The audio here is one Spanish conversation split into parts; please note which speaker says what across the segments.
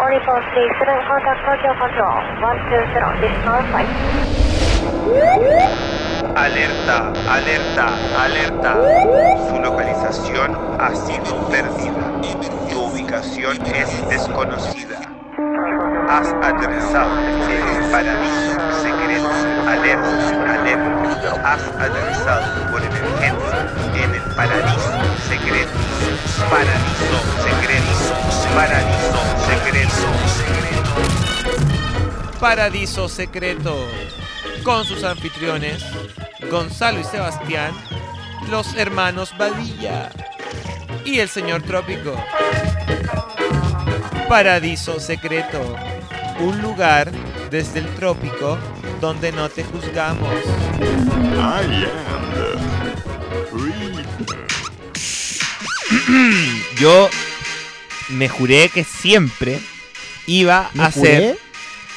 Speaker 1: 4437 contact Tokyo Control 120, this is our flight.
Speaker 2: Alerta, alerta, alerta. Su localización ha sido perdida. Tu ubicación es desconocida. Has aterrizado en el paraíso secreto. Alerta, alerta. Has aterrizado por emergencia en el paraíso secreto. Paraíso secreto. Paraíso secreto. secreto.
Speaker 3: Paradiso Secreto, con sus anfitriones, Gonzalo y Sebastián, los hermanos Badilla y el señor Trópico. Paradiso Secreto, un lugar desde el trópico donde no te juzgamos.
Speaker 4: I am the Reaper.
Speaker 5: Yo me juré que siempre iba
Speaker 6: ¿Me
Speaker 5: a ser.
Speaker 6: juré?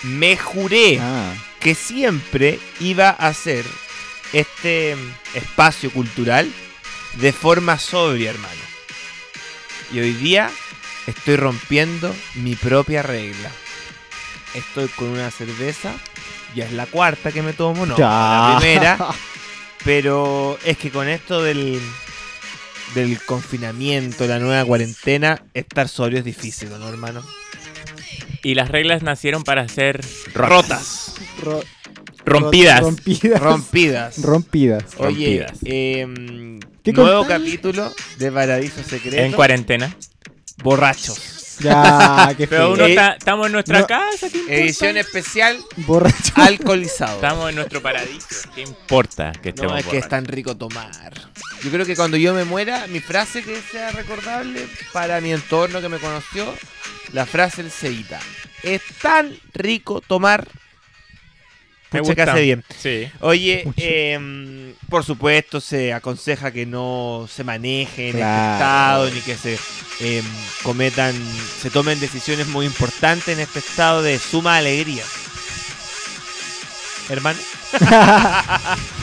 Speaker 5: Me juré
Speaker 6: Ah,
Speaker 5: que siempre iba a ser este espacio cultural de forma sobria, hermano. Y hoy día estoy rompiendo mi propia regla. Estoy con una cerveza, ya es la cuarta que me tomo, no, la
Speaker 6: Ya.
Speaker 5: primera. Pero es que con esto del, del confinamiento, la nueva cuarentena, estar sobrio es difícil, ¿no, hermano?
Speaker 7: Y las reglas nacieron para ser
Speaker 5: Rotas,
Speaker 6: ro-
Speaker 7: rompidas.
Speaker 6: ro- Rompidas.
Speaker 5: rompidas.
Speaker 6: rompidas.
Speaker 5: Oye,
Speaker 7: Rompidas.
Speaker 5: em,
Speaker 6: ¿Qué
Speaker 5: nuevo
Speaker 6: contáis?
Speaker 5: capítulo de Paradiso Secreto.
Speaker 7: en cuarentena.
Speaker 5: Borrachos.
Speaker 6: Ya, qué
Speaker 7: Pero
Speaker 6: feo.
Speaker 7: uno
Speaker 5: Eh,
Speaker 7: está, estamos en nuestra
Speaker 6: no.
Speaker 7: casa, ¿qué importa?
Speaker 5: Edición especial
Speaker 6: Eh, Borracho.
Speaker 5: alcoholizado.
Speaker 7: Estamos este en nuestro paraíso. ¿Qué importa que estemos
Speaker 5: No, es que es
Speaker 7: borrachos?
Speaker 5: tan rico tomar. Yo creo que cuando yo me muera, mi frase que sea recordable para mi entorno que me conoció, la frase del Ceita. Es tan rico tomar.
Speaker 7: Me
Speaker 5: Pucha que
Speaker 7: gusta.
Speaker 5: hace bien.
Speaker 7: Sí.
Speaker 5: Oye,
Speaker 6: Mucho.
Speaker 5: em, por supuesto se aconseja que no se maneje en este
Speaker 6: Claro.
Speaker 5: estado, ni que se em, cometan, se tomen decisiones muy importantes en este estado de suma alegría. Hermano,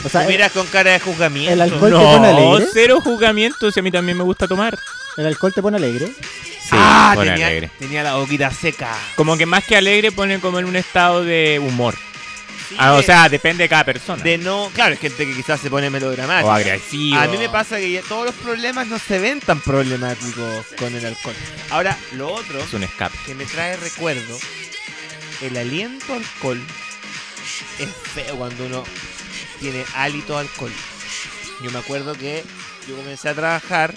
Speaker 6: O sea,
Speaker 5: tú miras con cara de juzgamiento.
Speaker 6: el alcohol- ¿Cuál te pone
Speaker 7: No,
Speaker 6: alegre?
Speaker 7: cero juzgamientos. y a mí también me gusta tomar.
Speaker 6: el alcohol te pone alegre.
Speaker 7: Sí,
Speaker 5: ah,
Speaker 7: pone
Speaker 5: tenía,
Speaker 7: alegre.
Speaker 5: tenía la boquita seca.
Speaker 7: Como que más que alegre pone como en un estado de humor.
Speaker 5: Sí,
Speaker 7: Ah, o
Speaker 5: de-
Speaker 7: sea, depende de cada persona.
Speaker 5: de no, claro, es gente que quizás se pone melodramática.
Speaker 7: o agresivo.
Speaker 5: A mí me pasa que ya todos los problemas no se ven tan problemáticos con el alcohol. Ahora, lo otro
Speaker 7: Es un escape.
Speaker 5: que me trae recuerdo, el aliento a alcohol es feo cuando uno tiene hálito a alcohol. Yo me acuerdo que yo comencé a trabajar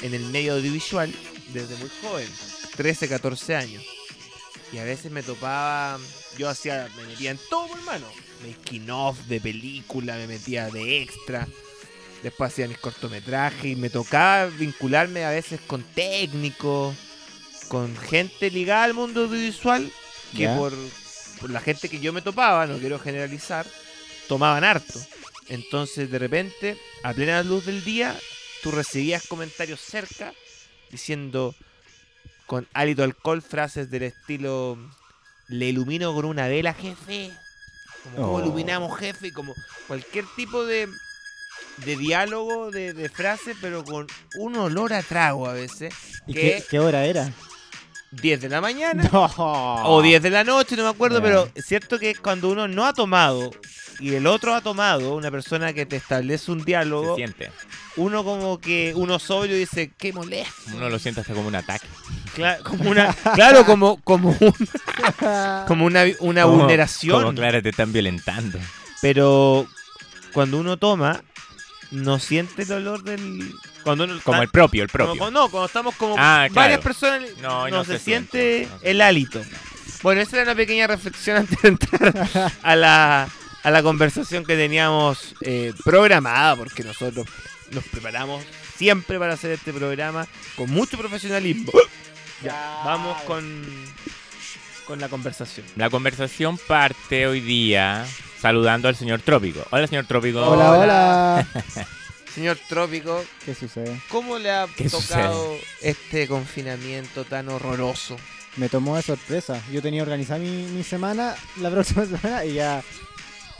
Speaker 5: en el medio audiovisual desde muy joven, 13, 14 años. Y a veces me topaba, yo hacía, me metía en todo, hermano. Making off de película, me metía de extra. Después hacía mis cortometrajes y me tocaba vincularme a veces con técnicos, con gente ligada al mundo audiovisual, que
Speaker 6: Ya.
Speaker 5: por, por la gente que yo me topaba, no quiero generalizar, tomaban harto. Entonces de repente, a plena luz del día, tú recibías comentarios cerca diciendo con hálito a alcohol frases del estilo le ilumino con una vela jefe como "¿Cómo
Speaker 6: Oh.
Speaker 5: iluminamos jefe como cualquier tipo de de diálogo de, de frase pero con un olor a trago a veces
Speaker 6: ¿Y
Speaker 5: ¿Qué?
Speaker 6: qué, qué hora era?
Speaker 5: 10 de la mañana
Speaker 6: No.
Speaker 5: o 10 de la noche, no me acuerdo,
Speaker 6: Ya.
Speaker 5: pero es cierto que cuando uno no ha tomado y el otro ha tomado, una persona que te establece un
Speaker 7: Se
Speaker 5: diálogo,
Speaker 7: siente.
Speaker 5: uno como que uno sobrio dice, qué molesto.
Speaker 7: Uno lo siente hasta como un ataque.
Speaker 5: Cla- como una, claro, como, como, un- como una, una
Speaker 7: Como-
Speaker 5: vulneración.
Speaker 7: Como, claro, te están violentando.
Speaker 5: Pero cuando uno toma, no siente el olor del. Cuando uno
Speaker 7: Como
Speaker 5: está-
Speaker 7: el propio, el
Speaker 5: como
Speaker 7: propio.
Speaker 5: cuando- Ah. no, cuando estamos como
Speaker 7: Ah, claro.
Speaker 5: varias personas,
Speaker 7: No,
Speaker 5: no,
Speaker 7: y no
Speaker 5: se,
Speaker 7: se
Speaker 5: siente,
Speaker 7: siente, no se
Speaker 5: el hálito. Bueno, esa era una pequeña reflexión antes de entrar a la, a la conversación que teníamos eh, programada, porque nosotros nos preparamos siempre para hacer este programa con mucho profesionalismo. Ya, vamos con, con la conversación.
Speaker 7: La conversación parte hoy día saludando al señor Trópico. Hola, señor Trópico.
Speaker 6: Hola, hola.
Speaker 5: Señor Trópico,
Speaker 6: ¿Qué sucede?
Speaker 5: ¿Cómo le ha
Speaker 7: ¿Qué
Speaker 5: tocado este confinamiento tan horroroso?
Speaker 6: Me tomó de sorpresa. Yo tenía organizada mi, mi semana, la próxima semana, y ya.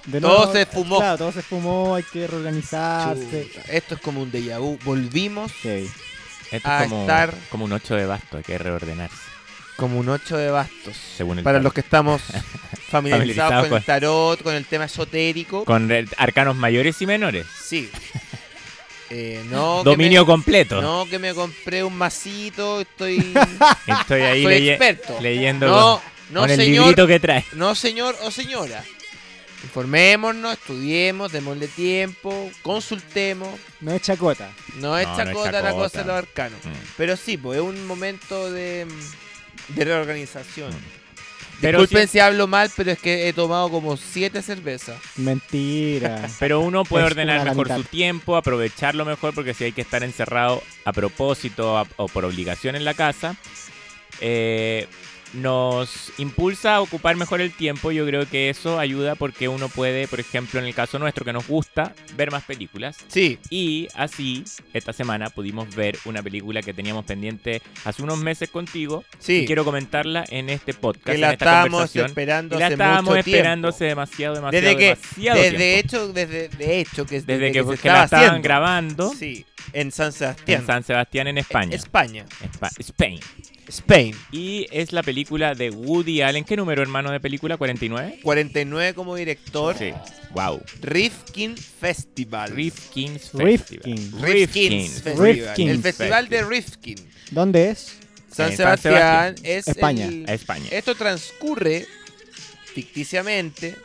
Speaker 6: De
Speaker 5: Todo se fumó.
Speaker 6: Claro, todo se fumó, hay que
Speaker 7: Ah,
Speaker 6: reorganizarse.
Speaker 5: Chuta, Esto es como un déjà vu. Volvimos
Speaker 6: Sí.
Speaker 7: Esto es
Speaker 5: a
Speaker 7: como,
Speaker 5: estar-
Speaker 7: como un ocho de basto, hay que reordenarse.
Speaker 5: Como un 8 de bastos.
Speaker 7: según el
Speaker 5: Para
Speaker 7: tarot.
Speaker 5: los que estamos familiarizados
Speaker 7: Familiarizados
Speaker 5: con
Speaker 7: con-
Speaker 5: el tarot, con el tema esotérico.
Speaker 7: Con re- arcanos mayores y menores.
Speaker 5: Sí. Eh, no que
Speaker 7: Dominio
Speaker 5: me-
Speaker 7: completo.
Speaker 5: No, que me compré un masito, estoy...
Speaker 7: Estoy ahí
Speaker 5: Soy
Speaker 7: leye-
Speaker 5: experto.
Speaker 7: leyendo
Speaker 5: No,
Speaker 7: con,
Speaker 5: no
Speaker 7: con el
Speaker 5: señor,
Speaker 7: librito que trae.
Speaker 5: no señor o señora. Informémonos, estudiemos, démosle tiempo, consultemos.
Speaker 6: No es chacota.
Speaker 5: No es
Speaker 7: No, no es
Speaker 5: chacota la cosa
Speaker 7: chacota.
Speaker 5: de los arcanos.
Speaker 7: Mm.
Speaker 5: Pero sí, pues es un momento de, mm, de reorganización.
Speaker 7: Pero
Speaker 5: Disculpen
Speaker 7: sí-
Speaker 5: si hablo mal, pero es que he tomado como siete cervezas.
Speaker 6: Mentira.
Speaker 7: Pero uno puede
Speaker 6: Es
Speaker 7: ordenar
Speaker 6: una
Speaker 7: mejor
Speaker 6: mitad.
Speaker 7: su tiempo, aprovecharlo mejor, porque si hay que estar encerrado a propósito a- o por obligación en la casa, eh, nos impulsa a ocupar mejor el tiempo. Yo creo que eso ayuda porque uno puede, por ejemplo, en el caso nuestro que nos gusta, ver más películas.
Speaker 5: Sí,
Speaker 7: Y así, esta semana pudimos ver una película que teníamos pendiente hace unos meses contigo.
Speaker 5: sí.
Speaker 7: Y quiero comentarla en este podcast.
Speaker 5: que
Speaker 7: en
Speaker 5: la
Speaker 7: esta
Speaker 5: estábamos
Speaker 7: conversación.
Speaker 5: esperando
Speaker 7: Y la
Speaker 5: hace
Speaker 7: estábamos
Speaker 5: mucho tiempo.
Speaker 7: esperando hace demasiado, demasiado,
Speaker 5: desde que,
Speaker 7: demasiado
Speaker 5: desde
Speaker 7: tiempo.
Speaker 5: hecho, desde de hecho que
Speaker 7: Desde que,
Speaker 5: se
Speaker 7: que la
Speaker 5: estaba
Speaker 7: estaban
Speaker 5: haciendo.
Speaker 7: grabando
Speaker 5: Sí, en San Sebastián.
Speaker 7: en San Sebastián, en España.
Speaker 5: España.
Speaker 7: Espa- Spain.
Speaker 5: Spain.
Speaker 7: Y es la película de Woody Allen. ¿Qué número, hermano, de película? ¿49?
Speaker 5: 49 como director.
Speaker 7: Sí. Wow.
Speaker 5: Rifkin Festival.
Speaker 7: Rifkin's Festival.
Speaker 6: Rifkin.
Speaker 5: Rifkin's
Speaker 7: Rifkin's.
Speaker 5: Festival.
Speaker 6: Rifkin's
Speaker 5: El festival de
Speaker 7: Festival.
Speaker 5: Rifkin.
Speaker 6: ¿Dónde es?
Speaker 5: San
Speaker 7: En San
Speaker 5: Sebastián es
Speaker 6: España.
Speaker 5: el-
Speaker 7: España.
Speaker 5: Esto transcurre ficticiamente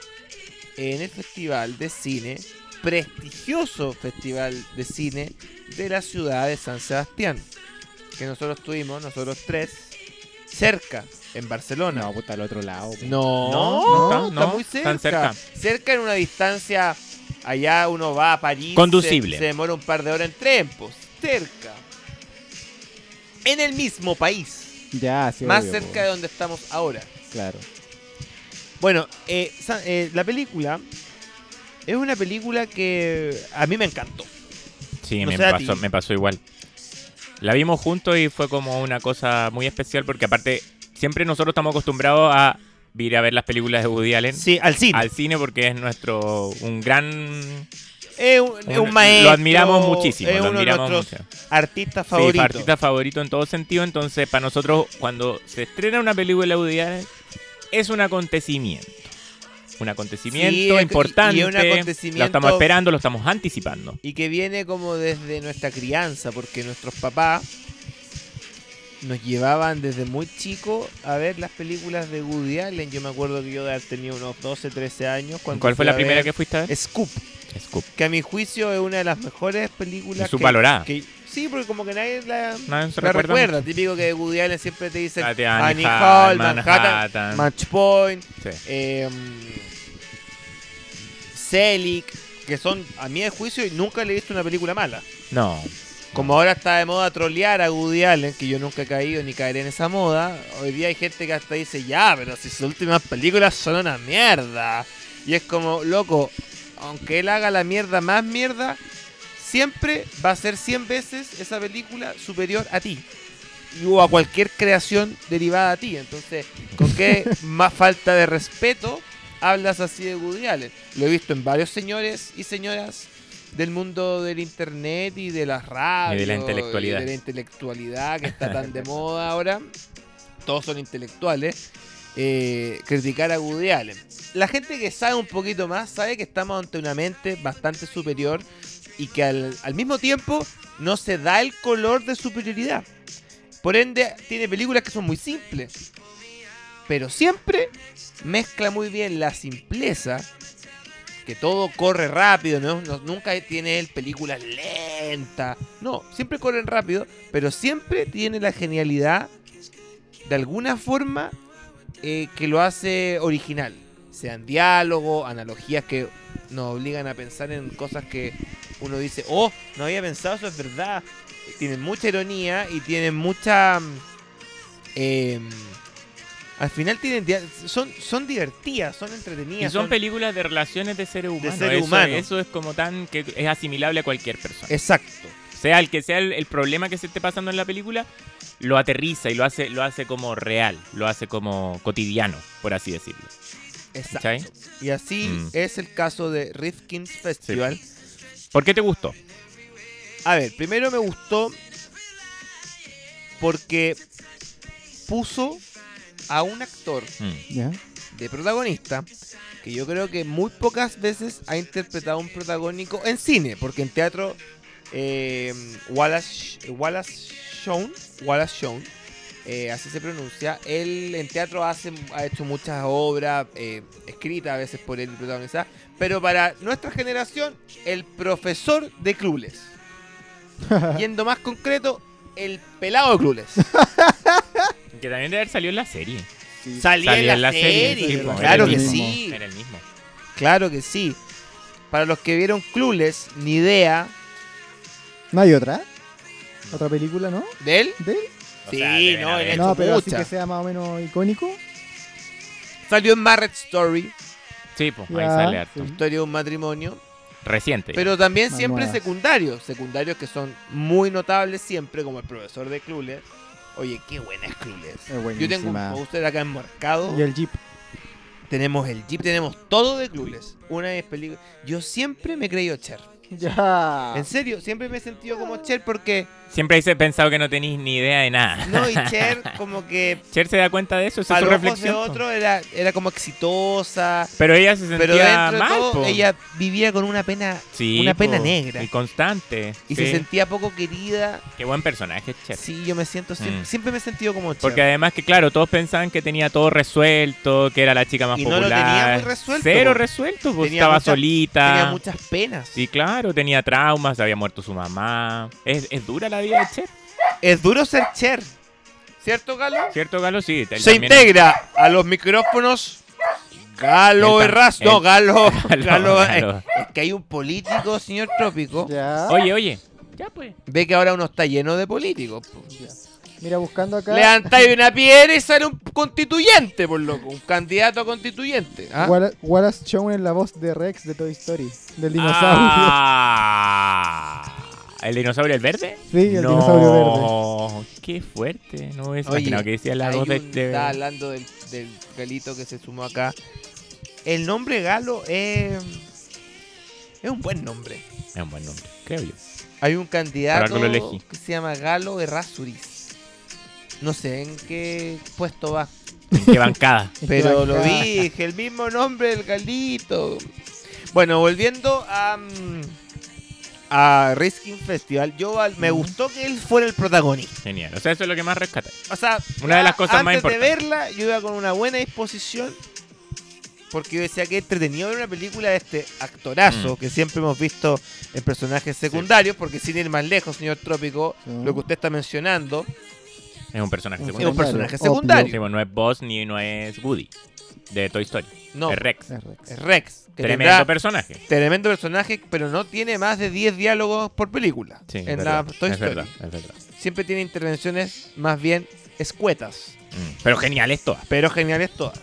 Speaker 5: en el festival de cine, prestigioso festival de cine de la ciudad de San Sebastián, que nosotros tuvimos, nosotros tres, cerca, en Barcelona.
Speaker 6: No, puta, al otro lado. po.
Speaker 5: No,
Speaker 7: No,
Speaker 5: no,
Speaker 7: no
Speaker 5: está,
Speaker 7: está, no,
Speaker 5: muy cerca.
Speaker 7: tan
Speaker 5: cerca.
Speaker 7: cerca.
Speaker 5: en una distancia, allá uno va a París.
Speaker 7: Conducible.
Speaker 5: Se, se demora un par de horas en tren, pues, cerca. En el mismo país,
Speaker 6: pues. Ya, sí.
Speaker 5: más
Speaker 6: obvio, po.
Speaker 5: cerca de donde estamos ahora.
Speaker 6: Claro.
Speaker 5: Bueno, eh, sa- eh, la película es una película que a mí me encantó.
Speaker 7: Sí,
Speaker 5: No
Speaker 7: me,
Speaker 5: sé a
Speaker 7: pasó,
Speaker 5: ti.
Speaker 7: me pasó igual. La vimos juntos y fue como una cosa muy especial porque aparte siempre nosotros estamos acostumbrados a ir a ver las películas de Woody Allen
Speaker 5: Sí, al cine.
Speaker 7: al cine porque es nuestro un gran
Speaker 5: es, un, es un
Speaker 7: un-
Speaker 5: maestro.
Speaker 7: Lo admiramos muchísimo.
Speaker 5: Es
Speaker 7: lo
Speaker 5: uno
Speaker 7: admiramos
Speaker 5: de nuestros
Speaker 7: mucho.
Speaker 5: artistas
Speaker 7: Sí, fue
Speaker 5: favoritos.
Speaker 7: artista favorito en todo sentido. Entonces, para nosotros, cuando se estrena una película de Woody Allen, es un acontecimiento. Un acontecimiento
Speaker 5: Sí, es-
Speaker 7: importante.
Speaker 5: y- y es un
Speaker 7: Lo
Speaker 5: acontecimiento-
Speaker 7: estamos esperando, lo estamos anticipando.
Speaker 5: y que viene como desde nuestra crianza, porque nuestros papás nos llevaban desde muy chico a ver las películas de Woody Allen. Yo me acuerdo que yo de haber tenido unos 12, 13 años. Cuando
Speaker 7: ¿Cuál
Speaker 5: fui
Speaker 7: fue la
Speaker 5: a
Speaker 7: primera
Speaker 5: ver
Speaker 7: que fuiste a ver?
Speaker 5: Scoop,
Speaker 7: Scoop.
Speaker 5: que a mi juicio es una de las mejores películas. que-
Speaker 7: Subvalorada.
Speaker 5: que- sí, porque como que nadie la,
Speaker 7: ¿No se
Speaker 5: la
Speaker 7: recuerda?
Speaker 5: recuerda. Típico que de Woody Allen siempre te dicen
Speaker 7: Kathy,
Speaker 5: Annie
Speaker 7: Annie
Speaker 5: Hall,
Speaker 7: Hall,
Speaker 5: Manhattan,
Speaker 7: Manhattan.
Speaker 5: Match Point.
Speaker 7: Sí.
Speaker 5: Eh, Selig, que son, a mi juicio, y nunca le he visto una película mala.
Speaker 7: No.
Speaker 5: Como ahora está de moda trolear a Woody Allen, que yo nunca he caído ni caeré en esa moda, hoy día hay gente que hasta dice, ya, pero si sus últimas películas son una mierda. Y es como, loco, aunque él haga la mierda más mierda, siempre va a ser 100 veces esa película superior a ti. Y- O a cualquier creación derivada a ti. Entonces, ¿con qué más falta de respeto hablas así de Woody Allen? Lo he visto en varios señores y señoras del mundo del internet y de las radios.
Speaker 7: intelectualidad.
Speaker 5: y de la intelectualidad que está tan de moda ahora. Todos son intelectuales. eh, criticar a Woody Allen. La gente que sabe un poquito más sabe que estamos ante una mente bastante superior y que al, al mismo tiempo no se da el color de superioridad. Por ende, tiene películas que son muy simples. Pero siempre mezcla muy bien la simpleza, que todo corre rápido, ¿no? No- nunca tiene él películas lentas. No, siempre corren rápido, pero siempre tiene la genialidad de alguna forma eh, que lo hace original. Sean diálogos, analogías que nos obligan a pensar en cosas que uno dice, oh, no había pensado, eso es verdad. Tienen mucha ironía y tienen mucha... mm, eh, al final tienen dia- son, son divertidas, son
Speaker 7: Y
Speaker 5: entretenidas.
Speaker 7: son
Speaker 5: son-
Speaker 7: películas de relaciones de seres humanos.
Speaker 5: seres
Speaker 7: eso,
Speaker 5: humanos.
Speaker 7: eso es como tan que es asimilable a cualquier persona.
Speaker 5: Exacto.
Speaker 7: Sea el que sea el, el problema que se esté pasando en la película, lo aterriza y lo hace, lo hace como real, lo hace como cotidiano, por así decirlo.
Speaker 5: Exacto.
Speaker 7: ¿Cachai?
Speaker 5: Y así
Speaker 7: Mm.
Speaker 5: es el caso de Rifkin's Festival.
Speaker 7: ¿Por qué te gustó?
Speaker 5: A ver, primero me gustó porque puso a un actor
Speaker 7: Mm.
Speaker 6: ¿Ya?
Speaker 5: de protagonista que yo creo que muy pocas veces ha interpretado un protagónico en cine, porque en teatro eh, Wallace, Wallace Shawn, Wallace Shawn, eh, así se pronuncia, él en teatro hace, ha hecho muchas obras eh, escritas a veces por él y protagonizadas, pero para nuestra generación, el profesor de Clules. Yendo más concreto, el pelado de Clules.
Speaker 7: Que también debe haber salido en la serie.
Speaker 5: Salía
Speaker 7: Salía
Speaker 5: en la serie,
Speaker 7: sí, po, era
Speaker 5: claro
Speaker 7: el
Speaker 5: que
Speaker 7: mismo,
Speaker 5: sí.
Speaker 7: Era el mismo.
Speaker 5: Claro que sí. Para los que vieron Clueless, ni idea
Speaker 6: ¿No hay otra? ¿Otra película, no?
Speaker 5: de él.
Speaker 6: ¿De él?
Speaker 7: O
Speaker 5: Sí,
Speaker 7: sea, deben
Speaker 5: no,
Speaker 7: haber-
Speaker 5: en He el-
Speaker 6: No,
Speaker 5: hecho
Speaker 6: pero así
Speaker 5: muchas.
Speaker 6: que sea más o menos icónico.
Speaker 5: Salió en Marriage Story,
Speaker 7: Sí, pues, ahí
Speaker 6: Ya,
Speaker 7: sale harto.
Speaker 6: sí.
Speaker 5: historia de un matrimonio,
Speaker 7: Reciente.
Speaker 5: pero también
Speaker 6: Más
Speaker 5: siempre
Speaker 6: nuevas.
Speaker 5: secundarios, secundarios que son muy notables siempre, como el profesor de Clueless. Oye, qué buena es Clueless.
Speaker 6: Es buenísima.
Speaker 5: Yo tengo un póster acá enmarcado.
Speaker 6: Y el Jeep.
Speaker 5: Tenemos el Jeep, tenemos todo de Clueless. Una de mis películas. Yo siempre me he creído Cher.
Speaker 7: Ah.
Speaker 6: Ya.
Speaker 5: En serio, siempre me he sentido como Cher porque.
Speaker 7: Siempre ahí se pensado que no tenéis ni idea de nada.
Speaker 5: No, y Cher como que
Speaker 7: Cher se da cuenta de eso, esa
Speaker 5: para
Speaker 7: es su
Speaker 5: los ojos de
Speaker 7: reflexión. po.
Speaker 5: otro era, era como exitosa.
Speaker 7: Pero ella se
Speaker 5: Pero
Speaker 7: sentía
Speaker 5: dentro de
Speaker 7: mal,
Speaker 5: todo,
Speaker 7: po.
Speaker 5: ella vivía con una pena
Speaker 7: Sí,
Speaker 5: una pena
Speaker 7: po,
Speaker 5: negra.
Speaker 7: Y constante.
Speaker 5: y
Speaker 7: sí.
Speaker 5: se sentía poco querida.
Speaker 7: Qué buen personaje, Cher.
Speaker 5: Sí, yo me siento, siempre,
Speaker 7: Mm.
Speaker 5: siempre me he sentido como Cher.
Speaker 7: Porque además que, claro, todos pensaban que tenía todo resuelto, que era la chica más
Speaker 5: Y no lo
Speaker 7: popular.
Speaker 5: tenía muy resuelto,
Speaker 7: Cero
Speaker 5: po.
Speaker 7: resuelto, pues
Speaker 5: Tenía
Speaker 7: estaba
Speaker 5: muchas-
Speaker 7: solita.
Speaker 5: tenía muchas penas.
Speaker 7: Sí, claro, tenía traumas, había muerto su mamá. Es, es dura la vida de Cher.
Speaker 5: Es duro ser Cher. ¿Cierto, Galo?
Speaker 7: ¿Cierto, Galo? Sí. él
Speaker 5: Se
Speaker 7: también-
Speaker 5: integra a los micrófonos Galo
Speaker 7: Él tam-
Speaker 5: Erras. No,
Speaker 7: él-
Speaker 5: Galo.
Speaker 7: Galo,
Speaker 5: Galo, eh,
Speaker 7: Galo.
Speaker 5: Es que hay un político, señor Trópico.
Speaker 6: Ya.
Speaker 7: Oye, oye. Ya, pues.
Speaker 5: Ve que ahora uno está lleno de políticos. po.
Speaker 6: Mira, buscando acá.
Speaker 5: Levantáis una piedra y sale un constituyente, por loco. Un candidato a constituyente. ¿ah?
Speaker 6: Wallace, Wallace Shawn es la voz de Rex de Toy Story, del dinosaurio.
Speaker 7: Ah, ¿El dinosaurio el verde?
Speaker 6: Sí, el
Speaker 7: no,
Speaker 6: dinosaurio
Speaker 7: Qué fuerte. No es
Speaker 5: Oye,
Speaker 7: imaginado que decía la
Speaker 5: Hay
Speaker 7: voz de,
Speaker 5: un-
Speaker 7: de-
Speaker 5: Estaba hablando del, del galito que se sumó acá. El nombre Galo es. Es un buen nombre.
Speaker 7: Es un buen nombre, creo yo.
Speaker 5: Hay un candidato
Speaker 7: algo lo elegí.
Speaker 5: que se llama Galo Errázuriz. No sé en qué puesto va,
Speaker 7: ¿En qué bancada?
Speaker 6: Es que
Speaker 5: pero
Speaker 6: va-
Speaker 5: lo dije, el mismo nombre del galito. Bueno, volviendo a. mm, a Riskin Festival, yo al- me gustó que él fuera el protagonista.
Speaker 7: Genial. O sea, eso es lo que más rescata.
Speaker 5: O sea,
Speaker 7: Una de las cosas
Speaker 5: antes
Speaker 7: más
Speaker 5: de
Speaker 7: importantes.
Speaker 5: verla, yo iba con una buena disposición. Porque yo decía que entretenido ver una película de este actorazo
Speaker 7: Mm.
Speaker 5: que siempre hemos visto en personajes secundarios. Porque sin ir más lejos, señor Trópico,
Speaker 6: Sí.
Speaker 5: lo que usted está mencionando
Speaker 7: Es un personaje
Speaker 5: es
Speaker 7: secundario.
Speaker 5: un personaje
Speaker 6: Obvio.
Speaker 7: Sí,
Speaker 5: secundario.
Speaker 7: bueno, no es Boss ni no es Woody de Toy Story.
Speaker 5: No,
Speaker 7: Es Rex.
Speaker 6: Es Rex.
Speaker 5: es Rex. Que
Speaker 7: Tremendo
Speaker 5: tendrá
Speaker 7: personaje.
Speaker 5: tremendo personaje, pero no tiene más de 10 diálogos por película.
Speaker 7: Sí, es
Speaker 5: en la
Speaker 7: verdad,
Speaker 5: Toy
Speaker 7: es
Speaker 5: Story.
Speaker 7: verdad, es verdad.
Speaker 5: Siempre tiene intervenciones más bien escuetas.
Speaker 7: Mm, Pero genial es todas.
Speaker 5: pero geniales todas.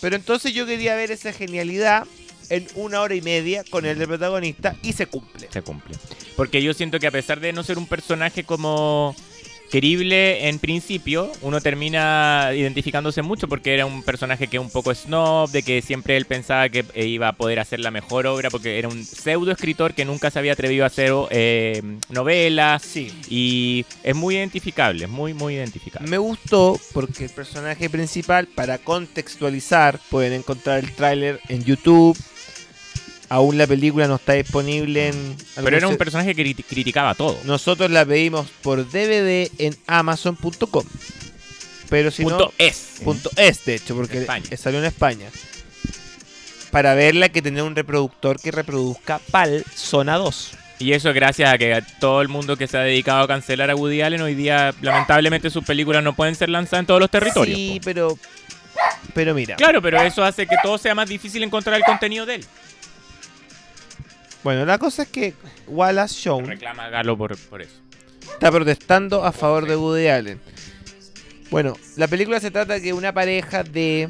Speaker 5: Pero entonces yo quería ver esa genialidad en una hora y media con el de protagonista y se cumple.
Speaker 7: se cumple. Porque yo siento que a pesar de no ser un personaje como querible en principio, uno termina identificándose mucho porque era un personaje que un poco snob, de que siempre él pensaba que eh, iba a poder hacer la mejor obra porque era un pseudo escritor que nunca se había atrevido a hacer eh, novelas
Speaker 5: Sí.
Speaker 7: y es muy identificable, es muy muy identificable.
Speaker 5: Me gustó porque el personaje principal, para contextualizar, pueden encontrar el tráiler en YouTube. Aún la película no está disponible en...
Speaker 7: Pero era un
Speaker 5: algunos-
Speaker 7: personaje que criti- criticaba todo.
Speaker 5: Nosotros la pedimos por DVD en amazon.com. Pero si no...
Speaker 7: Punto es.
Speaker 5: Eh, Punto es, de hecho, porque
Speaker 7: España.
Speaker 5: eh, salió en España. Para verla hay que tener un reproductor que reproduzca PAL Zona 2.
Speaker 7: Y eso gracias a que a todo el mundo que se ha dedicado a cancelar a Woody Allen hoy día lamentablemente sus películas no pueden ser lanzadas en todos los territorios.
Speaker 5: Sí,
Speaker 7: po.
Speaker 5: pero. Pero mira.
Speaker 7: Claro, pero eso hace que todo sea más difícil encontrar el contenido de él.
Speaker 5: Bueno, la cosa es que Wallace Shawn
Speaker 7: Reclama a Galo por, por eso.
Speaker 5: está protestando a favor de Woody Allen. Bueno, la película se trata de que una pareja de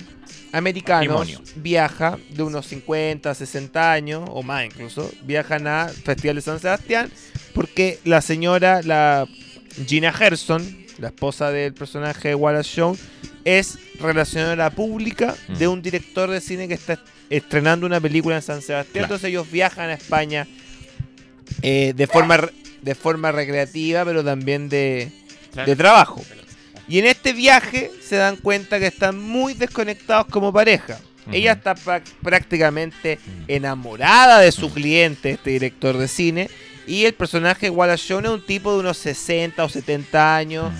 Speaker 5: americanos
Speaker 7: Matrimonio.
Speaker 5: viaja de unos 50, 60 años o más incluso, viajan a Festival de San Sebastián porque la señora, la Gina Gerson, la esposa del personaje de Wallace Shawn, es relacionadora pública
Speaker 7: Mm.
Speaker 5: de un director de cine que está estrenando una película en San Sebastián.
Speaker 7: Claro.
Speaker 5: Entonces ellos viajan a España eh, de forma de forma recreativa, pero también de, de trabajo. Y en este viaje se dan cuenta que están muy desconectados como pareja.
Speaker 7: Ujú.
Speaker 5: Ella está pra- prácticamente
Speaker 7: Mm.
Speaker 5: enamorada de su cliente, este director de cine. Y el personaje Wallace Shawn es un tipo de unos 60 o 70 años,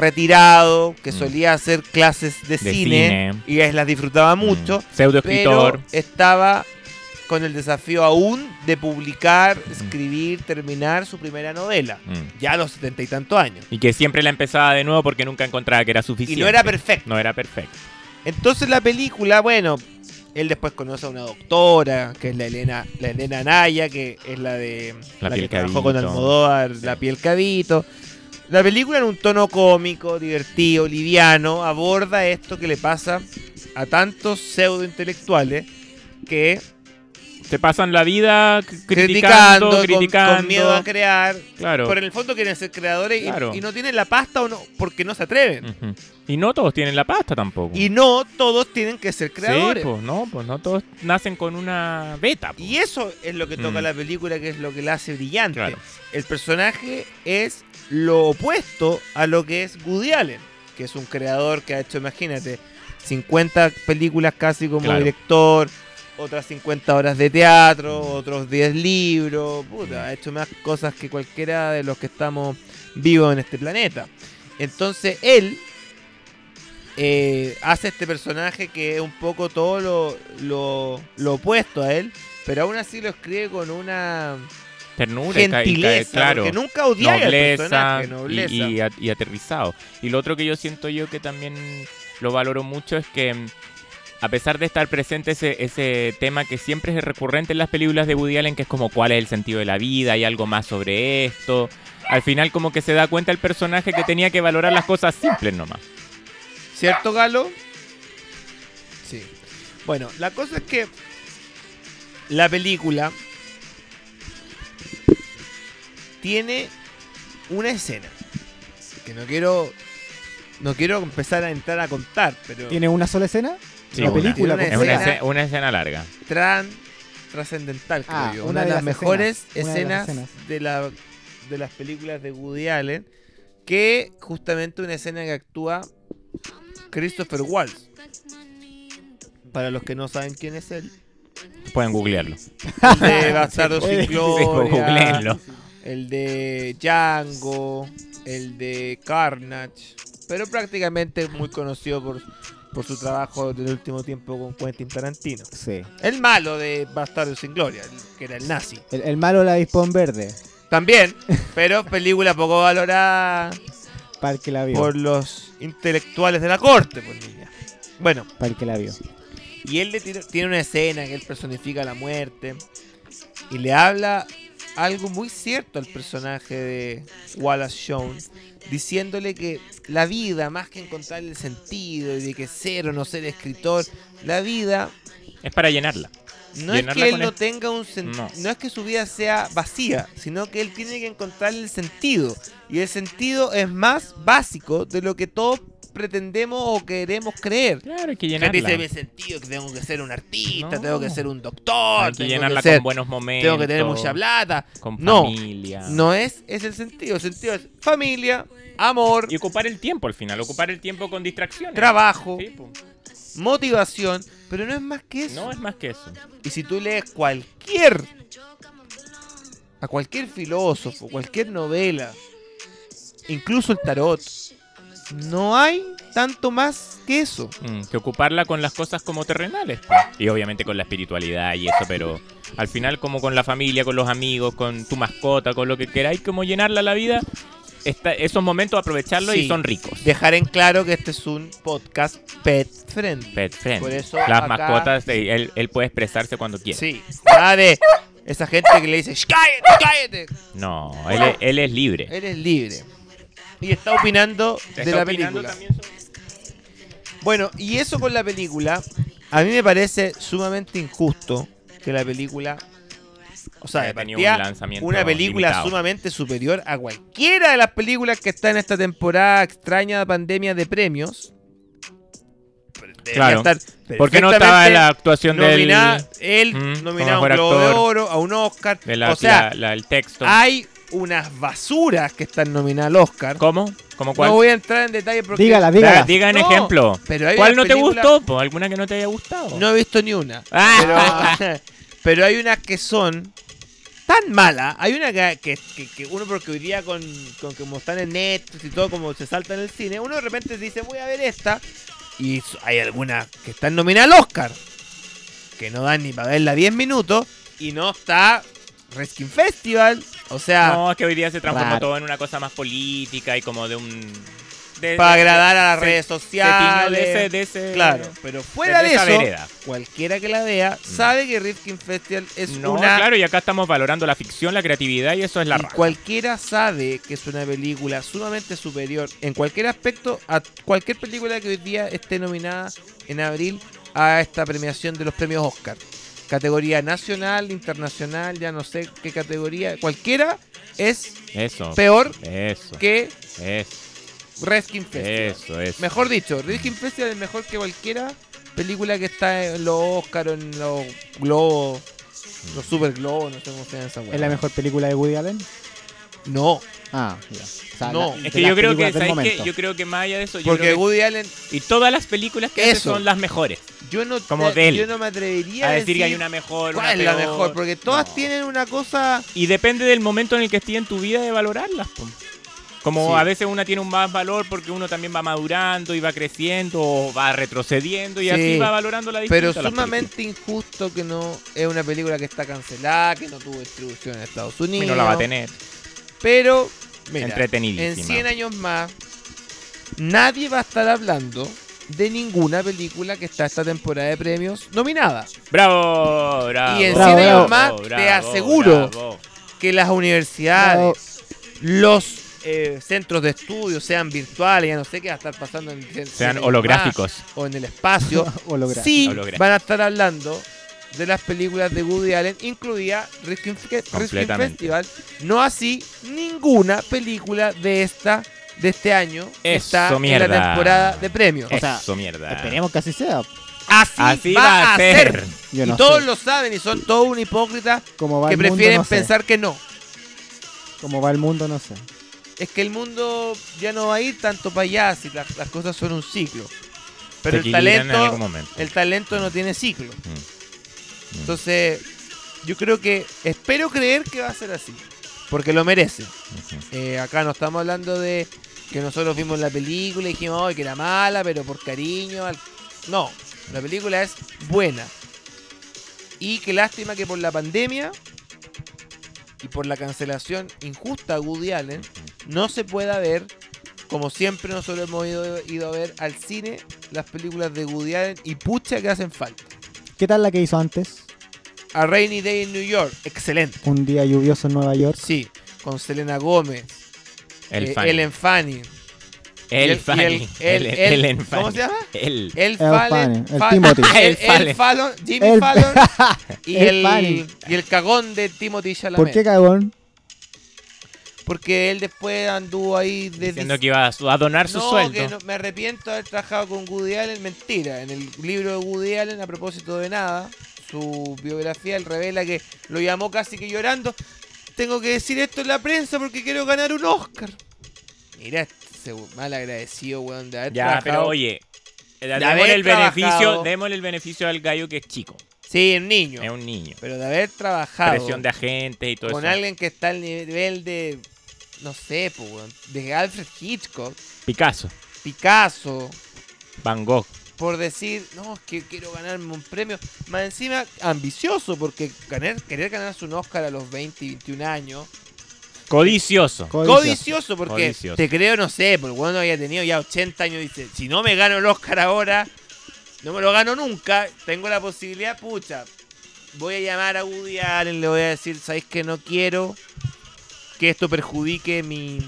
Speaker 5: retirado, que
Speaker 7: Mm.
Speaker 5: solía hacer clases de,
Speaker 7: De
Speaker 5: cine,
Speaker 7: cine.
Speaker 5: y es- las disfrutaba mucho
Speaker 7: Mm. Pseudo escritor.
Speaker 5: pero estaba con el desafío aún de publicar, escribir, terminar su primera novela, ya a los setenta y tantos años.
Speaker 7: Mm. Y que siempre la empezaba de nuevo porque nunca encontraba que era
Speaker 5: Y
Speaker 7: suficiente.
Speaker 5: no era perfecto.
Speaker 7: No era perfecto.
Speaker 5: Entonces la película, bueno, él después conoce a una doctora, que es la Elena, la Elena Naya, que es la de
Speaker 7: La
Speaker 5: que
Speaker 7: piel
Speaker 5: trabajó
Speaker 7: cabito.
Speaker 5: con Almodóvar, la piel cabito. La película en un tono cómico, divertido, liviano, aborda esto que le pasa a tantos pseudo intelectuales que
Speaker 7: Se pasan la vida c-
Speaker 5: criticando,
Speaker 7: criticando, criticando.
Speaker 5: con- Con, miedo a crear.
Speaker 7: Claro.
Speaker 5: Pero en el fondo quieren ser creadores y-
Speaker 7: Claro.
Speaker 5: y, no tienen la pasta o no, porque no se atreven.
Speaker 7: Ujú. Y no todos tienen la pasta tampoco.
Speaker 5: Y no todos tienen que ser creadores.
Speaker 7: Sí, pues no, pues no todos nacen con una beta. pues.
Speaker 5: y eso es lo que toca
Speaker 7: Mm.
Speaker 5: la película, que es lo que la hace brillante.
Speaker 7: Claro.
Speaker 5: El personaje es lo opuesto a lo que es Woody Allen, que es un creador que ha hecho, imagínate, 50 películas casi como
Speaker 7: Claro.
Speaker 5: director, otras 50 horas de teatro, otros 10 libros, puta, ha hecho más cosas que cualquiera de los que estamos vivos en este planeta. Entonces él eh, hace este personaje que es un poco todo lo, lo- lo opuesto a él, pero aún así lo escribe con una
Speaker 7: Ternura, y ca- y ca-
Speaker 5: gentileza,
Speaker 7: claro.
Speaker 5: porque nunca odiaba al
Speaker 7: nobleza,
Speaker 5: personaje, nobleza.
Speaker 7: Y, y a- y aterrizado. Y lo otro que yo siento yo que también lo valoro mucho es que mm, a pesar de estar presente ese, ese tema que siempre es recurrente en las películas de Woody Allen, que es como cuál es el sentido de la vida, hay algo más sobre esto, al final como que se da cuenta el personaje que tenía que valorar las cosas simples nomás.
Speaker 5: ¿Cierto, Galo? Sí. Bueno, la cosa es que la película tiene una escena que no quiero no quiero empezar a entrar a contar, pero
Speaker 6: ¿Tiene una sola escena?
Speaker 7: Sí,
Speaker 6: ¿La
Speaker 7: una.
Speaker 6: película
Speaker 5: Tiene
Speaker 7: Es
Speaker 6: completa?
Speaker 7: una
Speaker 5: Escena-
Speaker 7: escena, una escena larga.
Speaker 5: tran trascendental, creo
Speaker 6: Ah,
Speaker 5: yo.
Speaker 6: una
Speaker 5: Una, de,
Speaker 6: de
Speaker 5: las,
Speaker 6: las
Speaker 5: mejores
Speaker 6: escenas, una de las
Speaker 5: escenas, de, la, de las películas de Woody Allen, que justamente una escena que actúa Christopher Waltz. Para los que no saben quién es él,
Speaker 7: Pueden googlearlo.
Speaker 5: el de Bastardo sin
Speaker 6: Sí,
Speaker 5: Gloria,
Speaker 7: googleenlo.
Speaker 5: el de Django, el de Carnage, pero prácticamente muy conocido por, por su trabajo del último tiempo con Quentin Tarantino.
Speaker 6: Sí.
Speaker 5: El malo de Bastardo sin Gloria, el- que era el nazi.
Speaker 6: El, el malo la dispón verde.
Speaker 5: También, pero película poco valorada
Speaker 6: Para el que la vio.
Speaker 5: por los intelectuales de la corte, pues niña. Bueno,
Speaker 6: Para el que la vio.
Speaker 5: y él le tiene, tiene una escena que él personifica la muerte y le habla algo muy cierto al personaje de Wallace Shawn, diciéndole que la vida, más que encontrar el sentido y de que ser o no ser escritor, la vida
Speaker 7: Es para llenarla.
Speaker 5: No es
Speaker 7: Llenarla
Speaker 5: que él
Speaker 7: con
Speaker 5: no
Speaker 7: el-
Speaker 5: tenga un sentido,
Speaker 7: No.
Speaker 5: no. es que su vida sea vacía, sino que él tiene que encontrar el sentido. Y el sentido es más básico de lo que todos pretendemos o queremos creer.
Speaker 7: Claro, hay que
Speaker 5: Que dice
Speaker 7: llenarla.
Speaker 5: mi sentido, que tengo que ser un artista,
Speaker 7: No.
Speaker 5: tengo que ser un doctor,
Speaker 7: Hay que
Speaker 5: Oh, tengo,
Speaker 7: llenarla
Speaker 5: que ser-
Speaker 7: con buenos momentos.
Speaker 5: tengo que tener mucha plata.
Speaker 7: Con
Speaker 5: No,
Speaker 7: familia.
Speaker 5: No es, es el sentido, el sentido es familia, amor,
Speaker 7: Y ocupar el tiempo al final, ocupar el tiempo con distracciones.
Speaker 5: trabajo,
Speaker 7: Sí, po.
Speaker 5: motivación, pero no es más que eso.
Speaker 7: No es más que eso.
Speaker 5: Y si tú lees cualquier, a cualquier filósofo, cualquier novela, incluso el tarot, no hay tanto más que eso.
Speaker 7: Mm, que ocuparla con las cosas como terrenales. po. Y obviamente con la espiritualidad y eso, pero al final como con la familia, con los amigos, con tu mascota, con lo que queráis, como llenarla la vida. Está, esos momentos aprovecharlos
Speaker 5: Sí.
Speaker 7: y son ricos.
Speaker 5: Dejar en claro que este es un podcast pet friendly.
Speaker 7: Pet friend.
Speaker 5: Por eso
Speaker 7: Las
Speaker 5: acá-
Speaker 7: mascotas, eh, él, él puede expresarse cuando quiera.
Speaker 5: Sí, nada de esa gente que le dice, "Shh, cállate, cállate.
Speaker 7: No, él, es- él es libre.
Speaker 5: Él es libre. Y está opinando
Speaker 7: Está
Speaker 5: de la
Speaker 7: opinando
Speaker 5: película.
Speaker 7: también sobre-
Speaker 5: Bueno, y eso con la película, a mí me parece sumamente injusto que la película, o sea, de
Speaker 7: Haya tenido
Speaker 5: partida,
Speaker 7: un lanzamiento
Speaker 5: una película
Speaker 7: limitado.
Speaker 5: sumamente superior a cualquiera de las películas que está en esta temporada extraña de pandemia de premios. Debería
Speaker 7: Claro.
Speaker 5: estar
Speaker 7: ¿Por qué no estaba
Speaker 5: perfectamente
Speaker 7: la actuación del,
Speaker 5: nomina- él
Speaker 7: Mm, como
Speaker 5: nominado a un
Speaker 7: mejor
Speaker 5: Globo de
Speaker 7: actor.
Speaker 5: Oro, a un Oscar?
Speaker 7: de la-
Speaker 5: o sea,
Speaker 7: la- la- el texto?
Speaker 5: hay unas basuras que están nominadas al Oscar.
Speaker 7: ¿Cómo? ¿Cómo cuál?
Speaker 5: No voy a entrar en detalle porque.
Speaker 6: Dígala,
Speaker 7: Da-
Speaker 6: dígala.
Speaker 7: diga un
Speaker 5: No,
Speaker 7: ejemplo.
Speaker 5: pero hay
Speaker 7: ¿Cuál
Speaker 5: una
Speaker 7: no te
Speaker 5: película-
Speaker 7: gustó? po? ¿Alguna que no te haya gustado?
Speaker 5: No he visto ni una.
Speaker 7: Ah.
Speaker 5: Pero, pero hay unas que son tan malas. Hay una que, que, que- que uno, porque hoy día con, con como están en Netflix y todo, como se salta en el cine, uno de repente dice, voy a ver esta. Y s- hay algunas que están nominadas al Oscar, que no dan ni para verla 10 minutos, y no está Reskin Festival. O sea,
Speaker 7: No, es que hoy día se transformó
Speaker 6: Claro.
Speaker 7: todo en una cosa más política y como de un... de-
Speaker 5: para
Speaker 7: de-
Speaker 5: agradar a las
Speaker 7: eh, se-
Speaker 5: redes
Speaker 7: se tiñó
Speaker 5: sociales.
Speaker 7: de ese- de ese-
Speaker 5: Claro, pero fuera
Speaker 7: de
Speaker 5: de
Speaker 7: esa
Speaker 5: eso,
Speaker 7: vereda.
Speaker 5: cualquiera que la vea sabe que Rifkin Festival es
Speaker 7: No,
Speaker 5: una
Speaker 7: claro, y acá estamos valorando la ficción, la creatividad y eso es la
Speaker 5: y
Speaker 7: raja.
Speaker 5: cualquiera sabe que es una película sumamente superior en cualquier aspecto a cualquier película que hoy día esté nominada en abril a esta premiación de los premios Oscar. Categoría nacional, internacional, ya no sé qué categoría, cualquiera es
Speaker 7: Eso.
Speaker 5: peor
Speaker 7: Eso.
Speaker 5: que
Speaker 7: Eso.
Speaker 5: Reskin Festival.
Speaker 7: Eso, eso.
Speaker 5: Mejor dicho, Reskin Festival es mejor que cualquiera película que está en los Oscar o en los globos, los super globos, no sé cómo se llama esa
Speaker 6: ¿Es la
Speaker 5: hueá.
Speaker 6: mejor película de Woody Allen?
Speaker 5: No,
Speaker 6: Ah, ya. O sea,
Speaker 5: No,
Speaker 6: la- de
Speaker 7: Es que
Speaker 6: las
Speaker 7: yo creo
Speaker 6: películas
Speaker 7: que,
Speaker 6: del
Speaker 7: ¿sabes qué?
Speaker 6: momento.
Speaker 7: yo creo que más allá de eso, yo
Speaker 5: porque
Speaker 7: creo que-
Speaker 5: Woody Allen
Speaker 7: y todas las películas que hace
Speaker 5: Eso.
Speaker 7: son las mejores.
Speaker 5: Yo no,
Speaker 7: Como de él.
Speaker 5: yo no me atrevería
Speaker 7: A decir que hay una mejor,
Speaker 5: cuál
Speaker 7: una
Speaker 5: es la
Speaker 7: peor.
Speaker 5: mejor, porque todas
Speaker 7: No.
Speaker 5: tienen una cosa.
Speaker 7: Y depende del momento en el que esté en tu vida de valorarlas. po. Como
Speaker 5: Sí.
Speaker 7: a veces una tiene un más valor porque uno también va madurando y va creciendo o va retrocediendo y
Speaker 5: Sí.
Speaker 7: así va valorando la distinta
Speaker 5: Pero
Speaker 7: las películas.
Speaker 5: sumamente injusto que no es una película que está cancelada, que no tuvo distribución en Estados Unidos.
Speaker 7: Y no la va a tener.
Speaker 5: Pero, mira,
Speaker 7: Entretenidísima.
Speaker 5: en 100 años más, nadie va a estar hablando de ninguna película que está esta temporada de premios nominada.
Speaker 7: Bravo, bravo.
Speaker 5: Y en
Speaker 6: cine
Speaker 7: bravo,
Speaker 5: más,
Speaker 7: bravo,
Speaker 5: te aseguro
Speaker 7: bravo.
Speaker 5: Que las
Speaker 6: Bravo.
Speaker 5: universidades, los eh, centros de estudio sean virtuales, ya no sé qué va a estar pasando en 100
Speaker 7: Sean
Speaker 5: años más,
Speaker 7: holográficos.
Speaker 5: o en el espacio.
Speaker 6: Hologra-
Speaker 5: sí
Speaker 7: Holográfico.
Speaker 5: van a estar hablando de las películas de Woody Allen, incluida Riskin
Speaker 7: Completamente.
Speaker 5: Festival. No así ninguna película de esta de este año que
Speaker 7: Eso,
Speaker 5: está
Speaker 7: mierda.
Speaker 5: en la temporada de premios.
Speaker 6: O sea,
Speaker 7: Eso, mierda.
Speaker 6: Esperemos que así sea.
Speaker 5: Así,
Speaker 7: Así
Speaker 5: va, a ser.
Speaker 6: Yo
Speaker 5: y
Speaker 6: no
Speaker 5: todos
Speaker 6: sé
Speaker 5: lo saben y son todos un hipócrita
Speaker 6: cómo va
Speaker 5: que
Speaker 6: el mundo,
Speaker 5: prefieren
Speaker 6: no sé.
Speaker 5: pensar que no.
Speaker 6: Cómo va el mundo, no sé.
Speaker 5: Es que el mundo ya no va a ir tanto para allá si las, las cosas son un ciclo.
Speaker 7: Se
Speaker 5: Pero el
Speaker 7: equilibran en algún
Speaker 5: talento,
Speaker 7: momento.
Speaker 5: el talento no tiene ciclo.
Speaker 7: Mm. Mm.
Speaker 5: Entonces, yo creo que, espero creer que va a ser así, porque lo merece.
Speaker 7: Ujú.
Speaker 5: Eh, acá no estamos hablando de que nosotros vimos la película y dijimos "Ay, que era mala, pero por cariño. al-". No, la película es buena. Y qué lástima que por la pandemia y por la cancelación injusta a Woody Allen no se pueda ver, como siempre nosotros hemos ido, ido a ver al cine, las películas de Woody Allen y pucha que hacen falta.
Speaker 6: ¿Qué tal la que hizo antes?
Speaker 5: A Rainy Day in New York, excelente.
Speaker 6: Un día lluvioso en Nueva York.
Speaker 5: Sí, con Selena Gómez,
Speaker 7: El
Speaker 5: eh,
Speaker 7: fan.
Speaker 5: Ellen Fanning.
Speaker 7: El
Speaker 5: el- y
Speaker 7: Fanny.
Speaker 5: el- el-
Speaker 7: El-
Speaker 5: el-
Speaker 7: Ellen
Speaker 5: ¿cómo
Speaker 7: Fanny.
Speaker 5: se llama?
Speaker 7: El.
Speaker 5: El
Speaker 6: Fanning,
Speaker 5: Fallon,
Speaker 6: el
Speaker 5: Fa-
Speaker 6: Timothy.
Speaker 5: el,
Speaker 7: El
Speaker 5: el Fallon, Jimmy
Speaker 6: El-
Speaker 5: Fallon y
Speaker 6: El
Speaker 5: el,
Speaker 6: Fanning.
Speaker 5: y el cagón de Timothy Chalamet.
Speaker 6: ¿Por qué cagón?
Speaker 5: Porque él después anduvo ahí de
Speaker 7: Diciendo
Speaker 5: dis-
Speaker 7: que iba a, su- a donar su
Speaker 5: no,
Speaker 7: sueldo.
Speaker 5: que no, me arrepiento de haber trabajado con Woody Allen, mentira. En el libro de Woody Allen, a propósito de nada, su biografía, él revela que lo llamó casi que llorando. Tengo que decir esto en la prensa porque quiero ganar un Oscar. Mira, este mal agradecido, weón, de haber
Speaker 7: Ya,
Speaker 5: trabajado.
Speaker 7: pero oye. eh, Démosle
Speaker 5: haber
Speaker 7: el, beneficio,
Speaker 5: trabajado.
Speaker 7: démosle el beneficio al gallo que es chico.
Speaker 5: Sí, un niño.
Speaker 7: Es un niño.
Speaker 5: Pero de haber trabajado
Speaker 7: Presión de agentes y todo
Speaker 5: con
Speaker 7: eso.
Speaker 5: alguien que está al nivel de, no sé, po, weón, de Alfred Hitchcock,
Speaker 7: Picasso,
Speaker 5: Picasso,
Speaker 7: Van Gogh.
Speaker 5: por decir, no, es que quiero ganarme un premio. Más encima, ambicioso, porque ganar, querer ganarse un Oscar a los 20, 21 años.
Speaker 7: Codicioso.
Speaker 6: Codicia.
Speaker 5: Codicioso, porque
Speaker 7: Codicioso.
Speaker 5: te creo, no sé, porque cuando había tenido ya 80 años, dice, si no me gano el Oscar ahora, no me lo gano nunca, tengo la posibilidad, pucha, voy a llamar a Woody Allen, le voy a decir, ¿sabéis que no quiero que esto perjudique mi,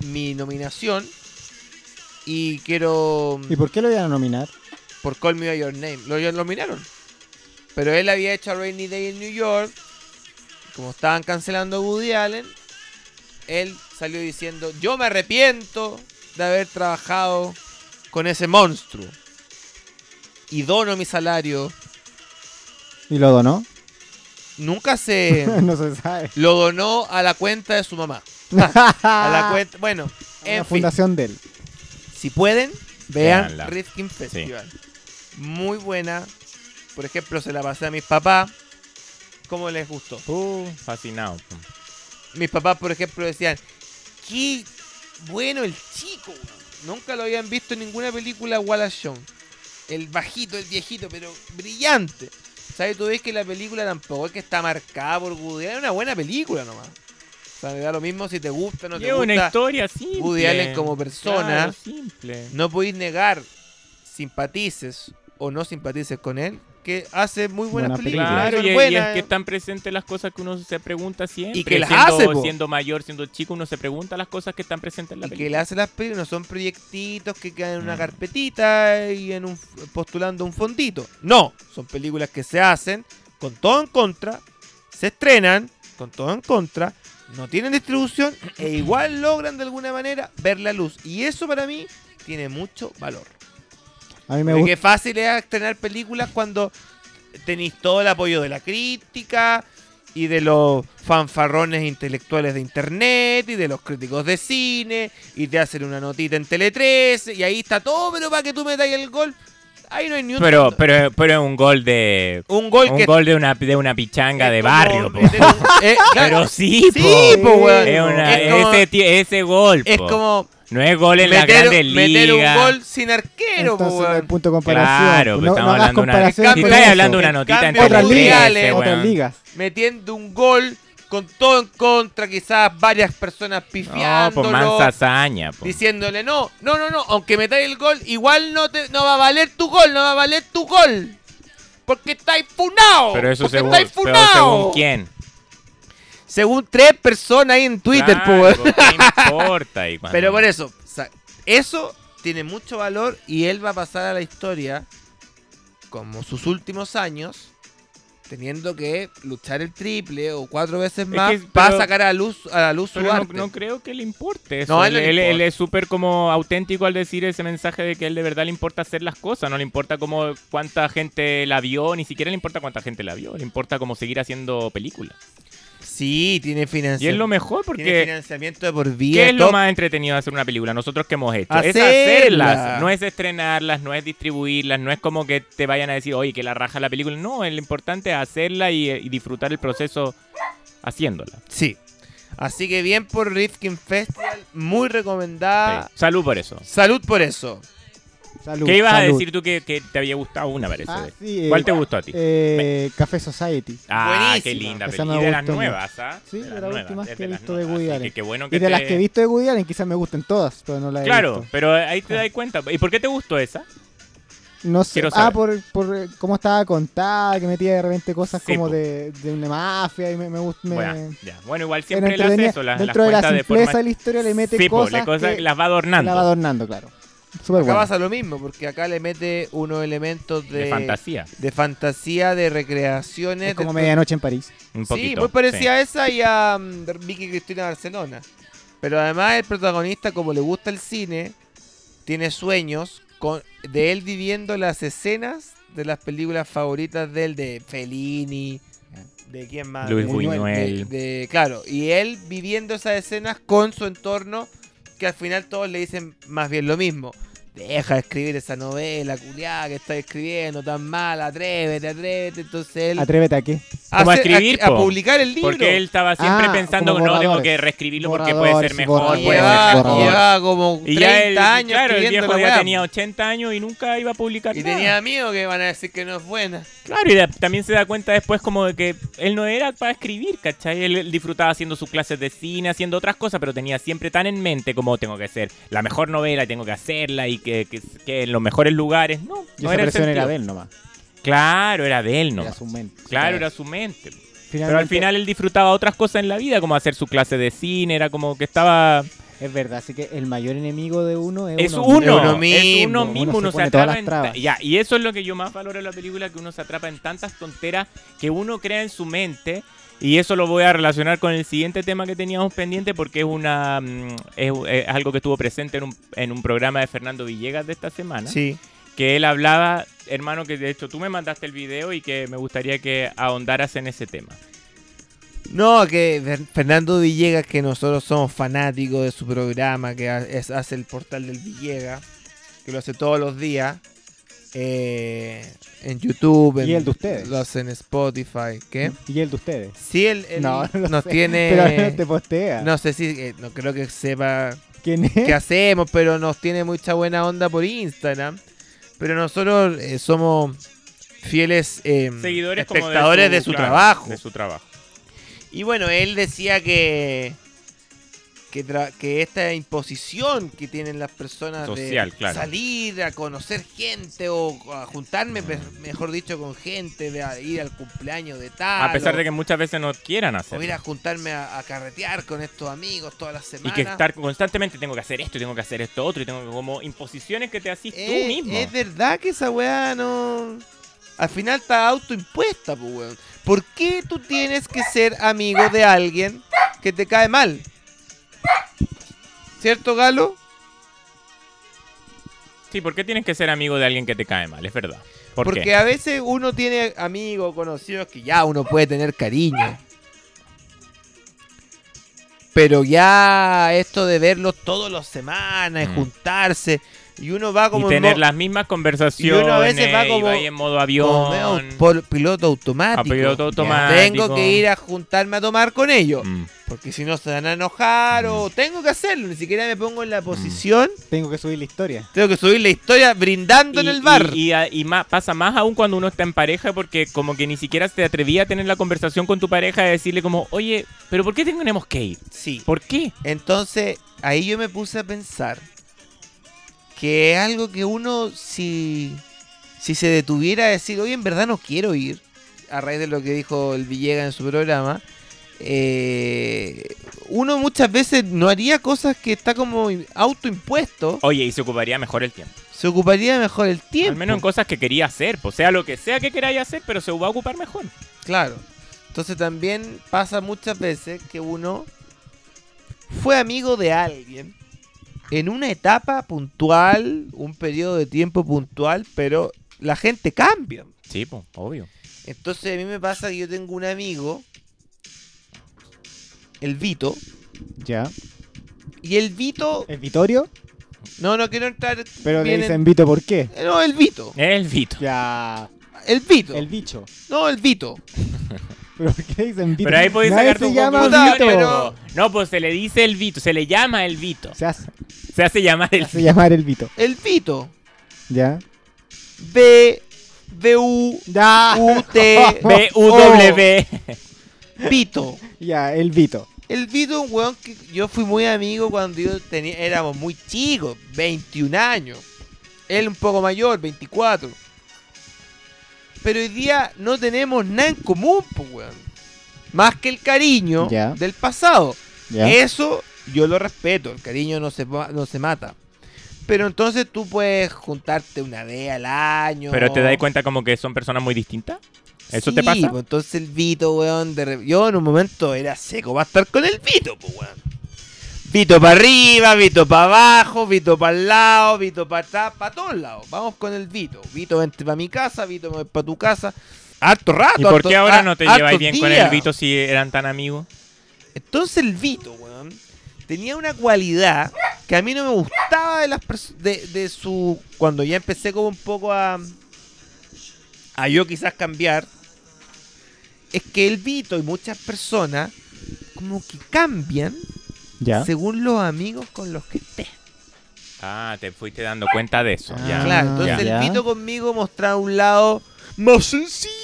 Speaker 5: mi nominación? Y quiero
Speaker 6: ¿Y por qué lo iban a nominar?
Speaker 5: por Call Me By Your Name. Lo lo nominaron. Pero él había hecho a Rainy Day en New York. Como estaban cancelando a Woody Allen, él salió diciendo, yo me arrepiento de haber trabajado con ese monstruo. Y dono mi salario.
Speaker 6: ¿Y lo donó?
Speaker 5: nunca se
Speaker 6: no se sabe.
Speaker 5: lo donó a la cuenta de su mamá. A la cuenta, bueno,
Speaker 6: Ah. Una
Speaker 5: en fin,
Speaker 6: fundación de él.
Speaker 5: si pueden, vean
Speaker 7: Véanla.
Speaker 5: Rifkin Festival. Muy buena. Por ejemplo, se la pasé a mis papás. ¿Cómo les gustó?
Speaker 7: Uh, fascinado.
Speaker 5: Mis papás, por ejemplo, decían, qué bueno el chico. weón". Nunca lo habían visto en ninguna película Wallace Shawn. El bajito, el viejito, pero brillante. ¿Sabes? Tú ves que la película tampoco es que está marcada por Woody Allen. Es una buena película nomás. O sea, me da lo mismo si te gusta o no
Speaker 7: Y
Speaker 5: te
Speaker 7: es
Speaker 5: gusta.
Speaker 7: una historia simple.
Speaker 5: Woody Allen como persona.
Speaker 7: Claro, simple.
Speaker 5: No podéis negar, simpatices o no simpatices con él, que hace muy buenas
Speaker 6: Buena
Speaker 5: películas.
Speaker 6: película.
Speaker 7: Claro,
Speaker 5: Son
Speaker 7: y, y
Speaker 5: buenas,
Speaker 7: es que están presentes las cosas que uno se pregunta siempre.
Speaker 5: Y que las
Speaker 7: siendo,
Speaker 5: hace, po.
Speaker 7: siendo mayor, siendo chico, uno se pregunta las cosas que están presentes en la
Speaker 5: y que
Speaker 7: película.
Speaker 5: le hace las películas, no son proyectitos que quedan en una
Speaker 7: Mm.
Speaker 5: carpetita y en un postulando un fondito. No, son películas que se hacen con todo en contra, se estrenan con todo en contra, no tienen distribución e igual logran de alguna manera ver la luz. Y eso para mí tiene mucho valor.
Speaker 6: A mí me
Speaker 5: Porque
Speaker 6: gusta.
Speaker 5: qué fácil es estrenar películas cuando tenéis todo el apoyo de la crítica y de los fanfarrones intelectuales de internet y de los críticos de cine y te hacen una notita en Tele 13 y ahí está todo, pero para que tú metáis el gol, ahí no hay ni un
Speaker 7: Pero, pero, pero es un gol de.
Speaker 5: un gol
Speaker 7: Un
Speaker 5: que
Speaker 7: gol de una, de una pichanga
Speaker 5: es
Speaker 7: de
Speaker 5: como
Speaker 7: barrio, po.
Speaker 5: meter un- eh, claro,
Speaker 7: Pero sí,
Speaker 5: sí,
Speaker 7: po.
Speaker 5: po, weón.
Speaker 7: Es una-
Speaker 5: es como,
Speaker 7: ese, ti- ese gol,
Speaker 5: es
Speaker 7: po.
Speaker 5: como
Speaker 7: No es gol en la grande
Speaker 5: meter, meter
Speaker 7: liga.
Speaker 5: un gol sin arquero, po,
Speaker 6: Entonces no hay
Speaker 5: weón.
Speaker 6: punto de comparación.
Speaker 7: Claro, pero
Speaker 6: no,
Speaker 7: estamos
Speaker 6: no hagas
Speaker 7: hablando de una. Si
Speaker 6: comparación
Speaker 5: cambio-
Speaker 6: con
Speaker 7: estáis
Speaker 6: eso.
Speaker 7: hablando de una
Speaker 5: En
Speaker 7: notita en
Speaker 5: cambio,
Speaker 6: otras
Speaker 5: Woody
Speaker 7: Teletrece,
Speaker 6: ligas,
Speaker 5: Allen,
Speaker 7: weón.
Speaker 6: otras ligas.
Speaker 5: metiendo un gol con todo en contra, quizás varias personas
Speaker 7: No,
Speaker 5: pifiándolo,
Speaker 7: pues mansa pues. hazaña, po.
Speaker 5: diciéndole no, no, no, no, aunque metáis el gol, igual no te no va a valer tu gol, no va a valer tu gol. Porque estáis funao.
Speaker 7: Pero eso
Speaker 5: porque
Speaker 7: según,
Speaker 5: estáis
Speaker 7: pero
Speaker 5: funao.
Speaker 7: según quién.
Speaker 5: Según tres personas ahí en Twitter,
Speaker 7: Claro,
Speaker 5: pues.
Speaker 7: po, ¿qué importa? Y cuando-
Speaker 5: Pero por eso, o sea, eso tiene mucho valor y él va a pasar a la historia como sus últimos años teniendo que luchar el triple o cuatro veces más
Speaker 7: que-
Speaker 5: para
Speaker 7: pero-
Speaker 5: sacar a la luz a la luz su
Speaker 7: Pero no,
Speaker 5: arte.
Speaker 7: no creo que le importe eso.
Speaker 5: No, a él
Speaker 7: él,
Speaker 5: no le
Speaker 7: él-
Speaker 5: importa.
Speaker 7: él es súper como auténtico al decir ese mensaje de que a él de verdad le importa hacer las cosas. No le importa cómo, cuánta gente la vio, ni siquiera le importa cuánta gente la vio. Le importa como seguir haciendo películas.
Speaker 5: Sí, tiene
Speaker 7: Y es lo
Speaker 5: financiamiento.
Speaker 7: mejor
Speaker 5: tiene
Speaker 7: porque...
Speaker 5: financiamiento de por vida.
Speaker 7: ¿Qué es lo
Speaker 5: top.
Speaker 7: más entretenido de hacer una película? Nosotros que hemos hecho. Es
Speaker 5: Hacerla.
Speaker 7: hacerlas. No es estrenarlas, no es distribuirlas, no es como que te vayan a decir, oye, que la raja la película. No, lo importante es hacerla y, y disfrutar el proceso haciéndola.
Speaker 5: Sí. Así que bien por Rifkin Festival, muy
Speaker 7: Sí.
Speaker 5: recomendada.
Speaker 7: Salud por eso.
Speaker 5: Salud por eso.
Speaker 6: Salud,
Speaker 7: ¿Qué ibas a
Speaker 6: salud.
Speaker 7: decir tú que, que te había gustado una, parece?
Speaker 6: Ah, sí,
Speaker 7: ¿Cuál
Speaker 6: eh,
Speaker 7: te gustó a ti?
Speaker 6: Eh, Café Society.
Speaker 7: ah, qué
Speaker 5: buenísima.
Speaker 7: linda.
Speaker 6: Esa
Speaker 7: peli.
Speaker 6: me
Speaker 7: Y de las
Speaker 6: gustó mucho.
Speaker 7: nuevas, ¿ah?
Speaker 6: Sí, de
Speaker 7: las
Speaker 6: las
Speaker 7: nuevas,
Speaker 6: últimas
Speaker 7: es
Speaker 6: que he
Speaker 7: las
Speaker 6: visto de
Speaker 7: nuevas.
Speaker 6: Woody
Speaker 7: Así
Speaker 6: Allen.
Speaker 7: que qué bueno que
Speaker 6: Y de
Speaker 7: te-
Speaker 6: las que he visto de Woody Allen, quizás me gusten todas, pero no las he
Speaker 7: Claro,
Speaker 6: visto.
Speaker 7: pero ahí te das cuenta. ¿Y por qué te gustó esa?
Speaker 6: No sé.
Speaker 7: quiero
Speaker 6: Ah,
Speaker 7: saber.
Speaker 6: por, por eh, cómo estaba contada, que metía de repente cosas
Speaker 7: Sí,
Speaker 6: como
Speaker 7: po.
Speaker 6: de, de una mafia y me, me gusta. me-
Speaker 7: Bueno, ya. bueno, igual
Speaker 6: era
Speaker 7: siempre le hace
Speaker 6: entretenida.
Speaker 7: eso. Las, las
Speaker 6: Dentro de la
Speaker 7: cuenta de
Speaker 6: simpleza
Speaker 7: forma...
Speaker 6: de la historia le mete
Speaker 7: Sí, po,
Speaker 6: cosas,
Speaker 7: le cosa-
Speaker 6: que
Speaker 7: las va adornando.
Speaker 6: la va adornando, claro. Súper
Speaker 5: Acá
Speaker 6: bueno.
Speaker 5: pasa lo mismo, porque acá le mete unos elementos de,
Speaker 7: de fantasía.
Speaker 5: de fantasía, de recreaciones.
Speaker 6: Es como
Speaker 5: de-
Speaker 6: medianoche en París.
Speaker 7: Un
Speaker 5: Sí,
Speaker 7: poquito.
Speaker 5: muy parecida a esa y a mm, Vicky Cristina Barcelona. Pero además el protagonista, como le gusta el cine, tiene sueños con, de él viviendo las escenas de las películas favoritas de él, de Fellini, de quién más.
Speaker 7: Luis
Speaker 5: de-
Speaker 7: Buñuel.
Speaker 5: de- de- claro, y él viviendo esas escenas con su entorno, que al final todos le dicen más bien lo mismo. Deja de escribir esa novela, culiada, que estás escribiendo tan mal, atrévete, atrévete. Entonces él
Speaker 6: Atrévete a qué.
Speaker 7: Como a
Speaker 5: hacer-
Speaker 7: escribir,
Speaker 5: a, a
Speaker 7: po.
Speaker 5: publicar el libro.
Speaker 7: Porque él estaba siempre
Speaker 6: Ah,
Speaker 7: pensando,
Speaker 6: como
Speaker 7: no, tengo
Speaker 6: borradores.
Speaker 7: que reescribirlo porque puede
Speaker 6: Borradores
Speaker 7: ser
Speaker 6: y
Speaker 7: mejor.
Speaker 6: borradores.
Speaker 7: Puede ser
Speaker 5: llevaba,
Speaker 6: por favor.
Speaker 7: mejor.
Speaker 5: llevaba como 30
Speaker 7: Y ya el,
Speaker 5: años
Speaker 7: claro, el
Speaker 5: escribiendo la
Speaker 7: viejo ya
Speaker 5: weá.
Speaker 7: tenía 80 años y nunca iba a publicar
Speaker 5: y
Speaker 7: nada.
Speaker 5: tenía miedo que van a decir que no es buena.
Speaker 7: Claro, y de- también se da cuenta después como de que él no era para escribir, ¿cachai? Él, él disfrutaba haciendo sus clases de cine, haciendo otras cosas, pero tenía siempre tan en mente como tengo que hacer la mejor novela, y tengo que hacerla y que, que- que en los mejores lugares. No,
Speaker 6: Y
Speaker 7: no
Speaker 6: esa
Speaker 7: era el
Speaker 6: presión era
Speaker 7: sentido.
Speaker 6: de él nomás.
Speaker 7: Claro, era de él
Speaker 6: Era
Speaker 7: nomás.
Speaker 6: su mente.
Speaker 7: Claro, era su mente. Pero al
Speaker 6: Finalmente-
Speaker 7: final él disfrutaba otras cosas en la vida, como hacer su clase de cine, era como que estaba...
Speaker 6: Es verdad, así que el mayor enemigo de uno es,
Speaker 7: Es
Speaker 6: uno.
Speaker 7: uno,
Speaker 5: uno
Speaker 7: es
Speaker 5: mismo.
Speaker 7: uno
Speaker 6: Uno
Speaker 7: mismo,
Speaker 6: se
Speaker 7: uno se,
Speaker 6: pone todas
Speaker 7: atrapa
Speaker 6: las
Speaker 7: en
Speaker 6: trabas.
Speaker 7: ta- ya, y eso es lo que yo más valoro de la película, que uno se atrapa en tantas tonteras que uno crea en su mente. Y eso lo voy a relacionar con el siguiente tema que teníamos pendiente porque es una mm, es, es algo que estuvo presente en un, en un programa de Fernando Villegas de esta semana.
Speaker 5: Sí.
Speaker 7: Que él hablaba, hermano, que de hecho tú me mandaste el video y que me gustaría que ahondaras en ese tema.
Speaker 5: No, que Fer- Fernando Villegas, que nosotros somos fanáticos de su programa, que ha- es- hace el portal del Villegas, que lo hace todos los días, eh, en YouTube.
Speaker 6: Y
Speaker 5: en-
Speaker 6: el de ustedes.
Speaker 5: Lo hace en Spotify,
Speaker 7: ¿eh?
Speaker 5: ¿qué?
Speaker 6: Y el de ustedes.
Speaker 5: Sí, él, él
Speaker 6: No, no lo
Speaker 5: nos
Speaker 6: sé,
Speaker 5: tiene...
Speaker 6: Pero ahora no te postea.
Speaker 5: No sé si, eh, no creo que sepa
Speaker 6: ¿Quién es?
Speaker 5: qué hacemos, pero nos tiene mucha buena onda por Instagram. Pero nosotros eh, somos fieles eh,
Speaker 7: Seguidores como
Speaker 5: espectadores de su,
Speaker 7: claro,
Speaker 5: trabajo.
Speaker 7: De su trabajo.
Speaker 5: Y bueno, él decía que que, tra- que esta imposición que tienen las personas
Speaker 7: Social,
Speaker 5: de
Speaker 7: claro.
Speaker 5: salir a conocer gente o a juntarme, pe- mejor dicho, con gente, de a- ir al cumpleaños de tal.
Speaker 7: Mm. A pesar
Speaker 5: o-
Speaker 7: de que muchas veces no quieran
Speaker 5: o ir a
Speaker 7: hacerlo.
Speaker 5: juntarme a, a carretear con estos amigos todas las
Speaker 7: Y
Speaker 5: semanas.
Speaker 7: que estar constantemente, tengo que hacer esto, tengo que hacer esto otro, y tengo que, como imposiciones que te haces
Speaker 5: Eh,
Speaker 7: tú mismo.
Speaker 5: Es verdad que esa weá no. Al final está autoimpuesta, pues weón. ¿Por qué tú tienes que ser amigo de alguien que te cae mal? ¿Cierto, Galo?
Speaker 7: Sí, ¿por qué tienes que ser amigo de alguien que te cae mal? Es verdad. ¿Por
Speaker 5: Porque
Speaker 7: qué?
Speaker 5: a veces uno tiene amigos, conocidos que ya uno puede tener cariño. Pero ya esto de verlos todos los semanas,
Speaker 7: Mm.
Speaker 5: juntarse, y uno va
Speaker 7: Y
Speaker 5: como en
Speaker 7: tener
Speaker 5: mo-
Speaker 7: las mismas conversaciones.
Speaker 5: y uno a veces va como-
Speaker 7: y ahí en modo
Speaker 5: como medio
Speaker 7: avión.
Speaker 5: por piloto automático.
Speaker 7: A piloto automático.
Speaker 5: Tengo que ir a juntarme a tomar con ellos.
Speaker 7: Mm.
Speaker 5: Porque si no se van a enojar o tengo que hacerlo. Ni siquiera me pongo
Speaker 7: Mm.
Speaker 5: en la posición.
Speaker 6: Tengo que subir la historia.
Speaker 5: Tengo que subir la historia brindando
Speaker 7: Y-
Speaker 5: en el bar.
Speaker 7: Y, y a- y ma- pasa más aún cuando uno está en pareja porque como que ni siquiera te atrevía a tener la conversación con tu pareja de decirle como, oye, pero ¿por qué tenemos que ir?
Speaker 5: Sí.
Speaker 7: ¿Por qué?
Speaker 5: Entonces, ahí yo me puse a pensar que es algo que uno, si, si se detuviera a decir, oye, en verdad no quiero ir, a raíz de lo que dijo el Villegas en su programa, eh, uno muchas veces no haría cosas que está como autoimpuesto,
Speaker 7: Oye, y se ocuparía mejor el tiempo.
Speaker 5: se ocuparía mejor el tiempo.
Speaker 7: Al menos en cosas que quería hacer. O sea, lo que sea que queráis hacer, pero se va a ocupar mejor.
Speaker 5: Claro. Entonces también pasa muchas veces que uno fue amigo de alguien en una etapa puntual, un periodo de tiempo puntual, pero la gente cambia.
Speaker 7: Sí, po, obvio.
Speaker 5: Entonces a mí me pasa que yo tengo un amigo, el Vito,
Speaker 6: Ya.
Speaker 5: y el Vito...
Speaker 6: ¿El Vitorio?
Speaker 5: No, no quiero entrar...
Speaker 6: Pero
Speaker 5: bien
Speaker 6: le
Speaker 5: en-
Speaker 6: dicen Vito, ¿por qué?
Speaker 5: No, el Vito.
Speaker 7: El Vito.
Speaker 6: Ya.
Speaker 5: El Vito.
Speaker 6: El bicho.
Speaker 5: No, el Vito.
Speaker 6: ¿Pero por qué le dicen Vito?
Speaker 7: Pero ahí podéis
Speaker 6: Nadie
Speaker 7: sacar
Speaker 6: se
Speaker 7: tu
Speaker 6: llama
Speaker 7: conclusión,
Speaker 5: conclusiones,
Speaker 6: Vito.
Speaker 7: pero- No, pues se le dice el Vito, se le llama el Vito.
Speaker 6: Se hace,
Speaker 7: Se hace llamar el
Speaker 6: hace llamar el Vito.
Speaker 5: El Vito.
Speaker 6: Ya.
Speaker 5: B... B-U...
Speaker 6: Ya.
Speaker 5: U-T...
Speaker 7: B-U-W.
Speaker 6: Oh.
Speaker 5: Vito.
Speaker 6: Ya, el Vito.
Speaker 5: El Vito es un weón que yo fui muy amigo cuando yo tenía, éramos muy chicos, 21 años. Él un poco mayor, 24. Pero hoy día no tenemos nada en común, pues, weón. Más que el cariño
Speaker 6: Ya.
Speaker 5: del pasado.
Speaker 6: Ya.
Speaker 5: Eso yo lo respeto, el cariño no se, va- no se mata. Pero entonces tú puedes juntarte una vez al año.
Speaker 7: Pero te das cuenta como que son personas muy distintas. ¿Eso te
Speaker 5: Sí,
Speaker 7: pasa?
Speaker 5: pues, entonces el Vito, weón, de re- yo en un momento era seco, va a estar con el Vito, pues, weón. Vito para arriba, Vito para abajo, Vito para el lado, Vito para atrás, para todos lados. Vamos con el Vito. Vito, vente para mi casa, Vito, para tu casa. Harto rato.
Speaker 7: ¿Y por
Speaker 5: harto-
Speaker 7: qué ahora
Speaker 5: ha-
Speaker 7: no te
Speaker 5: harto
Speaker 7: lleváis bien con
Speaker 5: día.
Speaker 7: el Vito si eran tan amigos?
Speaker 5: Entonces el Vito, weón, tenía una cualidad que a mí no me gustaba de las pers- de, de su cuando ya empecé como un poco a a yo quizás cambiar es que el Vito y muchas personas como que cambian
Speaker 6: Ya.
Speaker 5: según los amigos con los que estés.
Speaker 7: Ah, te fuiste dando cuenta de eso.
Speaker 6: Ah.
Speaker 7: ya.
Speaker 5: Claro, entonces
Speaker 6: ya.
Speaker 5: el Vito conmigo mostraba un lado más sensible.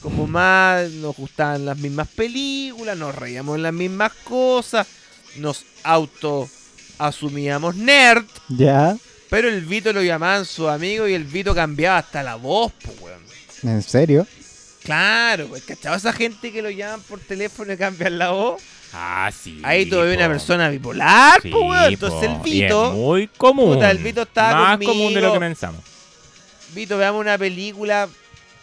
Speaker 5: Como más nos gustaban las mismas películas, nos reíamos en las mismas cosas, nos auto asumíamos nerd,
Speaker 6: Ya.
Speaker 5: pero el Vito lo llamaban su amigo y el Vito cambiaba hasta la voz, po, weón.
Speaker 6: ¿En serio?
Speaker 5: Claro, pues, ¿cachado? Esa gente que lo llaman por teléfono y cambian la voz.
Speaker 7: Ah, sí.
Speaker 5: Ahí todavía
Speaker 7: po.
Speaker 5: una persona bipolar,
Speaker 7: Sí,
Speaker 5: po, weón. Entonces el
Speaker 7: po. Y es
Speaker 5: Vito.
Speaker 7: muy común.
Speaker 5: Puta, el Vito estaba
Speaker 7: Más
Speaker 5: conmigo.
Speaker 7: común de lo que pensamos.
Speaker 5: Vito, veamos una película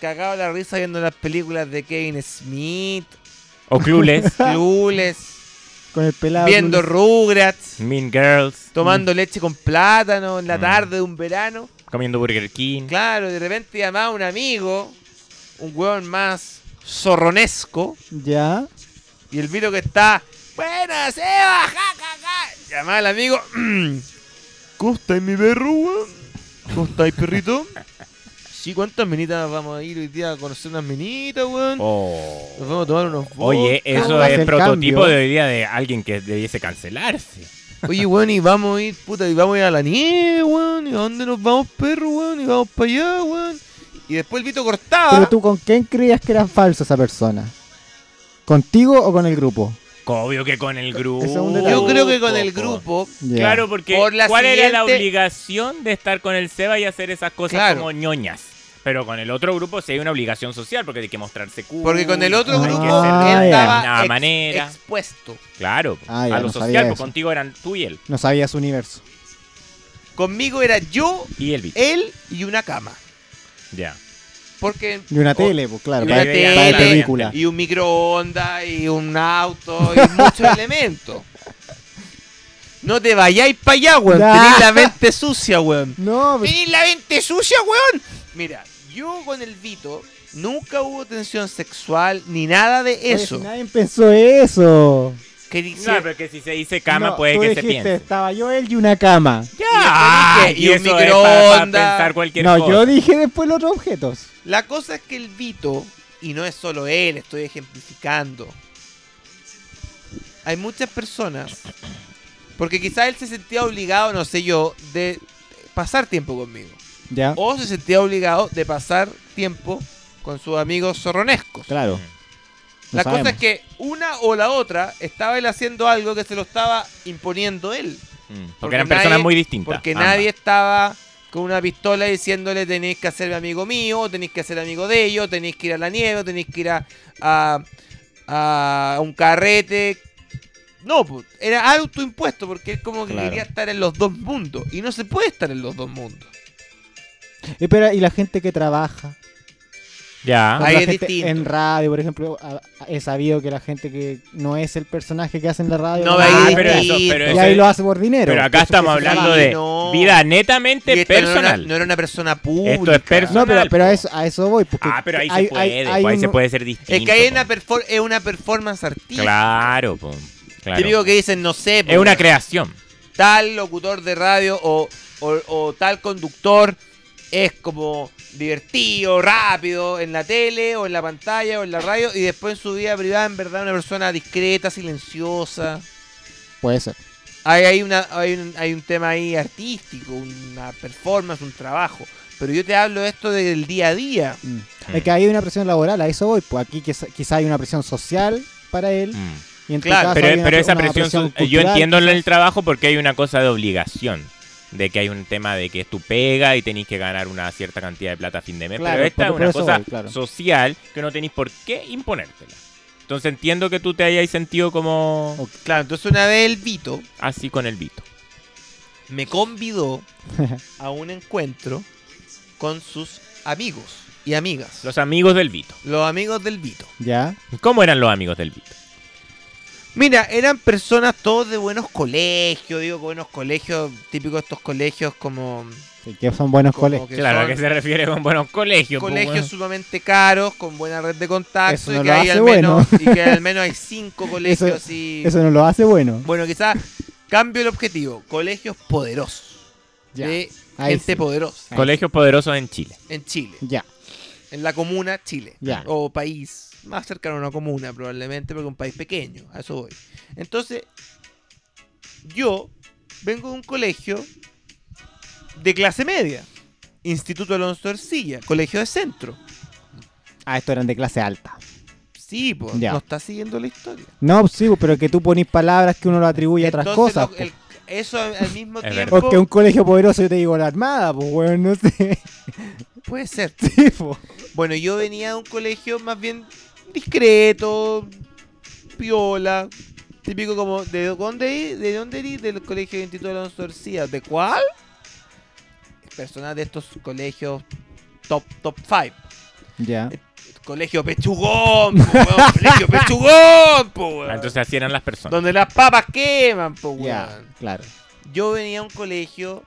Speaker 5: cagado la risa viendo las películas de Kevin Smith,
Speaker 7: O Clueless,
Speaker 5: Clueless,
Speaker 6: Con el pelado.
Speaker 5: viendo Rugrats,
Speaker 7: Mean Girls,
Speaker 5: tomando leche con plátano en la
Speaker 7: Mm.
Speaker 5: tarde de un verano.
Speaker 7: comiendo Burger King.
Speaker 5: Claro, de repente llamaba a un amigo, un hueón más zorronesco,
Speaker 6: Ya.
Speaker 5: Y el Vito que está. Bueno, Seba, ja, ja, ja. Llamaba al amigo. "Mm, ¿Cómo estáis, mi perro, weón? ¿Cómo estáis, perrito? Sí, ¿cuántas menitas vamos a ir hoy día a conocer unas menitas, weón?
Speaker 7: Oh.
Speaker 5: Nos vamos a tomar unos
Speaker 7: Oye,
Speaker 5: vodka,
Speaker 7: eso
Speaker 6: Hace
Speaker 7: es
Speaker 6: el
Speaker 7: prototipo
Speaker 6: cambio.
Speaker 7: de hoy día de alguien que debiese cancelarse.
Speaker 5: Oye, weón, y vamos a ir, puta, y vamos a ir a la nieve, weón. ¿Y a dónde nos vamos, perro, weón? Y vamos para allá, weón. Y después el Vito cortaba.
Speaker 6: Pero tú, ¿con quién creías que era falso esa persona? ¿Contigo o con el grupo?
Speaker 7: Obvio que con el grupo.
Speaker 6: es un detalle.
Speaker 5: Yo creo que con el grupo.
Speaker 6: Ya.
Speaker 7: Claro, porque
Speaker 5: Por la
Speaker 7: ¿cuál era la
Speaker 5: siguiente-
Speaker 7: obligación de estar con el Seba y hacer esas cosas
Speaker 5: Claro.
Speaker 7: como ñoñas? Pero con el otro grupo sí hay una obligación social porque hay que mostrarse cool.
Speaker 5: Porque con el otro
Speaker 6: Ah,
Speaker 7: hay que
Speaker 5: grupo
Speaker 7: ser de
Speaker 6: ya.
Speaker 5: él estaba
Speaker 7: alguna
Speaker 5: ex-
Speaker 7: manera.
Speaker 5: expuesto.
Speaker 7: Claro,
Speaker 6: Ah, ya,
Speaker 7: a lo
Speaker 6: no sabía
Speaker 7: social, porque
Speaker 6: eso.
Speaker 7: contigo eran tú y él.
Speaker 6: No sabías su universo.
Speaker 5: Conmigo era yo,
Speaker 7: Y el bicho.
Speaker 5: él y una cama.
Speaker 7: Ya.
Speaker 5: Porque.
Speaker 6: Y una
Speaker 5: o-
Speaker 6: tele, pues claro,
Speaker 5: y
Speaker 6: para,
Speaker 5: una
Speaker 6: para
Speaker 5: tele,
Speaker 6: película.
Speaker 5: Y un microondas, y un auto, y muchos elementos. No te vayáis para allá, weón.
Speaker 6: Ya.
Speaker 5: Tenís la mente sucia, weón.
Speaker 6: No, pues, pero-
Speaker 5: Tenís la mente sucia, weón. Mira, yo con el Vito nunca hubo tensión sexual ni nada de
Speaker 6: oye,
Speaker 5: eso.
Speaker 6: pues, si nadie pensó eso.
Speaker 5: Que dice,
Speaker 7: No, pero que si se dice cama
Speaker 6: No,
Speaker 7: puede
Speaker 6: tú
Speaker 7: que se
Speaker 6: dijiste,
Speaker 7: piense.
Speaker 6: Estaba yo, él y una cama.
Speaker 7: Ya,
Speaker 5: Y después dije, y un
Speaker 7: eso es para- para
Speaker 5: microondas.
Speaker 7: pensar cualquier
Speaker 6: no,
Speaker 7: cosa.
Speaker 6: yo dije después los otros objetos.
Speaker 5: La cosa es que el Vito, y no es solo él, estoy ejemplificando. Hay muchas personas, porque quizás él se sentía obligado, no sé yo, de pasar tiempo conmigo.
Speaker 6: Ya,
Speaker 7: Oh.
Speaker 5: O se sentía obligado de pasar tiempo con sus amigos zorronescos.
Speaker 6: claro.
Speaker 5: la
Speaker 6: No
Speaker 5: cosa
Speaker 6: sabemos.
Speaker 5: es que una o la otra estaba él haciendo algo que se lo estaba imponiendo él.
Speaker 7: Mm, Porque,
Speaker 5: porque
Speaker 7: eran
Speaker 5: nadie-
Speaker 7: personas muy distintas.
Speaker 5: Porque
Speaker 7: ambas.
Speaker 5: nadie estaba con una pistola diciéndole tenéis que hacer amigo mío, tenéis que ser amigo de ellos, tenéis que ir a la nieve, o tenéis que ir a, a, a un carrete. No, pues, era autoimpuesto porque él como que
Speaker 7: Claro.
Speaker 5: quería estar en los dos mundos. Y no se puede estar en los dos mundos.
Speaker 6: Eh, pero, y la gente que trabaja.
Speaker 7: Ya.
Speaker 6: Como
Speaker 5: Ahí
Speaker 6: la
Speaker 5: es
Speaker 6: gente
Speaker 5: distinto.
Speaker 6: En radio, por ejemplo, a- a- he sabido que la gente que no es el personaje que hace en la radio.
Speaker 5: No,
Speaker 6: lo
Speaker 5: ahí es
Speaker 6: hace por-
Speaker 7: Ah, pero eso,
Speaker 5: distinto.
Speaker 7: pero
Speaker 6: y
Speaker 7: eso
Speaker 6: ahí
Speaker 7: es-
Speaker 6: lo hace por dinero.
Speaker 7: Pero acá
Speaker 6: Eso es que
Speaker 7: estamos
Speaker 6: se
Speaker 7: hablando
Speaker 6: trabaja.
Speaker 7: de
Speaker 5: No.
Speaker 7: vida
Speaker 5: Y
Speaker 7: netamente
Speaker 5: esto no era una-
Speaker 7: personal.
Speaker 5: No era una persona pública.
Speaker 7: Esto es personal.
Speaker 6: No, pero, pero a,
Speaker 7: po.
Speaker 6: eso, a eso voy. Porque
Speaker 7: Ah, pero ahí
Speaker 6: hay-
Speaker 7: se puede,
Speaker 6: hay-
Speaker 7: po,
Speaker 6: hay
Speaker 7: ahí se
Speaker 6: un-
Speaker 7: puede ser distinto.
Speaker 5: Es que ahí es una,
Speaker 7: po.
Speaker 5: perfor- es una performance artística.
Speaker 7: pues. Claro, po, claro.
Speaker 5: Típico que dicen, no sé.
Speaker 7: Es una
Speaker 5: po,
Speaker 7: creación.
Speaker 5: tal locutor de radio o, o- o tal conductor es como divertido, rápido en la tele o en la pantalla o en la radio y después en su vida privada en verdad una persona discreta, silenciosa.
Speaker 6: Puede ser.
Speaker 5: Hay, hay, una, hay, un, hay un tema ahí artístico, una performance, un trabajo. Pero yo te hablo de esto del día a día.
Speaker 6: Mm. Es que ahí hay una presión laboral, a eso voy. Pues aquí quizá, quizá hay una presión social para él.
Speaker 7: Mm.
Speaker 6: Y en tu
Speaker 5: Claro,
Speaker 6: caso
Speaker 7: Pero,
Speaker 6: hay una-
Speaker 7: pero esa
Speaker 6: una
Speaker 7: presión, so- yo
Speaker 6: cultural.
Speaker 7: entiendo en el trabajo porque hay una cosa de obligación. De que hay un tema de que es tu pega y tenéis que ganar una cierta cantidad de plata a fin de mes.
Speaker 6: Claro,
Speaker 7: pero
Speaker 6: por-
Speaker 7: esta es
Speaker 6: por
Speaker 7: una
Speaker 6: eso
Speaker 7: cosa
Speaker 6: voy, claro.
Speaker 7: social que no tenéis por qué imponértela. Entonces entiendo que tú te hayas sentido como
Speaker 6: Ok.
Speaker 5: Claro, entonces una vez el Vito
Speaker 7: así con el Vito.
Speaker 5: me convidó a un encuentro con sus amigos y amigas.
Speaker 7: Los amigos del Vito.
Speaker 5: los amigos del Vito.
Speaker 6: Ya,
Speaker 7: ¿Cómo eran los amigos del Vito?
Speaker 5: Mira, eran personas todos de buenos colegios, digo buenos colegios, típicos estos colegios como,
Speaker 6: sí, que son buenos
Speaker 5: como
Speaker 6: colegios.
Speaker 5: que
Speaker 7: claro,
Speaker 5: son
Speaker 7: ¿a qué se refiere con pues, buenos colegios? po,
Speaker 5: colegios
Speaker 7: weón?
Speaker 5: sumamente caros, con buena red de contacto
Speaker 6: Eso no
Speaker 5: y, que
Speaker 6: lo
Speaker 5: hay al
Speaker 6: hace
Speaker 5: menos,
Speaker 6: bueno.
Speaker 5: y que al menos hay cinco colegios y...
Speaker 6: Eso no lo hace bueno.
Speaker 5: Bueno, quizás cambio el objetivo, colegios poderosos,
Speaker 6: Ya.
Speaker 5: de
Speaker 6: ahí
Speaker 5: gente
Speaker 6: sí.
Speaker 5: poderosa
Speaker 7: Colegios poderosos en Chile.
Speaker 5: en Chile,
Speaker 6: Ya,
Speaker 5: en la comuna Chile,
Speaker 6: Ya.
Speaker 5: o país más cercano a una comuna probablemente, porque un país pequeño, a eso voy. Entonces, yo vengo de un colegio de clase media. Instituto Alonso Ercilla, colegio de centro.
Speaker 6: ah, esto eran de clase alta.
Speaker 5: Sí, pues,
Speaker 6: Ya.
Speaker 5: no está siguiendo la historia.
Speaker 6: No, sí, pero que tú ponís palabras que uno lo atribuye a otras
Speaker 5: Entonces,
Speaker 6: cosas.
Speaker 5: lo-
Speaker 6: po.
Speaker 5: el- eso al al mismo
Speaker 7: Es
Speaker 5: tiempo
Speaker 6: O que un colegio poderoso yo te digo la armada, pues weón, no sé.
Speaker 5: puede ser.
Speaker 6: Sí, po.
Speaker 5: Bueno, yo venía de un colegio más bien discreto, piola, típico como de dónde es? de dónde eres? del colegio de Instituto Alonso García, ¿de cuál? Personas de estos colegios top top 5.
Speaker 6: Ya.
Speaker 5: Colegio Pechugón, po, weón, colegio Pechugón, po, weón.
Speaker 7: Ah, Entonces así eran las personas.
Speaker 5: donde las papas queman, po, weón.
Speaker 6: Ya, claro.
Speaker 5: Yo venía a un colegio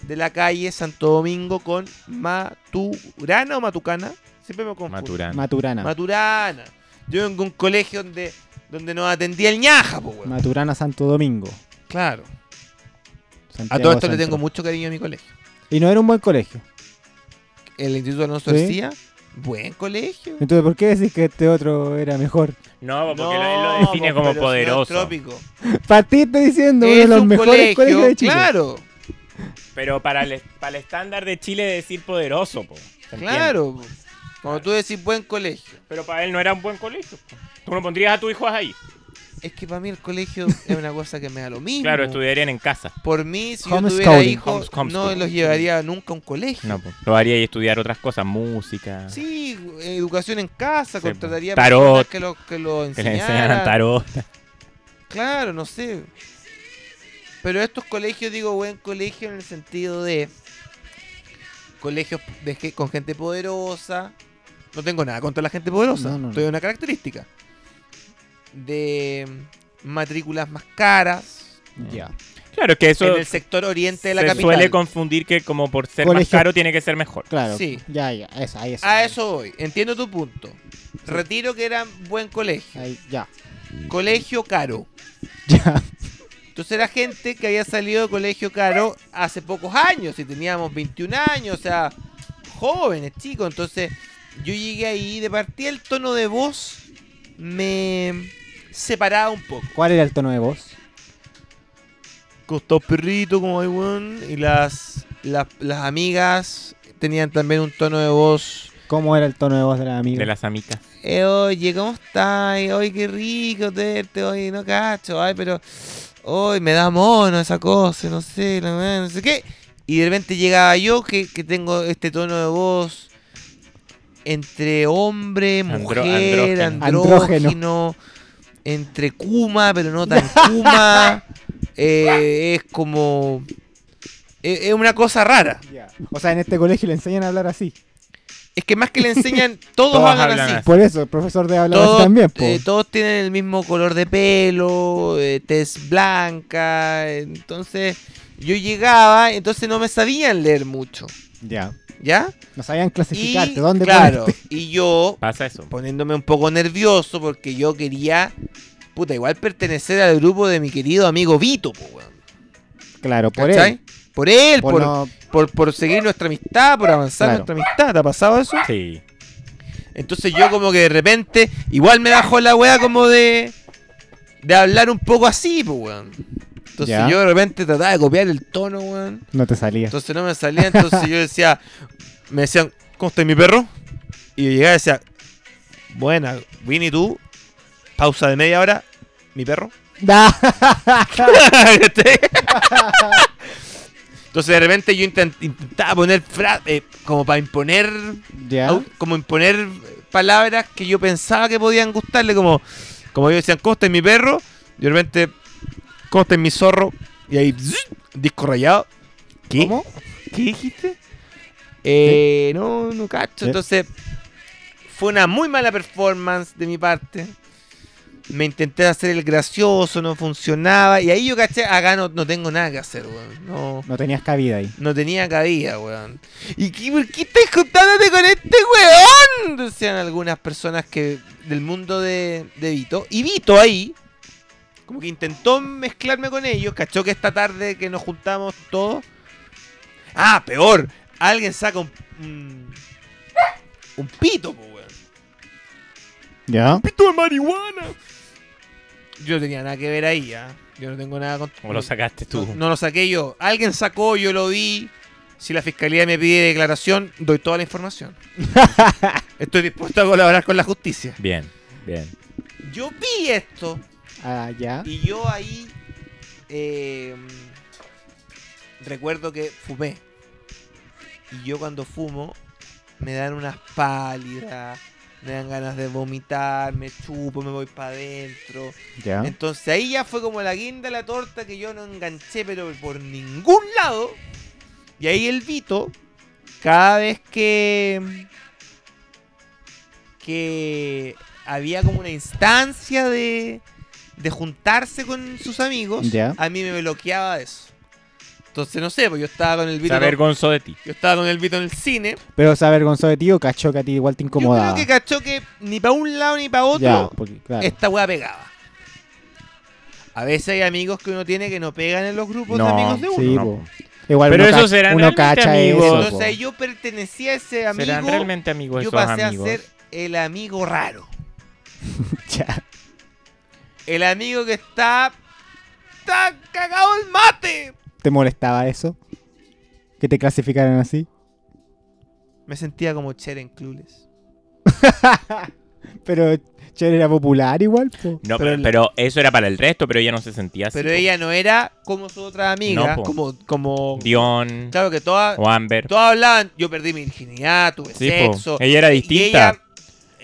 Speaker 5: de la calle Santo Domingo con Maturana o Matucana, siempre me confundo.
Speaker 7: Maturana.
Speaker 6: Maturana.
Speaker 5: Maturana. Yo vengo a un colegio donde donde nos atendía el ñaja, po, weón.
Speaker 6: Maturana Santo Domingo.
Speaker 5: Claro. A
Speaker 6: Santiago
Speaker 5: todo esto le
Speaker 6: Centro.
Speaker 5: tengo mucho cariño a mi colegio.
Speaker 6: Y no era un buen colegio.
Speaker 5: El Instituto Alonso
Speaker 6: Sí.
Speaker 5: García, buen colegio.
Speaker 6: Entonces, ¿por qué decís que este otro era mejor?
Speaker 7: No, porque
Speaker 5: No,
Speaker 7: lo- él lo define
Speaker 5: po, pero
Speaker 7: como
Speaker 5: señor
Speaker 7: poderoso.
Speaker 5: Trópico.
Speaker 6: Para ti estoy diciendo uno de
Speaker 5: Es
Speaker 6: los
Speaker 5: un
Speaker 6: mejores
Speaker 5: colegio,
Speaker 6: colegios de Chile.
Speaker 5: claro,
Speaker 7: Pero para el, para el estándar de Chile decir poderoso, po. ¿se entiende?
Speaker 5: claro. po. Cuando tú decís buen colegio,
Speaker 7: Pero para él no era un buen colegio. po. Tú no pondrías a tus hijos ahí.
Speaker 5: es que para mí el colegio es una cosa que me da lo mismo.
Speaker 7: Claro, estudiarían en casa.
Speaker 5: Por mí, si yo
Speaker 6: Homeschooling.
Speaker 5: tuviera hijos,
Speaker 7: Homes-
Speaker 5: no
Speaker 7: homeschooling.
Speaker 5: los llevaría nunca a un colegio.
Speaker 7: No, po. Lo haría y estudiar otras cosas, música.
Speaker 5: Sí, educación en casa,
Speaker 7: Sí,
Speaker 5: contrataría
Speaker 7: pues, tarot.
Speaker 5: personas que lo, que lo
Speaker 7: Que les enseñaran
Speaker 5: enseñaran.
Speaker 7: tarot.
Speaker 5: Claro, no sé. Pero estos colegios, digo, buen colegio en el sentido de colegios de ge- con gente poderosa. No tengo nada contra la gente poderosa.
Speaker 6: No, no, no.
Speaker 5: Estoy una característica. De matrículas más caras.
Speaker 6: Ya.
Speaker 7: Claro, es que eso
Speaker 5: en el sector oriente de la
Speaker 7: se
Speaker 5: capital.
Speaker 7: suele confundir que como por ser más
Speaker 6: Colegio-
Speaker 7: caro tiene que ser mejor.
Speaker 6: Claro.
Speaker 5: Sí.
Speaker 6: Ya, ya. Esa, ahí esa.
Speaker 5: A eso voy. Entiendo tu punto. Retiro que era buen colegio.
Speaker 6: Ahí, ya.
Speaker 5: Colegio caro.
Speaker 6: Ya.
Speaker 5: Entonces era gente que había salido de colegio caro hace pocos años, y teníamos 21 años, o sea, jóvenes, chicos. Entonces yo llegué ahí y de partida el tono de voz me separaba un poco.
Speaker 6: ¿Cuál era el tono de voz?
Speaker 5: Costó perrito como hay weón, y las, las, las amigas tenían también un tono de voz.
Speaker 6: ¿Cómo era el tono de voz de la amiga?
Speaker 7: De las amigas.
Speaker 5: Eh, oye, ¿cómo estás? Oye, qué rico verte, oye, no cacho, ay, pero hoy me da mono esa cosa, no sé, la weá, no sé qué. Y de repente llegaba yo que, que tengo este tono de voz entre hombre, mujer,
Speaker 7: Andro- andrógeno.
Speaker 5: andrógeno,
Speaker 6: Andrógeno.
Speaker 5: entre Kuma, pero no tan Kuma. Eh, es como. Es, es una cosa rara.
Speaker 6: Ya. O sea, en este colegio le enseñan a hablar así.
Speaker 5: Es que más que le enseñan, todos,
Speaker 7: Todos
Speaker 5: hablan
Speaker 7: hablan
Speaker 5: así.
Speaker 7: así.
Speaker 6: Por eso, el profesor debe hablar
Speaker 5: Todos,
Speaker 6: así también, po.
Speaker 5: eh, todos tienen el mismo color de pelo, eh, tez blanca, entonces yo llegaba, entonces no me sabían leer mucho,
Speaker 6: Ya.
Speaker 5: ¿ya?
Speaker 6: No sabían
Speaker 5: Y,
Speaker 6: clasificarte. ¿Dónde
Speaker 5: claro,
Speaker 6: ponerte?
Speaker 5: y yo
Speaker 7: Pasa eso.
Speaker 5: poniéndome un poco nervioso porque yo quería, puta, igual pertenecer al grupo de mi querido amigo Vito, po, weón,
Speaker 6: Claro, por
Speaker 5: ¿cachai?
Speaker 6: él.
Speaker 5: Por él,
Speaker 6: Por
Speaker 5: por,
Speaker 6: no-
Speaker 5: por- por seguir nuestra amistad, por avanzar
Speaker 6: Claro.
Speaker 5: nuestra amistad, ¿te ha pasado eso?
Speaker 7: Sí.
Speaker 5: Entonces yo como que de repente igual me bajó la wea como de de hablar un poco así, pues weón. Entonces
Speaker 6: Ya.
Speaker 5: yo de repente trataba de copiar el tono, weón.
Speaker 6: No te salía.
Speaker 5: Entonces no me salía, entonces yo decía, me decían, ¿cómo está mi perro? Y yo llegaba y decía, buena, Vini, tú, pausa de media hora, mi perro. ¿Cachai? entonces de repente yo intent- intentaba poner fra- eh, como para imponer
Speaker 6: ya.
Speaker 5: au- como imponer palabras que yo pensaba que podían gustarle, como, como ellos decían, costa en mi perro, y de repente, costa en mi zorro, y ahí, disco rayado. ¿Qué?
Speaker 6: ¿Cómo?
Speaker 5: ¿Qué dijiste? Eh, no, no cacho.
Speaker 6: ¿Eh?
Speaker 5: Entonces, fue una muy mala performance de mi parte. Me intenté hacer el gracioso, no funcionaba. Y ahí yo caché, "Ah, acá no, no tengo nada que hacer, weón. No,
Speaker 6: No tenías cabida ahí.
Speaker 5: no tenía cabida, weón. ¿Y qué, por qué estás juntándote con este weón? Decían algunas personas que del mundo de, de Vito. Y Vito ahí, como que intentó mezclarme con ellos. Cachó que esta tarde que nos juntamos todos. Ah, peor. Alguien saca un. Un, un pito, po, weón.
Speaker 6: Ya.
Speaker 5: ¡Pito de marihuana! Yo no tenía nada que ver ahí, ¿ah? Yo no tengo nada con.
Speaker 7: Como lo sacaste tú.
Speaker 5: No, no lo saqué yo. Alguien sacó, yo lo vi. Si la fiscalía me pide declaración, doy toda la información. Estoy dispuesto a colaborar con la justicia.
Speaker 7: Bien, bien.
Speaker 5: Yo vi esto
Speaker 6: Ah, ya.
Speaker 5: y yo ahí eh, recuerdo que fumé. Y yo cuando fumo me dan unas pálidas, me dan ganas de vomitar, me chupo, me voy para adentro.
Speaker 6: Ya.
Speaker 5: Entonces ahí ya fue como la guinda de la torta que yo no enganché, pero por ningún lado. Y ahí el Vito, cada vez que. que había como una instancia de. de juntarse con sus amigos,
Speaker 6: Ya.
Speaker 5: a mí me bloqueaba eso. Entonces no sé, pues yo estaba con el Vito.
Speaker 7: Se avergonzó de ti.
Speaker 5: Yo estaba con el Vito en el cine.
Speaker 6: Pero se avergonzó de ti o cachó que a ti igual te
Speaker 5: Yo
Speaker 6: incomodaba.
Speaker 5: creo que cachó que ni para un lado ni para otro
Speaker 6: Ya, porque, claro.
Speaker 5: esta weá pegaba. A veces hay amigos que uno tiene que no pegan en los grupos
Speaker 7: No,
Speaker 5: de amigos de uno.
Speaker 6: Sí,
Speaker 7: no.
Speaker 6: po. Igual
Speaker 7: Pero
Speaker 6: uno
Speaker 7: esos
Speaker 6: cacha-
Speaker 7: serán
Speaker 6: uno
Speaker 7: realmente
Speaker 6: cacha
Speaker 7: amigos.
Speaker 6: eso. po.
Speaker 5: Entonces ahí yo pertenecía a ese amigo.
Speaker 7: ¿Serán realmente amigos
Speaker 5: yo
Speaker 7: esos
Speaker 5: pasé
Speaker 7: amigos?
Speaker 5: a ser el amigo raro.
Speaker 6: Ya.
Speaker 5: El amigo que está. ¡Está cagado el mate!
Speaker 6: ¿Te molestaba eso? Que te clasificaran así.
Speaker 5: Me sentía como Cher en Clueless.
Speaker 6: Pero Cher era popular igual, po.
Speaker 7: No,
Speaker 5: Pero
Speaker 7: pero,
Speaker 5: el-
Speaker 7: pero eso era para el resto, pero ella no se sentía así.
Speaker 5: Pero
Speaker 7: po.
Speaker 5: ella no era como su otra amiga.
Speaker 7: No, po.
Speaker 5: como. como
Speaker 7: Dion
Speaker 5: Claro que todas.
Speaker 7: o Amber.
Speaker 5: Todas hablaban. Yo perdí mi virginidad, tuve
Speaker 7: Sí, po.
Speaker 5: sexo.
Speaker 7: Ella era
Speaker 5: Y
Speaker 7: distinta.
Speaker 5: ella,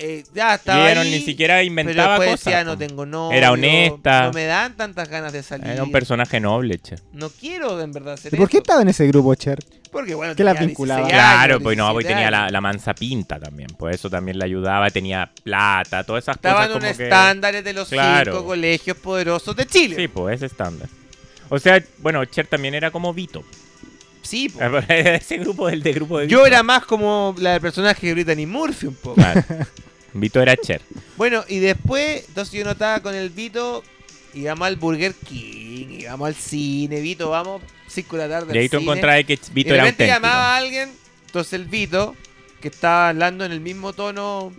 Speaker 5: eh, ya
Speaker 7: Y
Speaker 5: estaba.
Speaker 7: ella no
Speaker 5: ahí,
Speaker 7: ni siquiera
Speaker 5: Pero
Speaker 7: inventaba
Speaker 5: después
Speaker 7: cosas.
Speaker 5: decía,
Speaker 7: po.
Speaker 5: no tengo novio.
Speaker 7: Era honesta.
Speaker 5: No me dan tantas ganas de salir.
Speaker 7: Era un personaje noble, che.
Speaker 5: No quiero en verdad ser
Speaker 6: ¿Y por qué
Speaker 5: esto.
Speaker 6: estaba en ese grupo, Cher?
Speaker 5: Porque bueno,
Speaker 6: ¿Qué la
Speaker 5: tenía
Speaker 6: vinculaba?
Speaker 5: 16 años,
Speaker 7: Claro, pues no, pues
Speaker 5: 17
Speaker 7: tenía la,
Speaker 5: años.
Speaker 7: la mansa pinta también. Pues eso también le ayudaba, tenía plata, todas esas
Speaker 5: Estaba en
Speaker 7: cosas.
Speaker 5: un
Speaker 7: como que-
Speaker 5: estándar de los
Speaker 7: Claro.
Speaker 5: cinco colegios poderosos de Chile.
Speaker 7: Sí, pues es estándar. O sea, bueno, Cher también era como Vito.
Speaker 5: Sí, po.
Speaker 7: Ese grupo del de grupo de Vito.
Speaker 5: Yo era más como la del personaje de Brittany Murphy un poco.
Speaker 7: Claro. Vito era Cher.
Speaker 5: Bueno, y después, entonces yo notaba con el Vito, íbamos al Burger King, íbamos al cine, Vito, vamos, 5 de la tarde.
Speaker 7: Y ahí
Speaker 5: al
Speaker 7: tú
Speaker 5: cine.
Speaker 7: encontrabas que
Speaker 5: Y
Speaker 7: Vito
Speaker 5: de
Speaker 7: era
Speaker 5: repente
Speaker 7: auténtico.
Speaker 5: llamaba a alguien, entonces el Vito, que estaba hablando en el mismo tono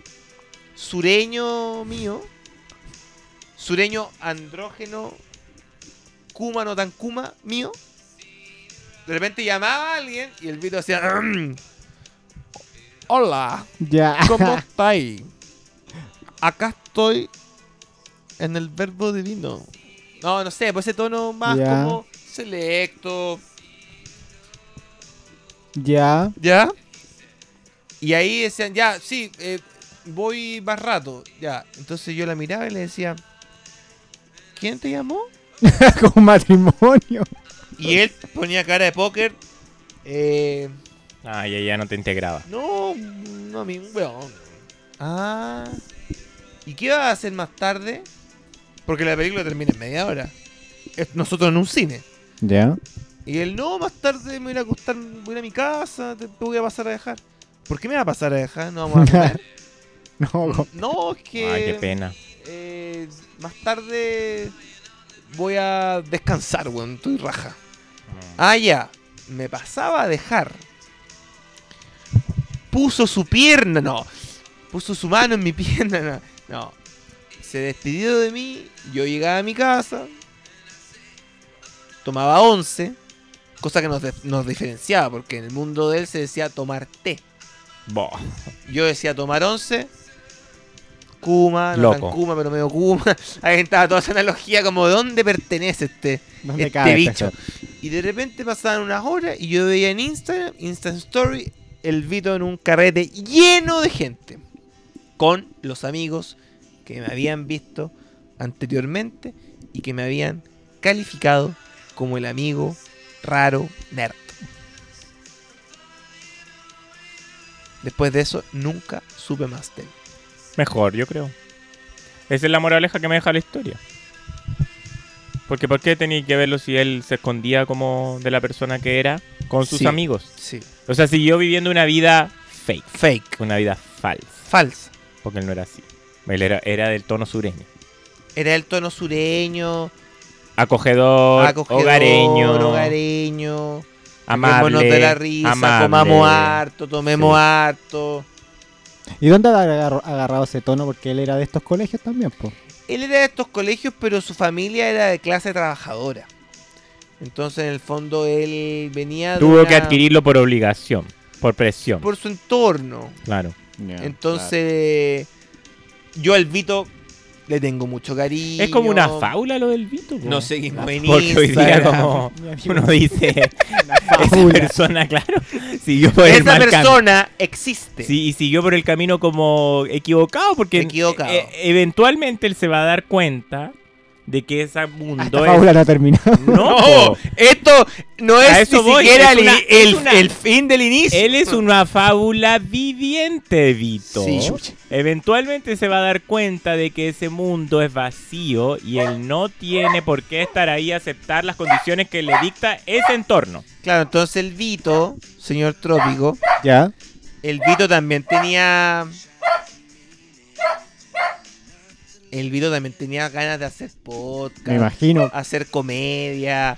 Speaker 5: sureño mío, sureño andrógeno, kuma no tan kuma mío, de repente llamaba a alguien y el Vito hacía... "Mm, Hola,
Speaker 6: Ya.
Speaker 5: ¿cómo estáis? Acá estoy en el verbo divino. No, no sé, pues ese tono más
Speaker 6: Ya.
Speaker 5: como selecto,
Speaker 6: ya.
Speaker 5: ¿Ya? Y ahí decían, ya, sí, eh, voy más rato. Ya. Entonces yo la miraba y le decía, ¿quién te llamó?
Speaker 6: Con matrimonio.
Speaker 5: Y él ponía cara de póker. Eh,
Speaker 7: Ah, y ella no te integraba.
Speaker 5: no, no, mi weón. Ah. ¿Y qué vas a hacer más tarde? Porque la película termina en media hora. Es- Nosotros en un cine.
Speaker 6: Ya.
Speaker 5: Y él, no, más tarde me voy a ir a acostar, voy a ir a mi casa, te, te voy a pasar a dejar. ¿Por qué me va a pasar a dejar? No vamos a comer.
Speaker 6: No, co-
Speaker 5: No, es que.
Speaker 7: Ay, qué pena.
Speaker 5: eh, más tarde voy a descansar, weón. Estoy raja. Ah, ya. Me pasaba a dejar. Puso su pierna, no. Puso su mano en mi pierna, no. No. Se despidió de mí. Yo llegaba a mi casa. Tomaba 11. Cosa que nos, dif- nos diferenciaba, porque en el mundo de él se decía tomar té.
Speaker 7: Boh.
Speaker 5: Yo decía tomar 11. Kuma, no
Speaker 7: Loco.
Speaker 5: tan Kuma, pero medio Kuma. Ahí estaba toda esa analogía como de dónde pertenece este,
Speaker 6: ¿Dónde cabe
Speaker 5: este
Speaker 6: esta
Speaker 5: bicho. Y de repente pasaban unas horas y yo veía en Instagram, Instant Story, el Vito en un carrete lleno de gente. Con los amigos que me habían visto anteriormente y que me habían calificado como el amigo raro nerd. Después de eso, nunca supe más de él.
Speaker 7: Mejor, yo creo. Esa es la moraleja que me deja la historia. Porque ¿por qué tenía que verlo si él se escondía como de la persona que era con sus
Speaker 5: Sí.
Speaker 7: amigos?
Speaker 5: Sí.
Speaker 7: O sea, siguió viviendo una vida fake,
Speaker 5: Fake.
Speaker 7: una vida falsa,
Speaker 5: Falsa.
Speaker 7: porque él no era así. Él era, era del tono sureño.
Speaker 5: Era el tono sureño,
Speaker 7: Acogedor,
Speaker 5: acogedor,
Speaker 7: hogareño,
Speaker 5: hogareño. Amémonos
Speaker 7: amable,
Speaker 5: de la risa,
Speaker 7: amable.
Speaker 5: comamos harto, tomemos
Speaker 7: Sí.
Speaker 5: harto.
Speaker 6: ¿Y dónde habrá agarro- agarrado ese tono? Porque él era de estos colegios también, po.
Speaker 5: Él era de estos colegios, pero su familia era de clase trabajadora. Entonces, en el fondo, él venía de
Speaker 7: Tuvo que
Speaker 5: una-
Speaker 7: adquirirlo por obligación, por presión,
Speaker 5: por su entorno.
Speaker 7: claro.
Speaker 5: Entonces, yo al Vito le tengo mucho cariño.
Speaker 7: Es como una fábula lo del Vito. po.
Speaker 5: No seguimos en
Speaker 7: Porque hoy día
Speaker 5: Instagram.
Speaker 7: como
Speaker 6: Mi amigo.
Speaker 7: uno dice, esa
Speaker 6: fábula.
Speaker 7: persona, claro, siguió por el
Speaker 5: Esa
Speaker 7: mal camino.
Speaker 5: persona existe.
Speaker 7: Sí, y siguió por el camino como equivocado, porque
Speaker 5: Equivocado.
Speaker 7: e- eventualmente él se va a dar cuenta de que esa
Speaker 6: Ah, Esta
Speaker 7: mundo
Speaker 6: fábula no ha terminado.
Speaker 7: es... No,
Speaker 5: No,
Speaker 7: po.
Speaker 5: esto no
Speaker 7: A
Speaker 5: es ni
Speaker 7: eso voy,
Speaker 5: siquiera
Speaker 7: es
Speaker 5: el,
Speaker 7: una-
Speaker 5: el-
Speaker 7: es una-
Speaker 5: el fin del inicio.
Speaker 7: él es una fábula viviente, Vito.
Speaker 5: Sí.
Speaker 7: Eventualmente se va a dar cuenta de que ese mundo es vacío y él no tiene por qué estar ahí a aceptar las condiciones que le dicta ese entorno.
Speaker 5: Claro, entonces el Vito, señor Trópico,
Speaker 6: Ya.
Speaker 5: el Vito también tenía el Vito también tenía ganas de hacer
Speaker 6: Me
Speaker 5: podcast,
Speaker 6: imagino.
Speaker 5: hacer comedia,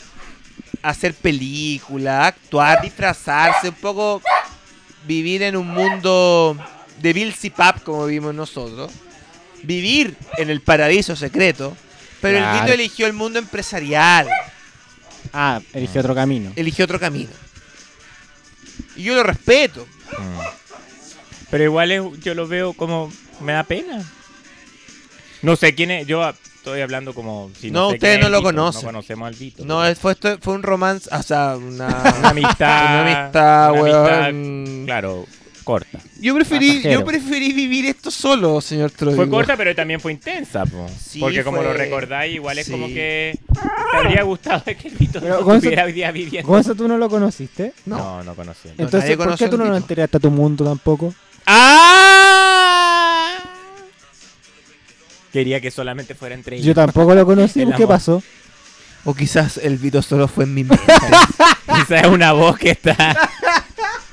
Speaker 5: hacer película, actuar, disfrazarse, un poco vivir en un mundo de Bills y Pap como vimos nosotros, vivir en el paraíso secreto, pero el
Speaker 6: Claro.
Speaker 5: Vito eligió el mundo empresarial,
Speaker 6: Ah, eligió otro camino.
Speaker 5: eligió otro camino. Y yo lo respeto.
Speaker 7: Mm. Pero igual es- yo lo veo como. Me da pena. No sé quién es. Yo ah, estoy hablando como. Si
Speaker 5: No,
Speaker 7: sé
Speaker 5: ustedes
Speaker 7: quién es
Speaker 5: no lo
Speaker 7: Vito,
Speaker 5: conocen.
Speaker 7: No conocemos al Vito.
Speaker 5: No, es- fue, esto- fue un romance, o sea, una,
Speaker 7: Una amistad.
Speaker 5: una amistad,
Speaker 7: una
Speaker 5: weón.
Speaker 7: amistad, Claro, corta.
Speaker 5: Yo preferí,
Speaker 6: Pasajero.
Speaker 5: yo preferí vivir esto solo, señor Troy.
Speaker 7: Fue corta, pero también fue intensa. po.
Speaker 5: Sí,
Speaker 7: Porque como
Speaker 5: fue-
Speaker 7: lo recordáis, igual es como
Speaker 5: sí.
Speaker 7: que. Te habría gustado que el Vito
Speaker 6: Pero,
Speaker 7: no
Speaker 6: Gonzo-
Speaker 7: estuviera hoy día viviendo.
Speaker 6: Gonzo, tú no lo conociste.
Speaker 5: No.
Speaker 7: No, no conocía.
Speaker 5: No,
Speaker 6: Entonces,
Speaker 5: nadie
Speaker 6: ¿por
Speaker 5: conoce
Speaker 6: qué tú no
Speaker 5: al
Speaker 6: lo
Speaker 5: Vito.
Speaker 6: enteraste a tu mundo tampoco?
Speaker 7: ¡Ah! Quería que solamente fuera entre ellos.
Speaker 6: Yo tampoco lo conocí.
Speaker 7: El
Speaker 6: ¿Qué
Speaker 7: amor.
Speaker 6: pasó?
Speaker 5: O quizás el Vito solo fue en mi mente.
Speaker 7: Esa es una voz que está.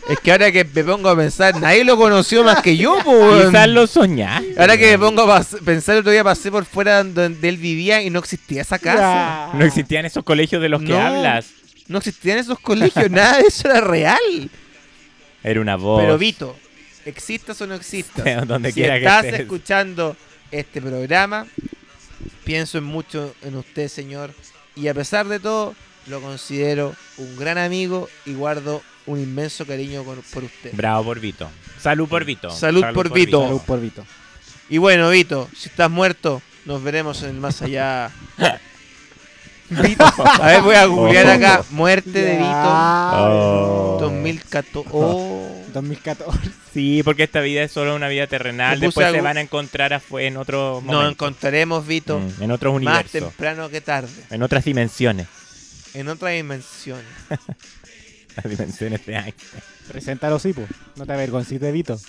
Speaker 5: es que ahora que me pongo a pensar, nadie lo conoció más que yo, po, weón.
Speaker 7: Quizás lo soñaste.
Speaker 5: Ahora que me pongo a pas- pensar, el otro día pasé por fuera donde él vivía y no existía esa casa.
Speaker 7: No existían esos colegios de los que
Speaker 5: No.
Speaker 7: hablas.
Speaker 5: No existían esos colegios, nada de eso era real.
Speaker 7: Era una voz.
Speaker 5: Pero Vito, existas o no existas,
Speaker 7: Donde
Speaker 5: si
Speaker 7: quiera que
Speaker 5: estás
Speaker 7: estés.
Speaker 5: escuchando este programa, pienso en mucho en usted, señor, y a pesar de todo, lo considero un gran amigo y guardo un inmenso cariño con- por usted.
Speaker 7: Bravo por Vito. Salud por Vito.
Speaker 5: Salud por Vito.
Speaker 6: Salud por Vito.
Speaker 5: Y bueno, Vito, si estás muerto, nos veremos en el más allá. Vito, a ver, voy a googlear acá. Muerte de Vito
Speaker 7: Oh.
Speaker 5: 2014. Oh.
Speaker 6: 2014.
Speaker 7: Sí, porque esta vida es solo una vida terrenal.
Speaker 5: Te puse
Speaker 7: Después se
Speaker 5: algo-
Speaker 7: van a encontrar afu- en otro
Speaker 5: Nos
Speaker 7: momento.
Speaker 5: encontraremos, Vito,
Speaker 7: Mm, en otros
Speaker 5: más
Speaker 7: universos.
Speaker 5: temprano que tarde,
Speaker 7: En otras dimensiones.
Speaker 5: en otra dimensión.
Speaker 7: Las dimensiones de Einstein.
Speaker 6: Preséntalo, sí, po. No te avergonces de Vito.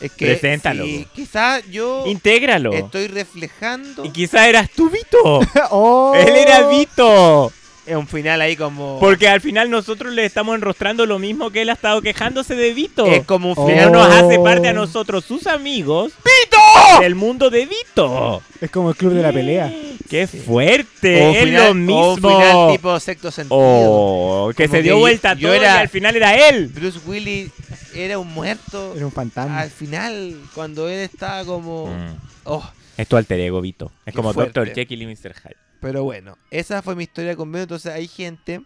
Speaker 5: Es que
Speaker 7: Preséntalo,
Speaker 5: sí,
Speaker 7: po.
Speaker 5: quizás yo
Speaker 7: Intégralo.
Speaker 5: estoy reflejando
Speaker 7: Y quizá eras tú Vito.
Speaker 6: ¡Oh!
Speaker 7: Él era Vito.
Speaker 5: en un final ahí como
Speaker 7: Porque al final nosotros le estamos enrostrando lo mismo que él ha estado quejándose de Vito.
Speaker 5: es como un
Speaker 6: Oh.
Speaker 7: Pero
Speaker 5: final
Speaker 7: nos hace parte a nosotros, sus amigos. ¡Vito! Del mundo de Vito.
Speaker 6: Es como el club de la pelea.
Speaker 7: ¡Qué
Speaker 5: o un
Speaker 7: fuerte! Es
Speaker 5: final-
Speaker 7: lo
Speaker 5: o un final
Speaker 7: mismo.
Speaker 5: tipo sexto sentido.
Speaker 7: Oh, que
Speaker 5: Como
Speaker 7: se dio
Speaker 5: que
Speaker 7: vuelta
Speaker 5: yo
Speaker 7: todo y
Speaker 5: era-
Speaker 7: al final era él.
Speaker 5: Bruce Willis era un muerto
Speaker 6: Era un fantasma.
Speaker 5: al final cuando él estaba como
Speaker 7: Mm.
Speaker 5: oh,
Speaker 7: Es tu alter ego, Vito. Es
Speaker 5: Qué
Speaker 7: como
Speaker 5: fuerte.
Speaker 7: Dr. Jekyll y Mr. Hyde.
Speaker 5: pero bueno, esa fue mi historia con Vito, entonces hay gente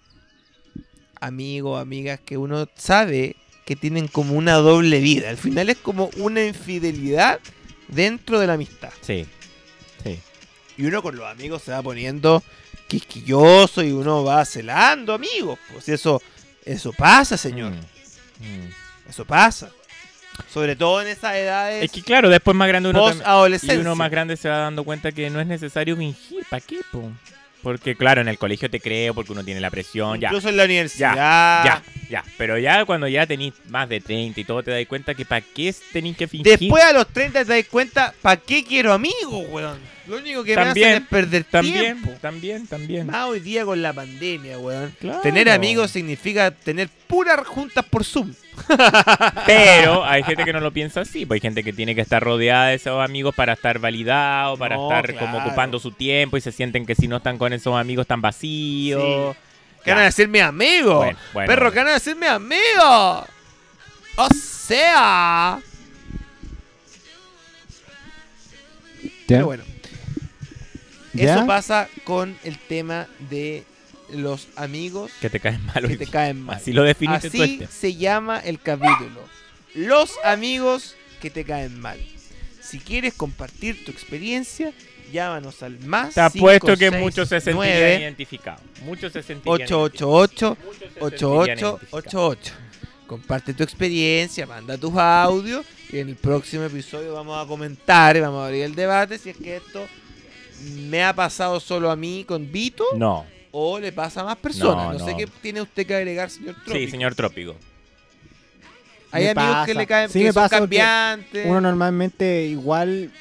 Speaker 5: amigos, amigas que uno sabe que tienen como una doble vida. Al final es como una infidelidad dentro de la amistad.
Speaker 7: Sí. Sí.
Speaker 5: Y uno con los amigos se va poniendo quisquilloso y uno va celando amigos. Pues eso, eso pasa, señor.
Speaker 7: Mm. Mm.
Speaker 5: Eso pasa. Sobre todo en esas edades
Speaker 7: Es que claro, después más grande uno
Speaker 5: post
Speaker 7: también- Y
Speaker 5: adolescencia.
Speaker 7: uno más grande se va dando cuenta que no es necesario fingir. ¿Para qué, po? Porque claro, en el colegio te creo, porque uno tiene la presión, ya.
Speaker 5: Incluso en la universidad. Ah.
Speaker 7: Ya, ya. Pero ya cuando ya tenéis más de 30 y todo, te dais cuenta que para qué tenéis que fingir.
Speaker 5: Después a los 30 te das cuenta, ¿para qué quiero amigos, weón? Lo único que
Speaker 7: También,
Speaker 5: me hacen es perder
Speaker 7: también,
Speaker 5: tiempo.
Speaker 7: también, también.
Speaker 5: Más hoy día con la pandemia, weón.
Speaker 7: Claro.
Speaker 5: Tener amigos significa tener puras juntas por Zoom.
Speaker 7: Pero hay gente que no lo piensa así. Pues hay gente que tiene que estar rodeada de esos amigos para estar validado, para
Speaker 5: No,
Speaker 7: estar como
Speaker 5: claro.
Speaker 7: ocupando su tiempo y se sienten que si no están con esos amigos están vacíos.
Speaker 5: ¿Qué van a decir mis amigos?
Speaker 7: Bueno, bueno.
Speaker 5: Oh, Perro, ¿qué van a decir mis amigos? O sea.
Speaker 6: ¿Ya?
Speaker 5: Pero bueno,
Speaker 6: ¿Ya?
Speaker 5: eso pasa con el tema de los amigos
Speaker 7: Que te caen mal.
Speaker 5: que te caen mal.
Speaker 7: Así lo definiste tú
Speaker 5: Así
Speaker 7: este.
Speaker 5: se llama el capítulo. Los amigos que te caen mal. Si quieres compartir tu experiencia, llámanos al más.
Speaker 7: Te apuesto que
Speaker 5: 569
Speaker 7: muchos se sentirían identificados. Muchos se sentirían
Speaker 5: 888
Speaker 7: 8888.
Speaker 5: 8888. Comparte tu experiencia, manda tus audios y en el próximo episodio vamos a comentar y vamos a abrir el debate si es que esto me ha pasado solo a mí con Vito
Speaker 7: No.
Speaker 5: o le pasa a más personas. No,
Speaker 7: No,
Speaker 5: sé
Speaker 7: no.
Speaker 5: qué tiene usted que agregar, señor Trópico.
Speaker 7: Sí, señor Trópico.
Speaker 5: Hay
Speaker 6: Me
Speaker 5: amigos que
Speaker 6: pasa.
Speaker 5: le caen
Speaker 6: Sí,
Speaker 5: que
Speaker 6: me
Speaker 5: son
Speaker 6: pasa porque
Speaker 5: cambiantes.
Speaker 6: Uno normalmente igual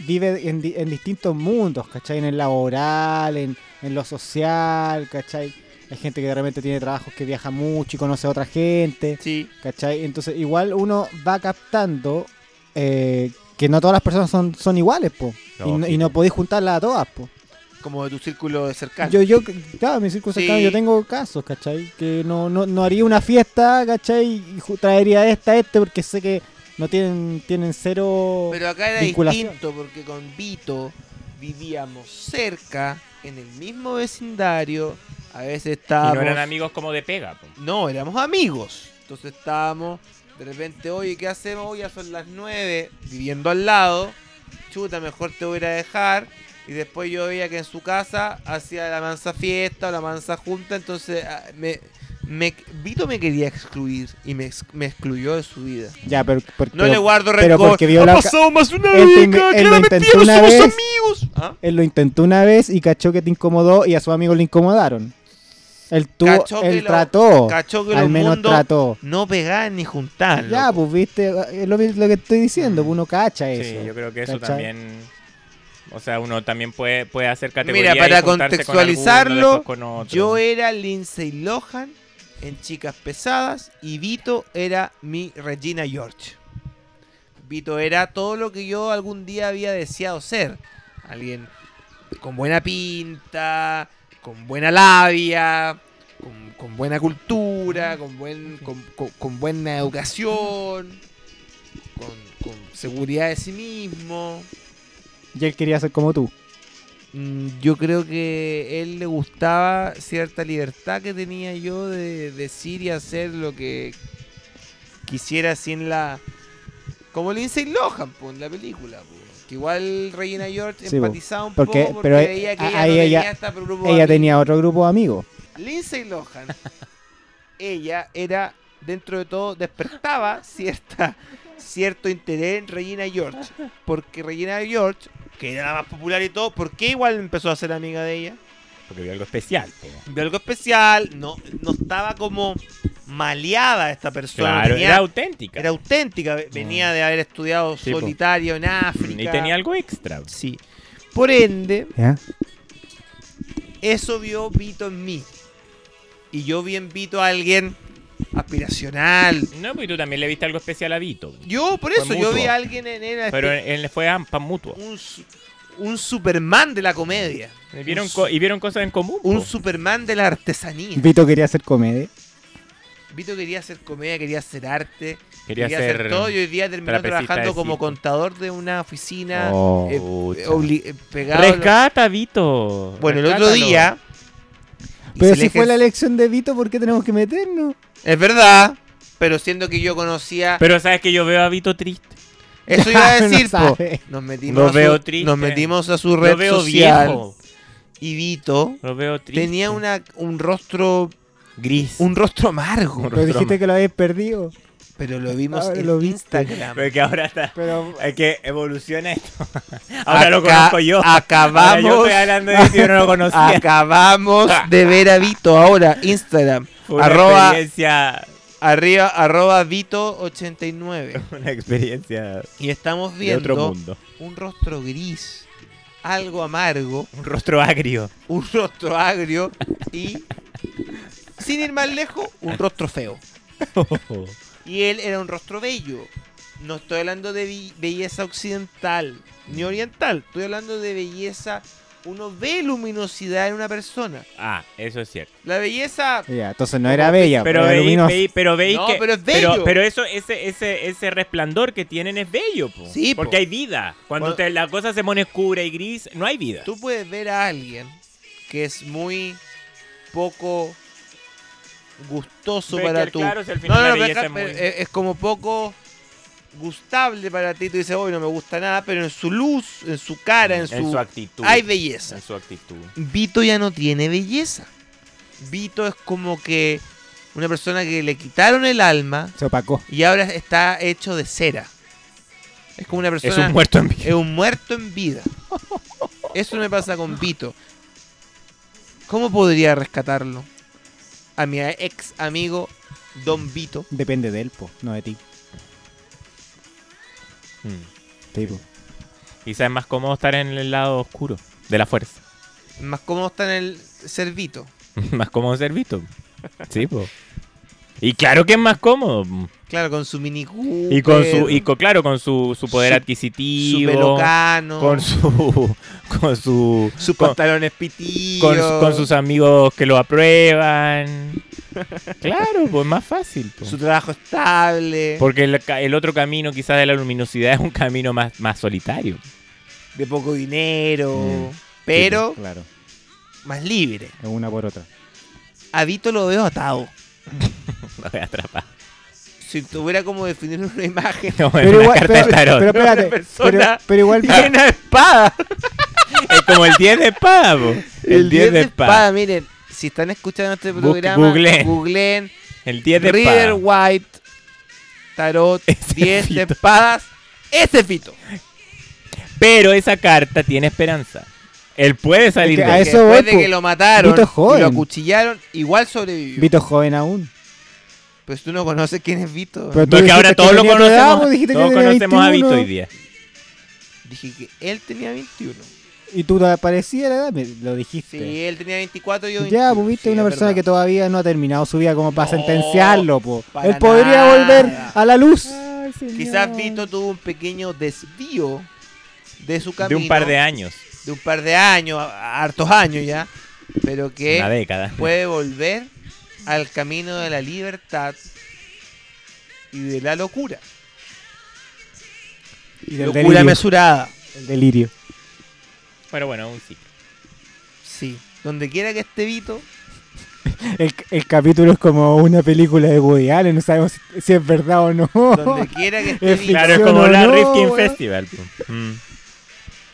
Speaker 6: vive en, di- en distintos mundos, ¿cachai? En el laboral, en, en lo social, ¿cachai? Hay gente que de repente tiene trabajos que viaja mucho y conoce a otra gente,
Speaker 5: Sí,
Speaker 6: ¿cachai? Entonces igual uno va captando eh, que no todas las personas son, son iguales, po. y, no, y no podéis juntarlas a todas, po.
Speaker 5: Como de tu círculo cercano.
Speaker 6: Yo, yo, claro, mi círculo
Speaker 5: Sí.
Speaker 6: cercano, yo tengo casos, ¿cachai? Que no, no, no haría una fiesta, ¿cachai? Y ju- traería esta, este, porque sé que no tienen, tienen cero...
Speaker 5: Pero acá era
Speaker 6: Vinculación.
Speaker 5: distinto porque con Vito vivíamos cerca, en el mismo vecindario. A veces
Speaker 7: Y
Speaker 5: estábamos.
Speaker 7: no eran amigos como de pega. po.
Speaker 5: No, éramos amigos. Entonces estábamos, de repente, oye, ¿qué hacemos? Hoy ya son las 9, viviendo al lado. Chuta, mejor te voy a ir a dejar. Y después yo veía que en su casa hacía la mansa fiesta o la mansa junta. Entonces, ah, me, me- Vito me quería excluir y me, ex- me excluyó de su vida.
Speaker 6: Ya, pero... pero-
Speaker 5: No le guardo
Speaker 6: pero
Speaker 5: rencor.
Speaker 6: porque vio
Speaker 5: ha
Speaker 6: la ca-
Speaker 5: pasado más de una
Speaker 6: él te-
Speaker 5: década,
Speaker 6: él lo
Speaker 5: claramente ya
Speaker 6: intentó
Speaker 5: no
Speaker 6: una
Speaker 5: somos
Speaker 6: vez.
Speaker 5: amigos. ¿Ah?
Speaker 6: Él lo intentó una vez y cachó que te incomodó y a su amigo le incomodaron. Él tuvo,
Speaker 5: Cachó que
Speaker 6: él
Speaker 5: lo-
Speaker 6: trató,
Speaker 5: Cachó que
Speaker 6: al
Speaker 5: los
Speaker 6: menos
Speaker 5: mundos
Speaker 6: trató.
Speaker 5: no pegaban ni juntaban.
Speaker 6: Ya,
Speaker 5: loco.
Speaker 6: pues viste, es lo, mi- lo que estoy diciendo, pues, uno cacha eso.
Speaker 7: Sí, yo creo que eso
Speaker 6: ¿cachai?
Speaker 7: también. O sea, uno también puede, puede hacer categoría.
Speaker 5: Mira, para
Speaker 7: y juntarse con alguno,
Speaker 5: contextualizarlo,
Speaker 7: después con otro.
Speaker 5: Yo era Lindsay Lohan en Chicas Pesadas y Vito era mi Regina George. Vito era todo lo que yo algún día había deseado ser. Alguien con buena pinta, con buena labia, con, con buena cultura, con, buen, con, con- con buena educación, con, con seguridad de sí mismo.
Speaker 6: Y él quería ser como tú.
Speaker 5: Mm, Yo creo que él le gustaba cierta libertad que tenía yo de decir y hacer lo que quisiera sin la... Como Lindsay Lohan, po, en la película, po. Que igual Regina George
Speaker 6: Sí, po.
Speaker 5: empatizaba un
Speaker 6: Porque-
Speaker 5: poco porque
Speaker 6: pero e-
Speaker 5: veía que
Speaker 6: a-
Speaker 5: ella,
Speaker 6: ahí
Speaker 5: no
Speaker 6: ella-
Speaker 5: tenía hasta grupo de
Speaker 6: Ella
Speaker 5: amigos.
Speaker 6: tenía otro grupo de amigos.
Speaker 5: Lindsay Lohan, ella era, dentro de todo, despertaba cierta, cierto interés en Regina George. Porque Regina George, que era la más popular y todo, ¿por qué igual empezó a ser amiga de ella?
Speaker 7: Porque vio algo especial. po.
Speaker 5: Vio algo especial, no, no estaba como maleada esta persona.
Speaker 7: Claro,
Speaker 5: tenía-
Speaker 7: era
Speaker 5: era,
Speaker 7: auténtica.
Speaker 5: auténtica, ve- venía de haber estudiado
Speaker 7: Sí, po.
Speaker 5: solitario en África.
Speaker 7: y tenía algo extra.
Speaker 5: Sí. Por ende,
Speaker 6: ¿ya?
Speaker 5: Eso vio Vito en mí. Y yo vi en Vito a alguien aspiracional.
Speaker 7: No, porque tú también le viste algo especial a Vito.
Speaker 5: Yo, por
Speaker 7: Fue
Speaker 5: eso, yo vi
Speaker 7: mutuo.
Speaker 5: a alguien en él. aspi-
Speaker 7: Pero él fue ampa mutuo.
Speaker 5: un, su- un Superman de la comedia.
Speaker 7: Y vieron,
Speaker 5: Un
Speaker 7: co-
Speaker 5: su-
Speaker 7: y vieron cosas en común. po.
Speaker 5: Un Superman de la artesanía.
Speaker 6: Vito quería hacer comedia.
Speaker 5: Vito quería hacer comedia, quería hacer arte,
Speaker 7: Quería,
Speaker 5: quería, hacer todo. Y hoy día terminó
Speaker 7: trapecista
Speaker 5: trabajando
Speaker 7: de
Speaker 5: como
Speaker 7: circo.
Speaker 5: contador de una oficina.
Speaker 7: Oh,
Speaker 5: eh,
Speaker 7: pucha.
Speaker 5: obli- eh, pegado a lo-
Speaker 7: Rescata, Vito.
Speaker 5: Bueno, el otro
Speaker 7: rescátalo.
Speaker 5: día. y
Speaker 6: Pero
Speaker 5: se
Speaker 6: si
Speaker 5: le
Speaker 6: fue la
Speaker 5: ejer-
Speaker 6: elección de Vito, ¿por qué tenemos que meternos?
Speaker 5: Es verdad. Pero siendo que yo conocía
Speaker 7: Pero sabes que yo veo a Vito triste.
Speaker 5: Eso iba a
Speaker 6: No
Speaker 5: decir, po.
Speaker 6: sabe.
Speaker 5: Nos metimos,
Speaker 7: Lo
Speaker 5: a su,
Speaker 7: veo triste.
Speaker 5: nos metimos a su red
Speaker 7: Lo veo
Speaker 5: social
Speaker 7: viejo.
Speaker 5: y Vito
Speaker 7: Lo veo triste.
Speaker 5: tenía una, un rostro
Speaker 7: gris.
Speaker 5: un rostro amargo,
Speaker 7: Un
Speaker 6: Pero
Speaker 7: rostro
Speaker 6: dijiste que lo habéis perdido.
Speaker 5: pero lo vimos
Speaker 6: Ahora
Speaker 5: en
Speaker 6: lo viste.
Speaker 5: Instagram.
Speaker 7: Porque ahora está.
Speaker 6: Pero
Speaker 7: Es que evoluciona esto. Ahora lo
Speaker 5: Acá-
Speaker 7: conozco yo. Ahora yo
Speaker 5: Acabamos,
Speaker 7: estoy hablando de si yo no lo conocía.
Speaker 5: acabamos de ver a Vito ahora, Instagram.
Speaker 7: Fue una
Speaker 5: Arroba,
Speaker 7: experiencia.
Speaker 5: arriba, arroba Vito89.
Speaker 7: Una experiencia
Speaker 5: Y estamos
Speaker 7: de otro
Speaker 5: viendo
Speaker 7: mundo.
Speaker 5: un rostro gris, algo amargo,
Speaker 7: Un rostro agrio.
Speaker 5: un rostro agrio y, sin ir más lejos, un rostro feo. Y él era un rostro bello. No estoy hablando de bi- belleza occidental ni oriental. Estoy hablando de belleza. Uno ve luminosidad en una persona.
Speaker 7: ah, eso es cierto.
Speaker 5: La belleza.
Speaker 6: ya, entonces no era bella,
Speaker 7: Pero
Speaker 6: pero era
Speaker 7: veis,
Speaker 6: luminosa.
Speaker 7: veis- pero veis
Speaker 5: No,
Speaker 7: que.
Speaker 5: pero es bello.
Speaker 7: Pero, pero eso, ese, ese, ese resplandor que tienen es bello, po.
Speaker 5: Sí, po.
Speaker 7: porque hay vida. Cuando,
Speaker 5: Cuando-
Speaker 7: te- la cosa se pone oscura y gris, no hay vida.
Speaker 5: Tú puedes ver a alguien que es muy poco gustoso
Speaker 7: Ves
Speaker 5: para
Speaker 7: que,
Speaker 5: tu.
Speaker 7: Claro, si al
Speaker 5: No,
Speaker 7: final
Speaker 5: no,
Speaker 7: la
Speaker 5: no, pero
Speaker 7: belleza
Speaker 5: acá-
Speaker 7: es
Speaker 5: pero eh,
Speaker 7: muy.
Speaker 5: es, es como poco gustable para ti. Tú dices, hoy no me gusta nada, pero en su luz, en su cara, en,
Speaker 7: Mm, en su actitud.
Speaker 5: Hay belleza.
Speaker 7: En su actitud.
Speaker 5: Vito ya no tiene belleza. Vito es como que una persona que le quitaron el alma
Speaker 6: Se opacó.
Speaker 5: y ahora está hecho de cera. Es como una persona.
Speaker 7: Es un muerto en vida.
Speaker 5: es un muerto en vida. Eso me pasa con Vito. ¿Cómo podría rescatarlo? A mi ex amigo Don Vito.
Speaker 6: Depende de él, po, no de ti.
Speaker 7: Mm.
Speaker 6: Sí, po.
Speaker 7: Quizás es más cómodo estar en el lado oscuro de la fuerza.
Speaker 5: Más cómodo está en el ser Vito.
Speaker 7: más cómodo ser visto. Sí, po. Y claro que es más cómodo.
Speaker 5: Claro, con su mini Cooper,
Speaker 7: Y con su, y con- claro, con su, su poder
Speaker 5: Su- su
Speaker 7: adquisitivo.
Speaker 5: pelocano,
Speaker 7: con su con su
Speaker 5: sus
Speaker 7: con,
Speaker 5: pantalones pitillos.
Speaker 7: con su- con sus amigos que lo aprueban. Claro, pues más fácil. pues.
Speaker 5: su trabajo estable,
Speaker 7: Porque el, ca- el otro camino quizás de la luminosidad es un camino más, más solitario.
Speaker 5: de poco dinero,
Speaker 7: Mm.
Speaker 5: pero
Speaker 6: Claro,
Speaker 5: más libre.
Speaker 6: es una por otra.
Speaker 5: A Vito lo veo atado.
Speaker 7: Lo voy a atrapar.
Speaker 5: Si tuviera como definir una imagen,
Speaker 7: Como en una carta de tarot.
Speaker 6: pero espérate, pero,
Speaker 5: persona
Speaker 6: pero igual
Speaker 5: llena de espada.
Speaker 7: Es como el 10 de espada, po. El, 10 de espada.
Speaker 5: Miren, si están escuchando este
Speaker 7: Bu-
Speaker 5: programa,
Speaker 7: googleen.
Speaker 5: googleen
Speaker 7: El 10 de
Speaker 5: Rider
Speaker 7: espada.
Speaker 5: White, Tarot,
Speaker 7: Ese
Speaker 5: 10 de
Speaker 7: Fito.
Speaker 5: espadas, ese Fito.
Speaker 7: Pero esa carta tiene esperanza. Él puede salir
Speaker 6: Es que
Speaker 7: de
Speaker 6: a
Speaker 7: ahí.
Speaker 5: Que
Speaker 6: eso
Speaker 5: después
Speaker 6: voy,
Speaker 5: de
Speaker 6: pu.
Speaker 5: que lo mataron
Speaker 6: Vito es
Speaker 5: y
Speaker 6: joven.
Speaker 5: lo acuchillaron, igual sobrevivió.
Speaker 6: Vito es joven aún.
Speaker 5: Pero tú no conoces quién es Vito.
Speaker 6: Pero tú
Speaker 7: Porque
Speaker 6: dijiste
Speaker 7: ahora
Speaker 6: que
Speaker 7: todos lo
Speaker 6: tenía tu edad,
Speaker 7: conocemos.
Speaker 6: vos dijiste que
Speaker 7: todos
Speaker 6: tenía
Speaker 7: conocemos a Vito
Speaker 6: 21.
Speaker 7: hoy día.
Speaker 5: Dije que él tenía 21.
Speaker 6: Y tú te parecías la edad, me- lo dijiste.
Speaker 5: Si él tenía 24, yo 21.
Speaker 6: Ya, pues viste
Speaker 5: Sí,
Speaker 6: una
Speaker 5: es
Speaker 6: persona que
Speaker 5: verdad.
Speaker 6: todavía no ha terminado su vida como para
Speaker 5: No,
Speaker 6: sentenciarlo, po.
Speaker 5: para
Speaker 6: Él podría
Speaker 5: nada.
Speaker 6: volver a la luz.
Speaker 5: Quizás Vito tuvo un pequeño desvío de su camino.
Speaker 7: De un par de años.
Speaker 5: de un par de años, a- a hartos años ya, pero
Speaker 7: Una
Speaker 5: que
Speaker 7: década.
Speaker 5: puede volver al camino de la libertad y de la locura.
Speaker 6: Y del
Speaker 5: Locura
Speaker 6: delirio.
Speaker 5: mesurada.
Speaker 6: El delirio.
Speaker 7: Pero bueno, un ciclo.
Speaker 5: Sí. Donde quiera que esté Vito,
Speaker 6: El, el capítulo es como una película de Woody Allen, no sabemos si, si es verdad o no.
Speaker 5: donde quiera que esté
Speaker 6: Es
Speaker 5: Vito,
Speaker 7: Claro, es
Speaker 6: Ficción
Speaker 7: como
Speaker 6: o
Speaker 7: la
Speaker 6: no,
Speaker 7: Rifkin
Speaker 6: weón.
Speaker 7: Festival. po. Mm.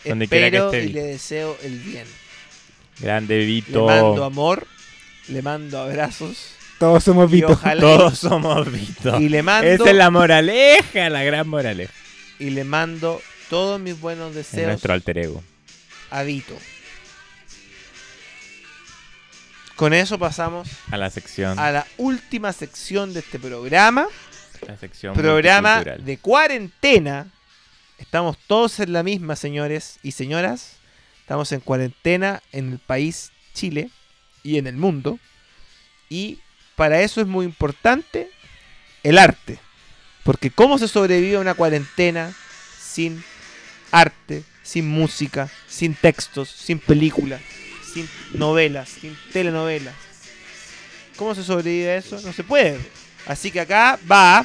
Speaker 7: donde quiera que
Speaker 5: espero
Speaker 7: esté
Speaker 5: y
Speaker 7: Vito.
Speaker 5: le deseo el bien.
Speaker 7: Grande
Speaker 5: Le mando
Speaker 7: Vito.
Speaker 5: amor, le mando abrazos
Speaker 6: Todos somos
Speaker 5: y
Speaker 6: Vito.
Speaker 5: ojalá
Speaker 7: Todos somos Vito.
Speaker 5: y le mando
Speaker 7: Esa es la moraleja, la gran moraleja.
Speaker 5: y le mando todos mis buenos
Speaker 7: Es
Speaker 5: deseos
Speaker 7: nuestro alter ego.
Speaker 5: a Vito. Con eso pasamos
Speaker 7: A la sección.
Speaker 5: a la última sección de este programa,
Speaker 7: la sección
Speaker 5: programa
Speaker 7: multicultural.
Speaker 5: de cuarentena. Estamos todos en la misma, señores y señoras. Estamos en cuarentena en el país Chile y en el mundo. Y para eso es muy importante el arte. Porque ¿cómo se sobrevive a una cuarentena sin arte, sin música, sin textos, sin películas, sin novelas, sin telenovelas? ¿Cómo se sobrevive a eso? No se puede. Así que acá va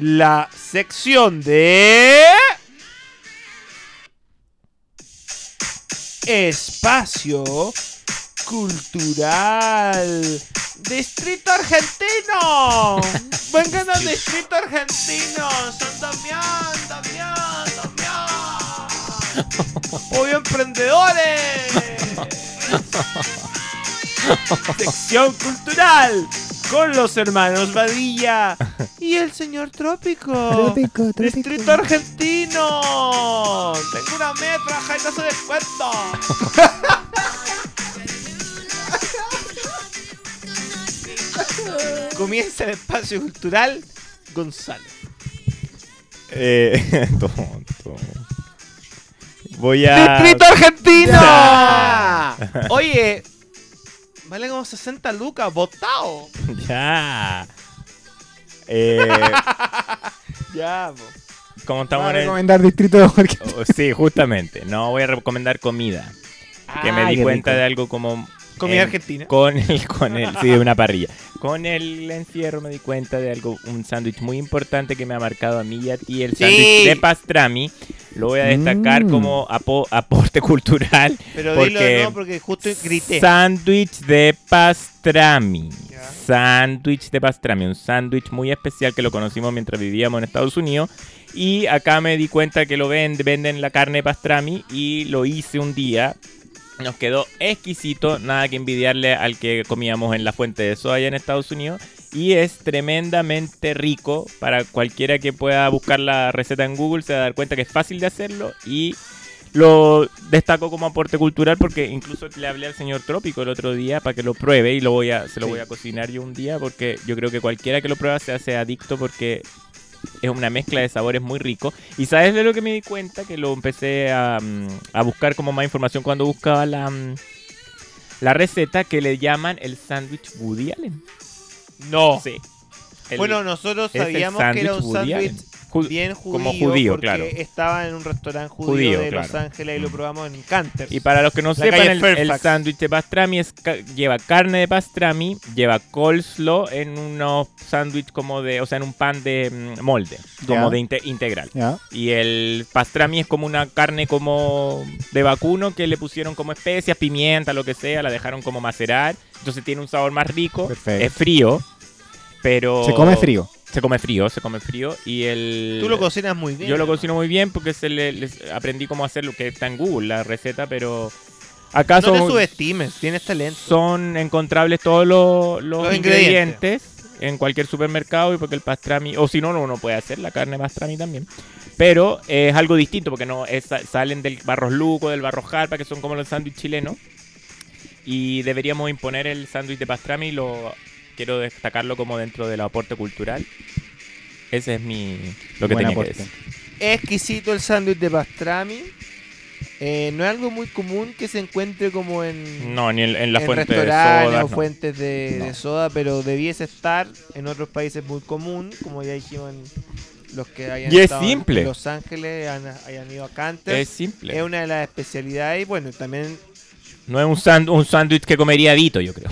Speaker 5: la sección de... Espacio Cultural Distrito Argentino. Vengan al Distrito Argentino. San Damián, Damián, Damián. Apoyo emprendedores. Sección cultural con los hermanos Badilla y el señor Trópico.
Speaker 6: Trópico, trópico.
Speaker 5: Distrito Argentino. Tengo una metra, jaita se descuento. Comienza el espacio cultural Gonzalo.
Speaker 7: Eh, tonto. Voy a.
Speaker 5: ¡Distrito Argentino!
Speaker 7: Ya.
Speaker 5: Oye, vale como 60 lucas, votado.
Speaker 7: Ya. Eh,
Speaker 5: Ya, po.
Speaker 7: como
Speaker 6: Va
Speaker 7: estamos
Speaker 6: a
Speaker 7: en el-
Speaker 6: recomendar Distrito de Jorge.
Speaker 7: Oh, sí, justamente. No voy a recomendar comida. Que me
Speaker 6: Ay,
Speaker 7: di
Speaker 6: Ah, qué
Speaker 7: cuenta
Speaker 6: rico.
Speaker 7: de algo como.
Speaker 5: Comida
Speaker 7: eh,
Speaker 5: argentina.
Speaker 7: Con el, con el, sí, una parrilla. Con el encierro me di cuenta de algo, un sándwich muy importante que me ha marcado a mí y a ti, el
Speaker 5: Sí.
Speaker 7: sándwich de pastrami. Lo voy a destacar
Speaker 6: Mm.
Speaker 7: como apo- aporte cultural.
Speaker 5: Pero dilo
Speaker 7: Porque-
Speaker 5: de nuevo porque justo grité.
Speaker 7: Sándwich de pastrami.
Speaker 5: Ya.
Speaker 7: Sándwich de pastrami. Un sándwich muy especial que lo conocimos mientras vivíamos en Estados Unidos. Y acá me di cuenta que lo venden, venden la carne de pastrami. Y lo hice un día. Nos quedó exquisito. Nada que envidiarle al que comíamos en la fuente de soya en Estados Unidos. Y es tremendamente rico. Para cualquiera que pueda buscar la receta en Google, se va a dar cuenta que es fácil de hacerlo. Y lo destaco como aporte cultural porque incluso le hablé al señor Trópico el otro día para que lo pruebe y lo voy a, se lo voy a cocinar yo un día porque yo creo que cualquiera que lo prueba se hace adicto porque es una mezcla de sabores muy rico. Y sabes de lo que me di cuenta que lo empecé a, mm, a buscar como más información cuando buscaba la, mm, la receta que le llaman el sándwich Woody Allen.
Speaker 5: No.
Speaker 7: Sí. el-
Speaker 5: Oh. bueno, nosotros
Speaker 7: es el
Speaker 5: sabíamos que era un
Speaker 7: sándwich Woody
Speaker 5: sándwich
Speaker 7: Ju-
Speaker 5: bien judío,
Speaker 7: como judío,
Speaker 5: porque
Speaker 7: claro.
Speaker 5: estaba en un restaurante judío,
Speaker 7: Judío,
Speaker 5: de
Speaker 7: claro.
Speaker 5: Los Ángeles y lo
Speaker 7: Mm.
Speaker 5: probamos en Canters.
Speaker 7: Y para los que no sepan,
Speaker 5: calle
Speaker 7: el, el
Speaker 5: Fairfax.
Speaker 7: sándwich de pastrami es ca- lleva carne de pastrami, lleva coleslaw en unos sándwich como de, o sea, en un pan de mm, molde, como
Speaker 6: Ya.
Speaker 7: de inte- integral.
Speaker 6: ¿Ya?
Speaker 7: Y el pastrami es como una carne como de vacuno que le pusieron como especias, pimienta, lo que sea, la dejaron como macerar. Entonces tiene un sabor más rico.
Speaker 6: Perfecto.
Speaker 7: Es frío, pero...
Speaker 6: Se come frío.
Speaker 7: Se come frío, se come frío. Y el...
Speaker 5: Tú lo cocinas muy bien.
Speaker 7: Yo lo
Speaker 5: ¿no?
Speaker 7: cocino muy bien porque se le, les aprendí cómo hacerlo, que está en Google la receta, pero
Speaker 5: No
Speaker 7: acaso
Speaker 5: te subestimes, tienes talento.
Speaker 7: son encontrables todos los, los
Speaker 5: Los
Speaker 7: ingredientes, en cualquier supermercado y porque el pastrami, o si no, no, uno puede hacer la carne pastrami también. Pero eh, es algo distinto porque no es- salen del barros luco, del barros jarpa, que son como los sándwiches chilenos. Y deberíamos imponer el sándwich de pastrami, lo quiero destacarlo como dentro del aporte cultural. Ese es mi lo que
Speaker 6: Buen
Speaker 7: tenía
Speaker 6: aporte.
Speaker 7: que decir.
Speaker 5: Es exquisito el sándwich de pastrami. Eh, no es algo muy común que se encuentre como en,
Speaker 7: No, ni en, en la
Speaker 5: en
Speaker 7: fuente de
Speaker 5: restaurantes
Speaker 7: sodas,
Speaker 5: o
Speaker 7: no.
Speaker 5: fuentes de,
Speaker 6: No.
Speaker 5: de soda, pero debiese estar en otros países muy común, como ya dijimos en los que hayan
Speaker 7: Y es
Speaker 5: estado en-
Speaker 7: simple.
Speaker 5: en Los Ángeles, han- hayan ido a Canter.
Speaker 7: Es
Speaker 5: Es,
Speaker 7: simple.
Speaker 5: una de las especialidades y bueno, también...
Speaker 7: No es un sánd- un sándwich que comería Vito, yo creo.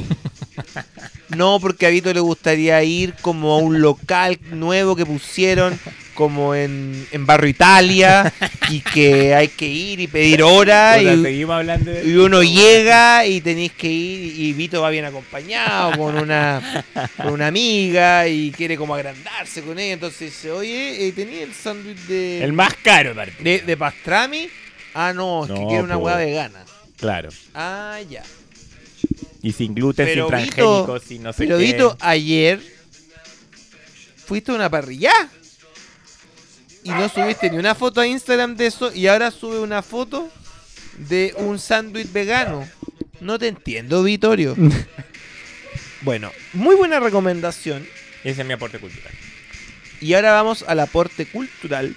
Speaker 5: No, porque a Vito le gustaría ir como a un local nuevo que pusieron, como en, en Barrio Italia, y que hay que ir y pedir hora.
Speaker 7: Puta,
Speaker 5: y,
Speaker 7: seguimos hablando de-
Speaker 5: Y uno llega y tenéis que ir y Vito va bien acompañado con una con una amiga y quiere como agrandarse con ella. Entonces dice, oye, eh, tenía el sándwich de,
Speaker 7: El más caro, aparte.
Speaker 5: de, de pastrami. Ah, no, es que
Speaker 7: No,
Speaker 5: quiere una
Speaker 7: po.
Speaker 5: hueá vegana.
Speaker 7: Claro.
Speaker 5: Ah, ya.
Speaker 7: Y sin gluten,
Speaker 5: Pero
Speaker 7: sin transgénicos,
Speaker 5: Vito-
Speaker 7: sin no sé
Speaker 5: Pero
Speaker 7: qué.
Speaker 5: Vito, ayer fuiste a una parrilla y no subiste ni una foto a Instagram de eso y ahora sube una foto de un sándwich vegano. No te entiendo, Vitorio. bueno, muy buena recomendación.
Speaker 7: Ese es mi aporte cultural.
Speaker 5: Y ahora vamos al aporte cultural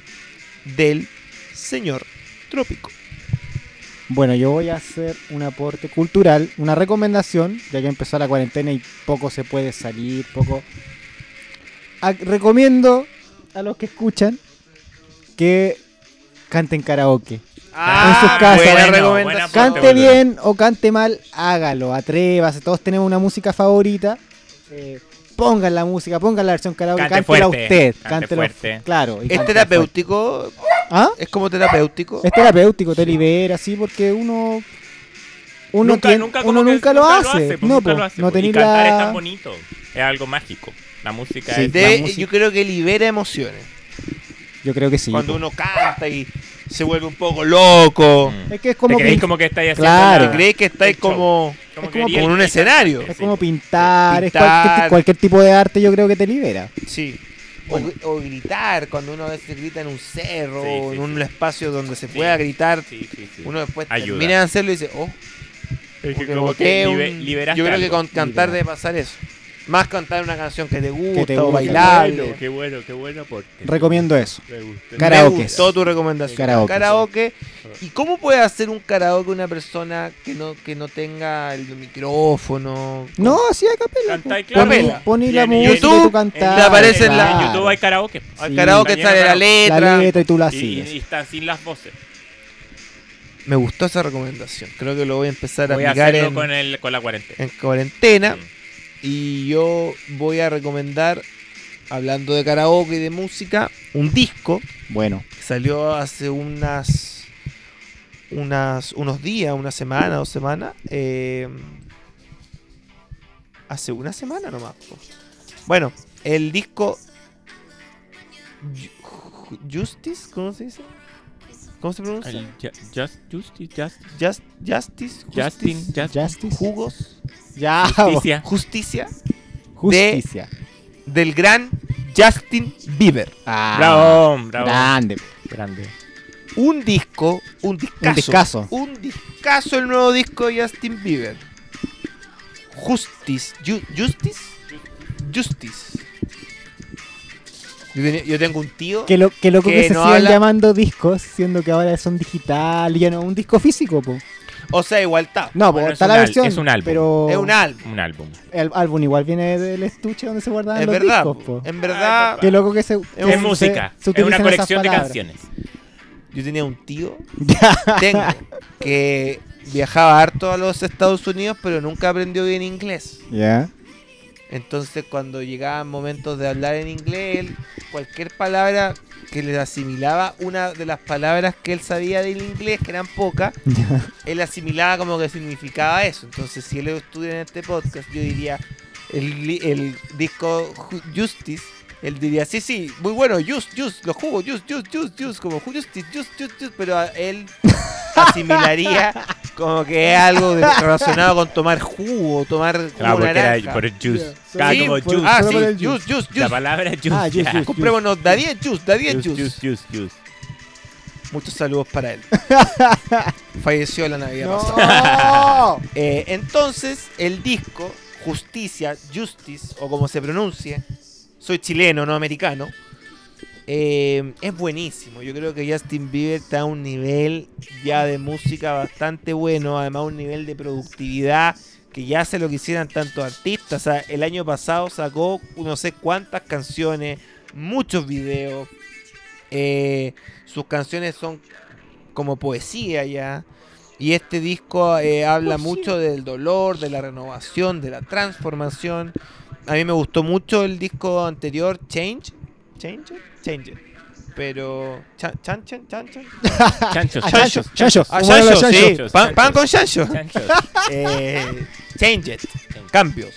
Speaker 5: del señor Trópico.
Speaker 6: Bueno, yo voy a hacer un aporte cultural, una recomendación, ya que empezó la cuarentena y poco se puede salir, poco. A- recomiendo a los que escuchan que canten karaoke. Ah, En sus casas.
Speaker 5: buena
Speaker 7: bueno,
Speaker 5: recomendación.
Speaker 7: buen aporte
Speaker 6: Cante bien o cante mal, hágalo, atrévase. Todos tenemos una música favorita. Eh, pongan la música, pongan la versión karaoke,
Speaker 7: Cante
Speaker 6: cántela
Speaker 7: fuerte,
Speaker 6: usted.
Speaker 7: cante
Speaker 6: cántela
Speaker 7: fuerte.
Speaker 6: Claro. y
Speaker 5: ¿Es
Speaker 6: cante
Speaker 5: terapéutico?
Speaker 6: fuerte. ¿Ah?
Speaker 5: ¿Es como terapéutico?
Speaker 6: Es terapéutico, te libera, sí, porque uno. Uno
Speaker 7: nunca,
Speaker 6: tien-
Speaker 7: nunca,
Speaker 6: uno
Speaker 7: como que
Speaker 6: nunca lo hace.
Speaker 7: pues,
Speaker 6: no,
Speaker 7: nunca
Speaker 6: po,
Speaker 7: lo hace,
Speaker 6: no
Speaker 7: pues. Y
Speaker 6: tenés
Speaker 7: cantar es tan
Speaker 6: la.
Speaker 7: bonito. Es algo mágico. La música
Speaker 6: Sí.
Speaker 7: es...
Speaker 5: De-
Speaker 6: la música.
Speaker 5: yo creo que libera emociones.
Speaker 6: Yo creo que sí.
Speaker 5: cuando
Speaker 6: po.
Speaker 5: uno canta y se vuelve un poco loco.
Speaker 7: Mm.
Speaker 6: Es que es como,
Speaker 7: ¿Te creéis
Speaker 6: pin-
Speaker 7: como que estáis haciendo
Speaker 6: Claro.
Speaker 7: la-
Speaker 5: ¿Te crees que estáis
Speaker 7: el show.
Speaker 5: como,
Speaker 7: Como
Speaker 6: es
Speaker 7: que
Speaker 6: como
Speaker 7: haría
Speaker 5: como en
Speaker 7: el-
Speaker 5: un escenario?
Speaker 6: es
Speaker 7: sí.
Speaker 6: como pintar, es cualquier,
Speaker 5: Pintar.
Speaker 6: ti- cualquier tipo de arte, yo creo que te libera.
Speaker 5: Sí. O, o gritar, cuando uno a veces grita en un cerro
Speaker 7: Sí,
Speaker 5: o
Speaker 7: sí,
Speaker 5: en un
Speaker 7: sí.
Speaker 5: espacio donde se
Speaker 7: Sí.
Speaker 5: pueda gritar,
Speaker 7: Sí, sí, sí.
Speaker 5: uno después
Speaker 7: Ayuda.
Speaker 5: termina de hacerlo y dice, oh,
Speaker 7: Es que
Speaker 5: porque
Speaker 7: como
Speaker 5: boté
Speaker 7: que
Speaker 5: un-
Speaker 7: libe- liberaste
Speaker 5: yo creo que
Speaker 7: algo.
Speaker 5: con cantar
Speaker 6: Liberaste.
Speaker 5: debe pasar eso. Más cantar una canción que te gusta,
Speaker 6: te
Speaker 5: o
Speaker 6: gusta.
Speaker 5: bailar.
Speaker 7: Bueno, qué bueno, qué bueno aporte.
Speaker 6: Recomiendo eso.
Speaker 7: Me gustó.
Speaker 6: Karaoke.
Speaker 5: Me gustó tu recomendación. Karaoke.
Speaker 6: Karaoke.
Speaker 5: ¿Y cómo puede hacer un karaoke una persona que no, que no tenga el micrófono?
Speaker 6: No, sí, a capela. po.
Speaker 7: Cantáis, claro.
Speaker 6: Poní-
Speaker 5: Capela.
Speaker 6: poní
Speaker 7: Y
Speaker 6: la
Speaker 7: en
Speaker 6: música y
Speaker 5: YouTube,
Speaker 6: tú cantás.
Speaker 5: te aparece en
Speaker 7: en
Speaker 5: la-
Speaker 7: YouTube hay karaoke.
Speaker 5: Al
Speaker 6: Sí.
Speaker 5: karaoke sale la
Speaker 7: La
Speaker 5: letra.
Speaker 6: La letra y tú la
Speaker 7: Y-
Speaker 6: sigues.
Speaker 7: y, y está sin las voces.
Speaker 5: Me gustó esa recomendación. Creo que lo voy a empezar a
Speaker 7: Voy a
Speaker 5: aplicar
Speaker 7: hacerlo Eh,
Speaker 5: en,
Speaker 7: con, el, con la cuarentena.
Speaker 5: en cuarentena.
Speaker 7: Sí.
Speaker 5: Y yo voy a recomendar, hablando de karaoke y de música, un disco
Speaker 6: Bueno,
Speaker 5: que salió hace unas, unas unos días, una semana, dos semanas. eh, hace una semana nomás. po. Bueno, el disco Ju- Justice, ¿cómo se dice? ¿Cómo se pronuncia?
Speaker 7: El ju- just, justice, just,
Speaker 5: Just- justice,
Speaker 7: Justin,
Speaker 5: Justice,
Speaker 7: Just-
Speaker 6: Justice.
Speaker 5: Jugos,
Speaker 6: Ya, po.
Speaker 7: Justicia.
Speaker 5: Justicia
Speaker 6: Justicia.
Speaker 5: del gran Justin Bieber.
Speaker 6: Ah,
Speaker 7: Bravo, bravo.
Speaker 6: Grande.
Speaker 7: Grande.
Speaker 5: Un disco, un discazo.
Speaker 6: Un discazo.
Speaker 5: un discazo el nuevo disco de Justin Bieber. Justice. Ju- Justice. Justice. Yo, tenía- yo tengo un tío.
Speaker 6: Que lo que, loco
Speaker 5: Que
Speaker 6: que se
Speaker 5: no
Speaker 6: sigan
Speaker 5: habla-
Speaker 6: llamando discos, siendo que ahora son digital, ya no, un disco físico, po.
Speaker 5: O sea, igual está.
Speaker 6: No,
Speaker 7: Bueno,
Speaker 6: pues,
Speaker 7: es
Speaker 6: está
Speaker 7: un
Speaker 6: la
Speaker 7: al-
Speaker 6: versión.
Speaker 7: es un álbum.
Speaker 6: Pero
Speaker 5: Es un álbum.
Speaker 7: Un álbum.
Speaker 6: el álbum igual viene del estuche donde se guardaban
Speaker 5: Es
Speaker 6: Ah, los
Speaker 5: verdad.
Speaker 6: discos. po.
Speaker 5: En verdad,
Speaker 6: Qué loco que se. que
Speaker 7: Es
Speaker 6: se-
Speaker 7: música.
Speaker 6: se
Speaker 7: es una
Speaker 6: utilicen esas
Speaker 7: colección de
Speaker 6: palabras.
Speaker 7: canciones.
Speaker 5: yo tenía un tío, tengo, que viajaba harto a los Estados Unidos, pero nunca aprendió bien inglés.
Speaker 6: Ya.
Speaker 5: Entonces, cuando llegaban momentos de hablar en inglés, él, cualquier palabra que le asimilaba, una de las palabras que él sabía del inglés, que eran pocas, él asimilaba como que significaba eso. Entonces, si él estudia en este podcast, yo diría el, li- el disco Ju- Justice. Él diría, sí, sí, muy bueno, just, just, los jugos, just, just, just, just, como Ju- Justice, just, just, just, pero a- él asimilaría como que es algo de- relacionado con tomar jugo, tomar jugo
Speaker 7: Ah, porque era
Speaker 5: naranja.
Speaker 7: por juice.
Speaker 6: Sí,
Speaker 7: Cada
Speaker 5: Sí,
Speaker 7: como
Speaker 5: pues,
Speaker 7: juice.
Speaker 5: Ah,
Speaker 6: Solo
Speaker 5: sí,
Speaker 6: por el
Speaker 5: juice, juice, juice.
Speaker 7: La palabra juice.
Speaker 6: Ah, juice,
Speaker 7: ya.
Speaker 6: juice.
Speaker 5: Comprémonos da 10 juice, da 10
Speaker 7: Juice,
Speaker 5: juice.
Speaker 7: juice, juice, juice.
Speaker 5: Muchos saludos para él. Falleció la Navidad pasada.
Speaker 6: ¡No!
Speaker 5: Eh, entonces, el disco Justicia, Justice, o como se pronuncie, soy chileno, no americano, eh, es buenísimo. Yo creo que Justin Bieber está a un nivel ya de música bastante bueno, además un nivel de productividad que ya hace lo que hicieran tantos artistas. O sea, el año pasado sacó no sé cuántas canciones, muchos videos. eh, sus canciones son como poesía ya. Y este disco eh, habla mucho del dolor, de la renovación, de la transformación. A mí me gustó mucho el disco anterior, Change. Change? Change. Pero. Chan, chan, chan, chan, chan.
Speaker 7: Chanchos,
Speaker 6: Ah,
Speaker 7: chanchos.
Speaker 6: chanchos, chanchos.
Speaker 5: Ah,
Speaker 6: Como
Speaker 5: Sancho,
Speaker 6: los chanchos.
Speaker 5: sí.
Speaker 7: chanchos,
Speaker 5: Pan, pan con
Speaker 7: chanchos.
Speaker 5: Sancho.
Speaker 7: Chanchos.
Speaker 5: Eh, change it. Cambios.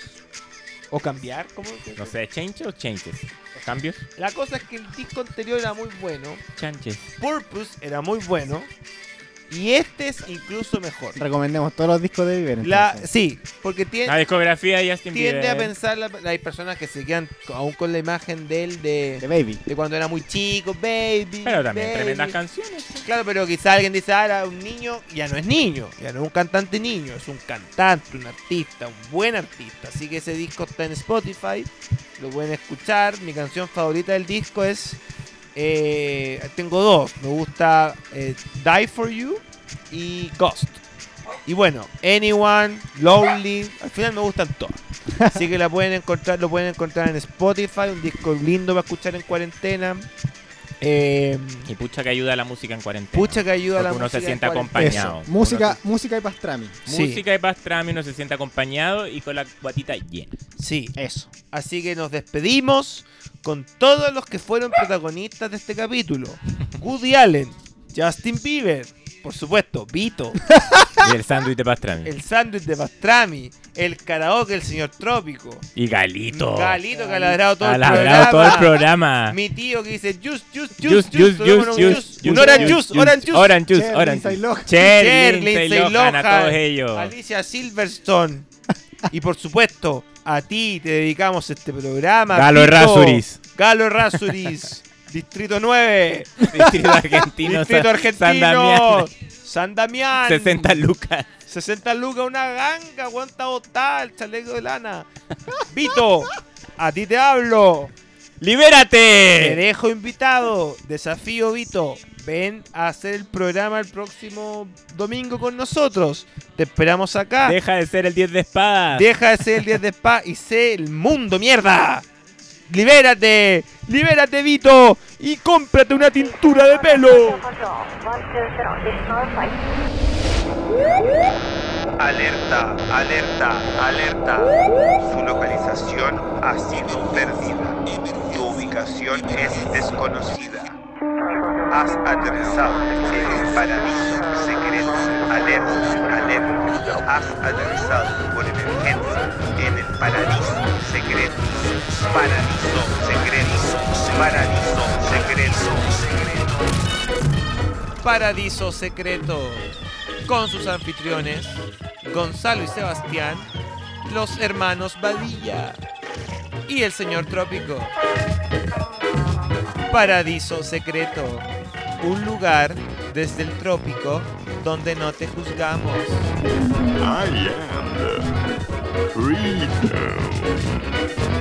Speaker 5: O cambiar, ¿cómo? que-
Speaker 7: No sé, change o changes. Cambios.
Speaker 5: La cosa es que el disco anterior era muy bueno.
Speaker 7: Chanches.
Speaker 5: Purpose era muy bueno. Y este es incluso mejor.
Speaker 6: Recomendemos todos los discos de Viver.
Speaker 5: La,
Speaker 6: entonces.
Speaker 5: sí, porque tiene.
Speaker 7: La discografía de Justin
Speaker 5: tiende a
Speaker 7: Bieber.
Speaker 5: pensar, la- hay personas que se quedan co- aún con la imagen de él
Speaker 6: De
Speaker 5: de,
Speaker 6: Baby.
Speaker 5: de cuando era muy chico, baby.
Speaker 7: Pero también
Speaker 5: baby.
Speaker 7: tremendas canciones.
Speaker 5: Claro, pero quizá alguien dice, ah, era un niño, ya no es niño, ya no es un cantante niño, es un cantante, un artista, un buen artista. Así que ese disco está en Spotify, lo pueden escuchar. Mi canción favorita del disco es, eh, tengo dos, me gusta eh, Die For You y Ghost. Y bueno, Anyone, Lonely, al final me gustan todas. Así que la pueden encontrar, lo pueden encontrar en Spotify, un disco lindo para escuchar en cuarentena. Eh,
Speaker 7: Y pucha que ayuda a la música en cuarentena.
Speaker 5: Pucha que ayuda a la
Speaker 7: Porque uno
Speaker 5: música
Speaker 7: se
Speaker 5: en
Speaker 7: sienta
Speaker 5: cuarentena.
Speaker 7: acompañado.
Speaker 6: Eso. Música, música y pastrami.
Speaker 5: Sí.
Speaker 7: Música de pastrami, uno se siente acompañado y con la guatita llena.
Speaker 5: Sí,
Speaker 6: Eso.
Speaker 5: así que nos despedimos con todos los que fueron protagonistas de este capítulo. Woody Allen, Justin Bieber, por supuesto, Vito,
Speaker 7: Y el sándwich de pastrami.
Speaker 5: el sándwich de pastrami, el karaoke, el señor trópico,
Speaker 7: Y galito.
Speaker 5: Galito que ha ladrado todo,
Speaker 7: Ha
Speaker 5: el
Speaker 7: labrado
Speaker 5: programa.
Speaker 7: todo el programa.
Speaker 5: Mi tío que dice just, just,
Speaker 7: Juice,
Speaker 5: just,
Speaker 7: juice, juice, juice,
Speaker 5: un orange juice, orange juice.
Speaker 7: Orange juice,
Speaker 6: Cher,
Speaker 7: orange
Speaker 6: Lindsay Lohan.
Speaker 7: juice. Cher,
Speaker 5: Cher,
Speaker 7: Lindsay
Speaker 5: Lindsay
Speaker 7: Lohan, a
Speaker 5: Lohan,
Speaker 7: todos ellos.
Speaker 5: Alicia Silverstone. Y por supuesto, a ti te dedicamos este programa.
Speaker 7: Galo
Speaker 5: Pico.
Speaker 7: Errázuriz.
Speaker 5: Galo Errázuriz. Distrito 9.
Speaker 7: Distrito argentino.
Speaker 5: Distrito
Speaker 7: San- San Damián,
Speaker 5: Argentino. San Damián.
Speaker 7: 60 lucas.
Speaker 5: 60 lucas, una ganga. Aguanta botar el chaleco de lana. Vito, a ti te hablo. Te
Speaker 7: ¡Libérate!
Speaker 5: dejo invitado. Desafío Vito. Ven a hacer el programa el próximo domingo con nosotros. Te esperamos acá.
Speaker 7: Deja de ser el 10 de espadas.
Speaker 5: Deja de ser el 10 de spa y sé el mundo, mierda. Libérate, libérate Vito y cómprate una tintura de pelo.
Speaker 1: Control, 120, dismal flight.
Speaker 2: Alerta, alerta, alerta. Su localización ha sido perdida. Tu ubicación es desconocida. Has aterrizado en el paraíso secreto. Alerta, alerta. Has aterrizado por emergencia en el paraíso secreto. Paraíso secreto. Paraíso secreto. secreto.
Speaker 5: Paradiso secreto. Con sus anfitriones, Gonzalo y Sebastián, los hermanos Badilla y el señor Trópico. Paradiso secreto. Un lugar desde el trópico donde no te juzgamos.
Speaker 8: I am the reader.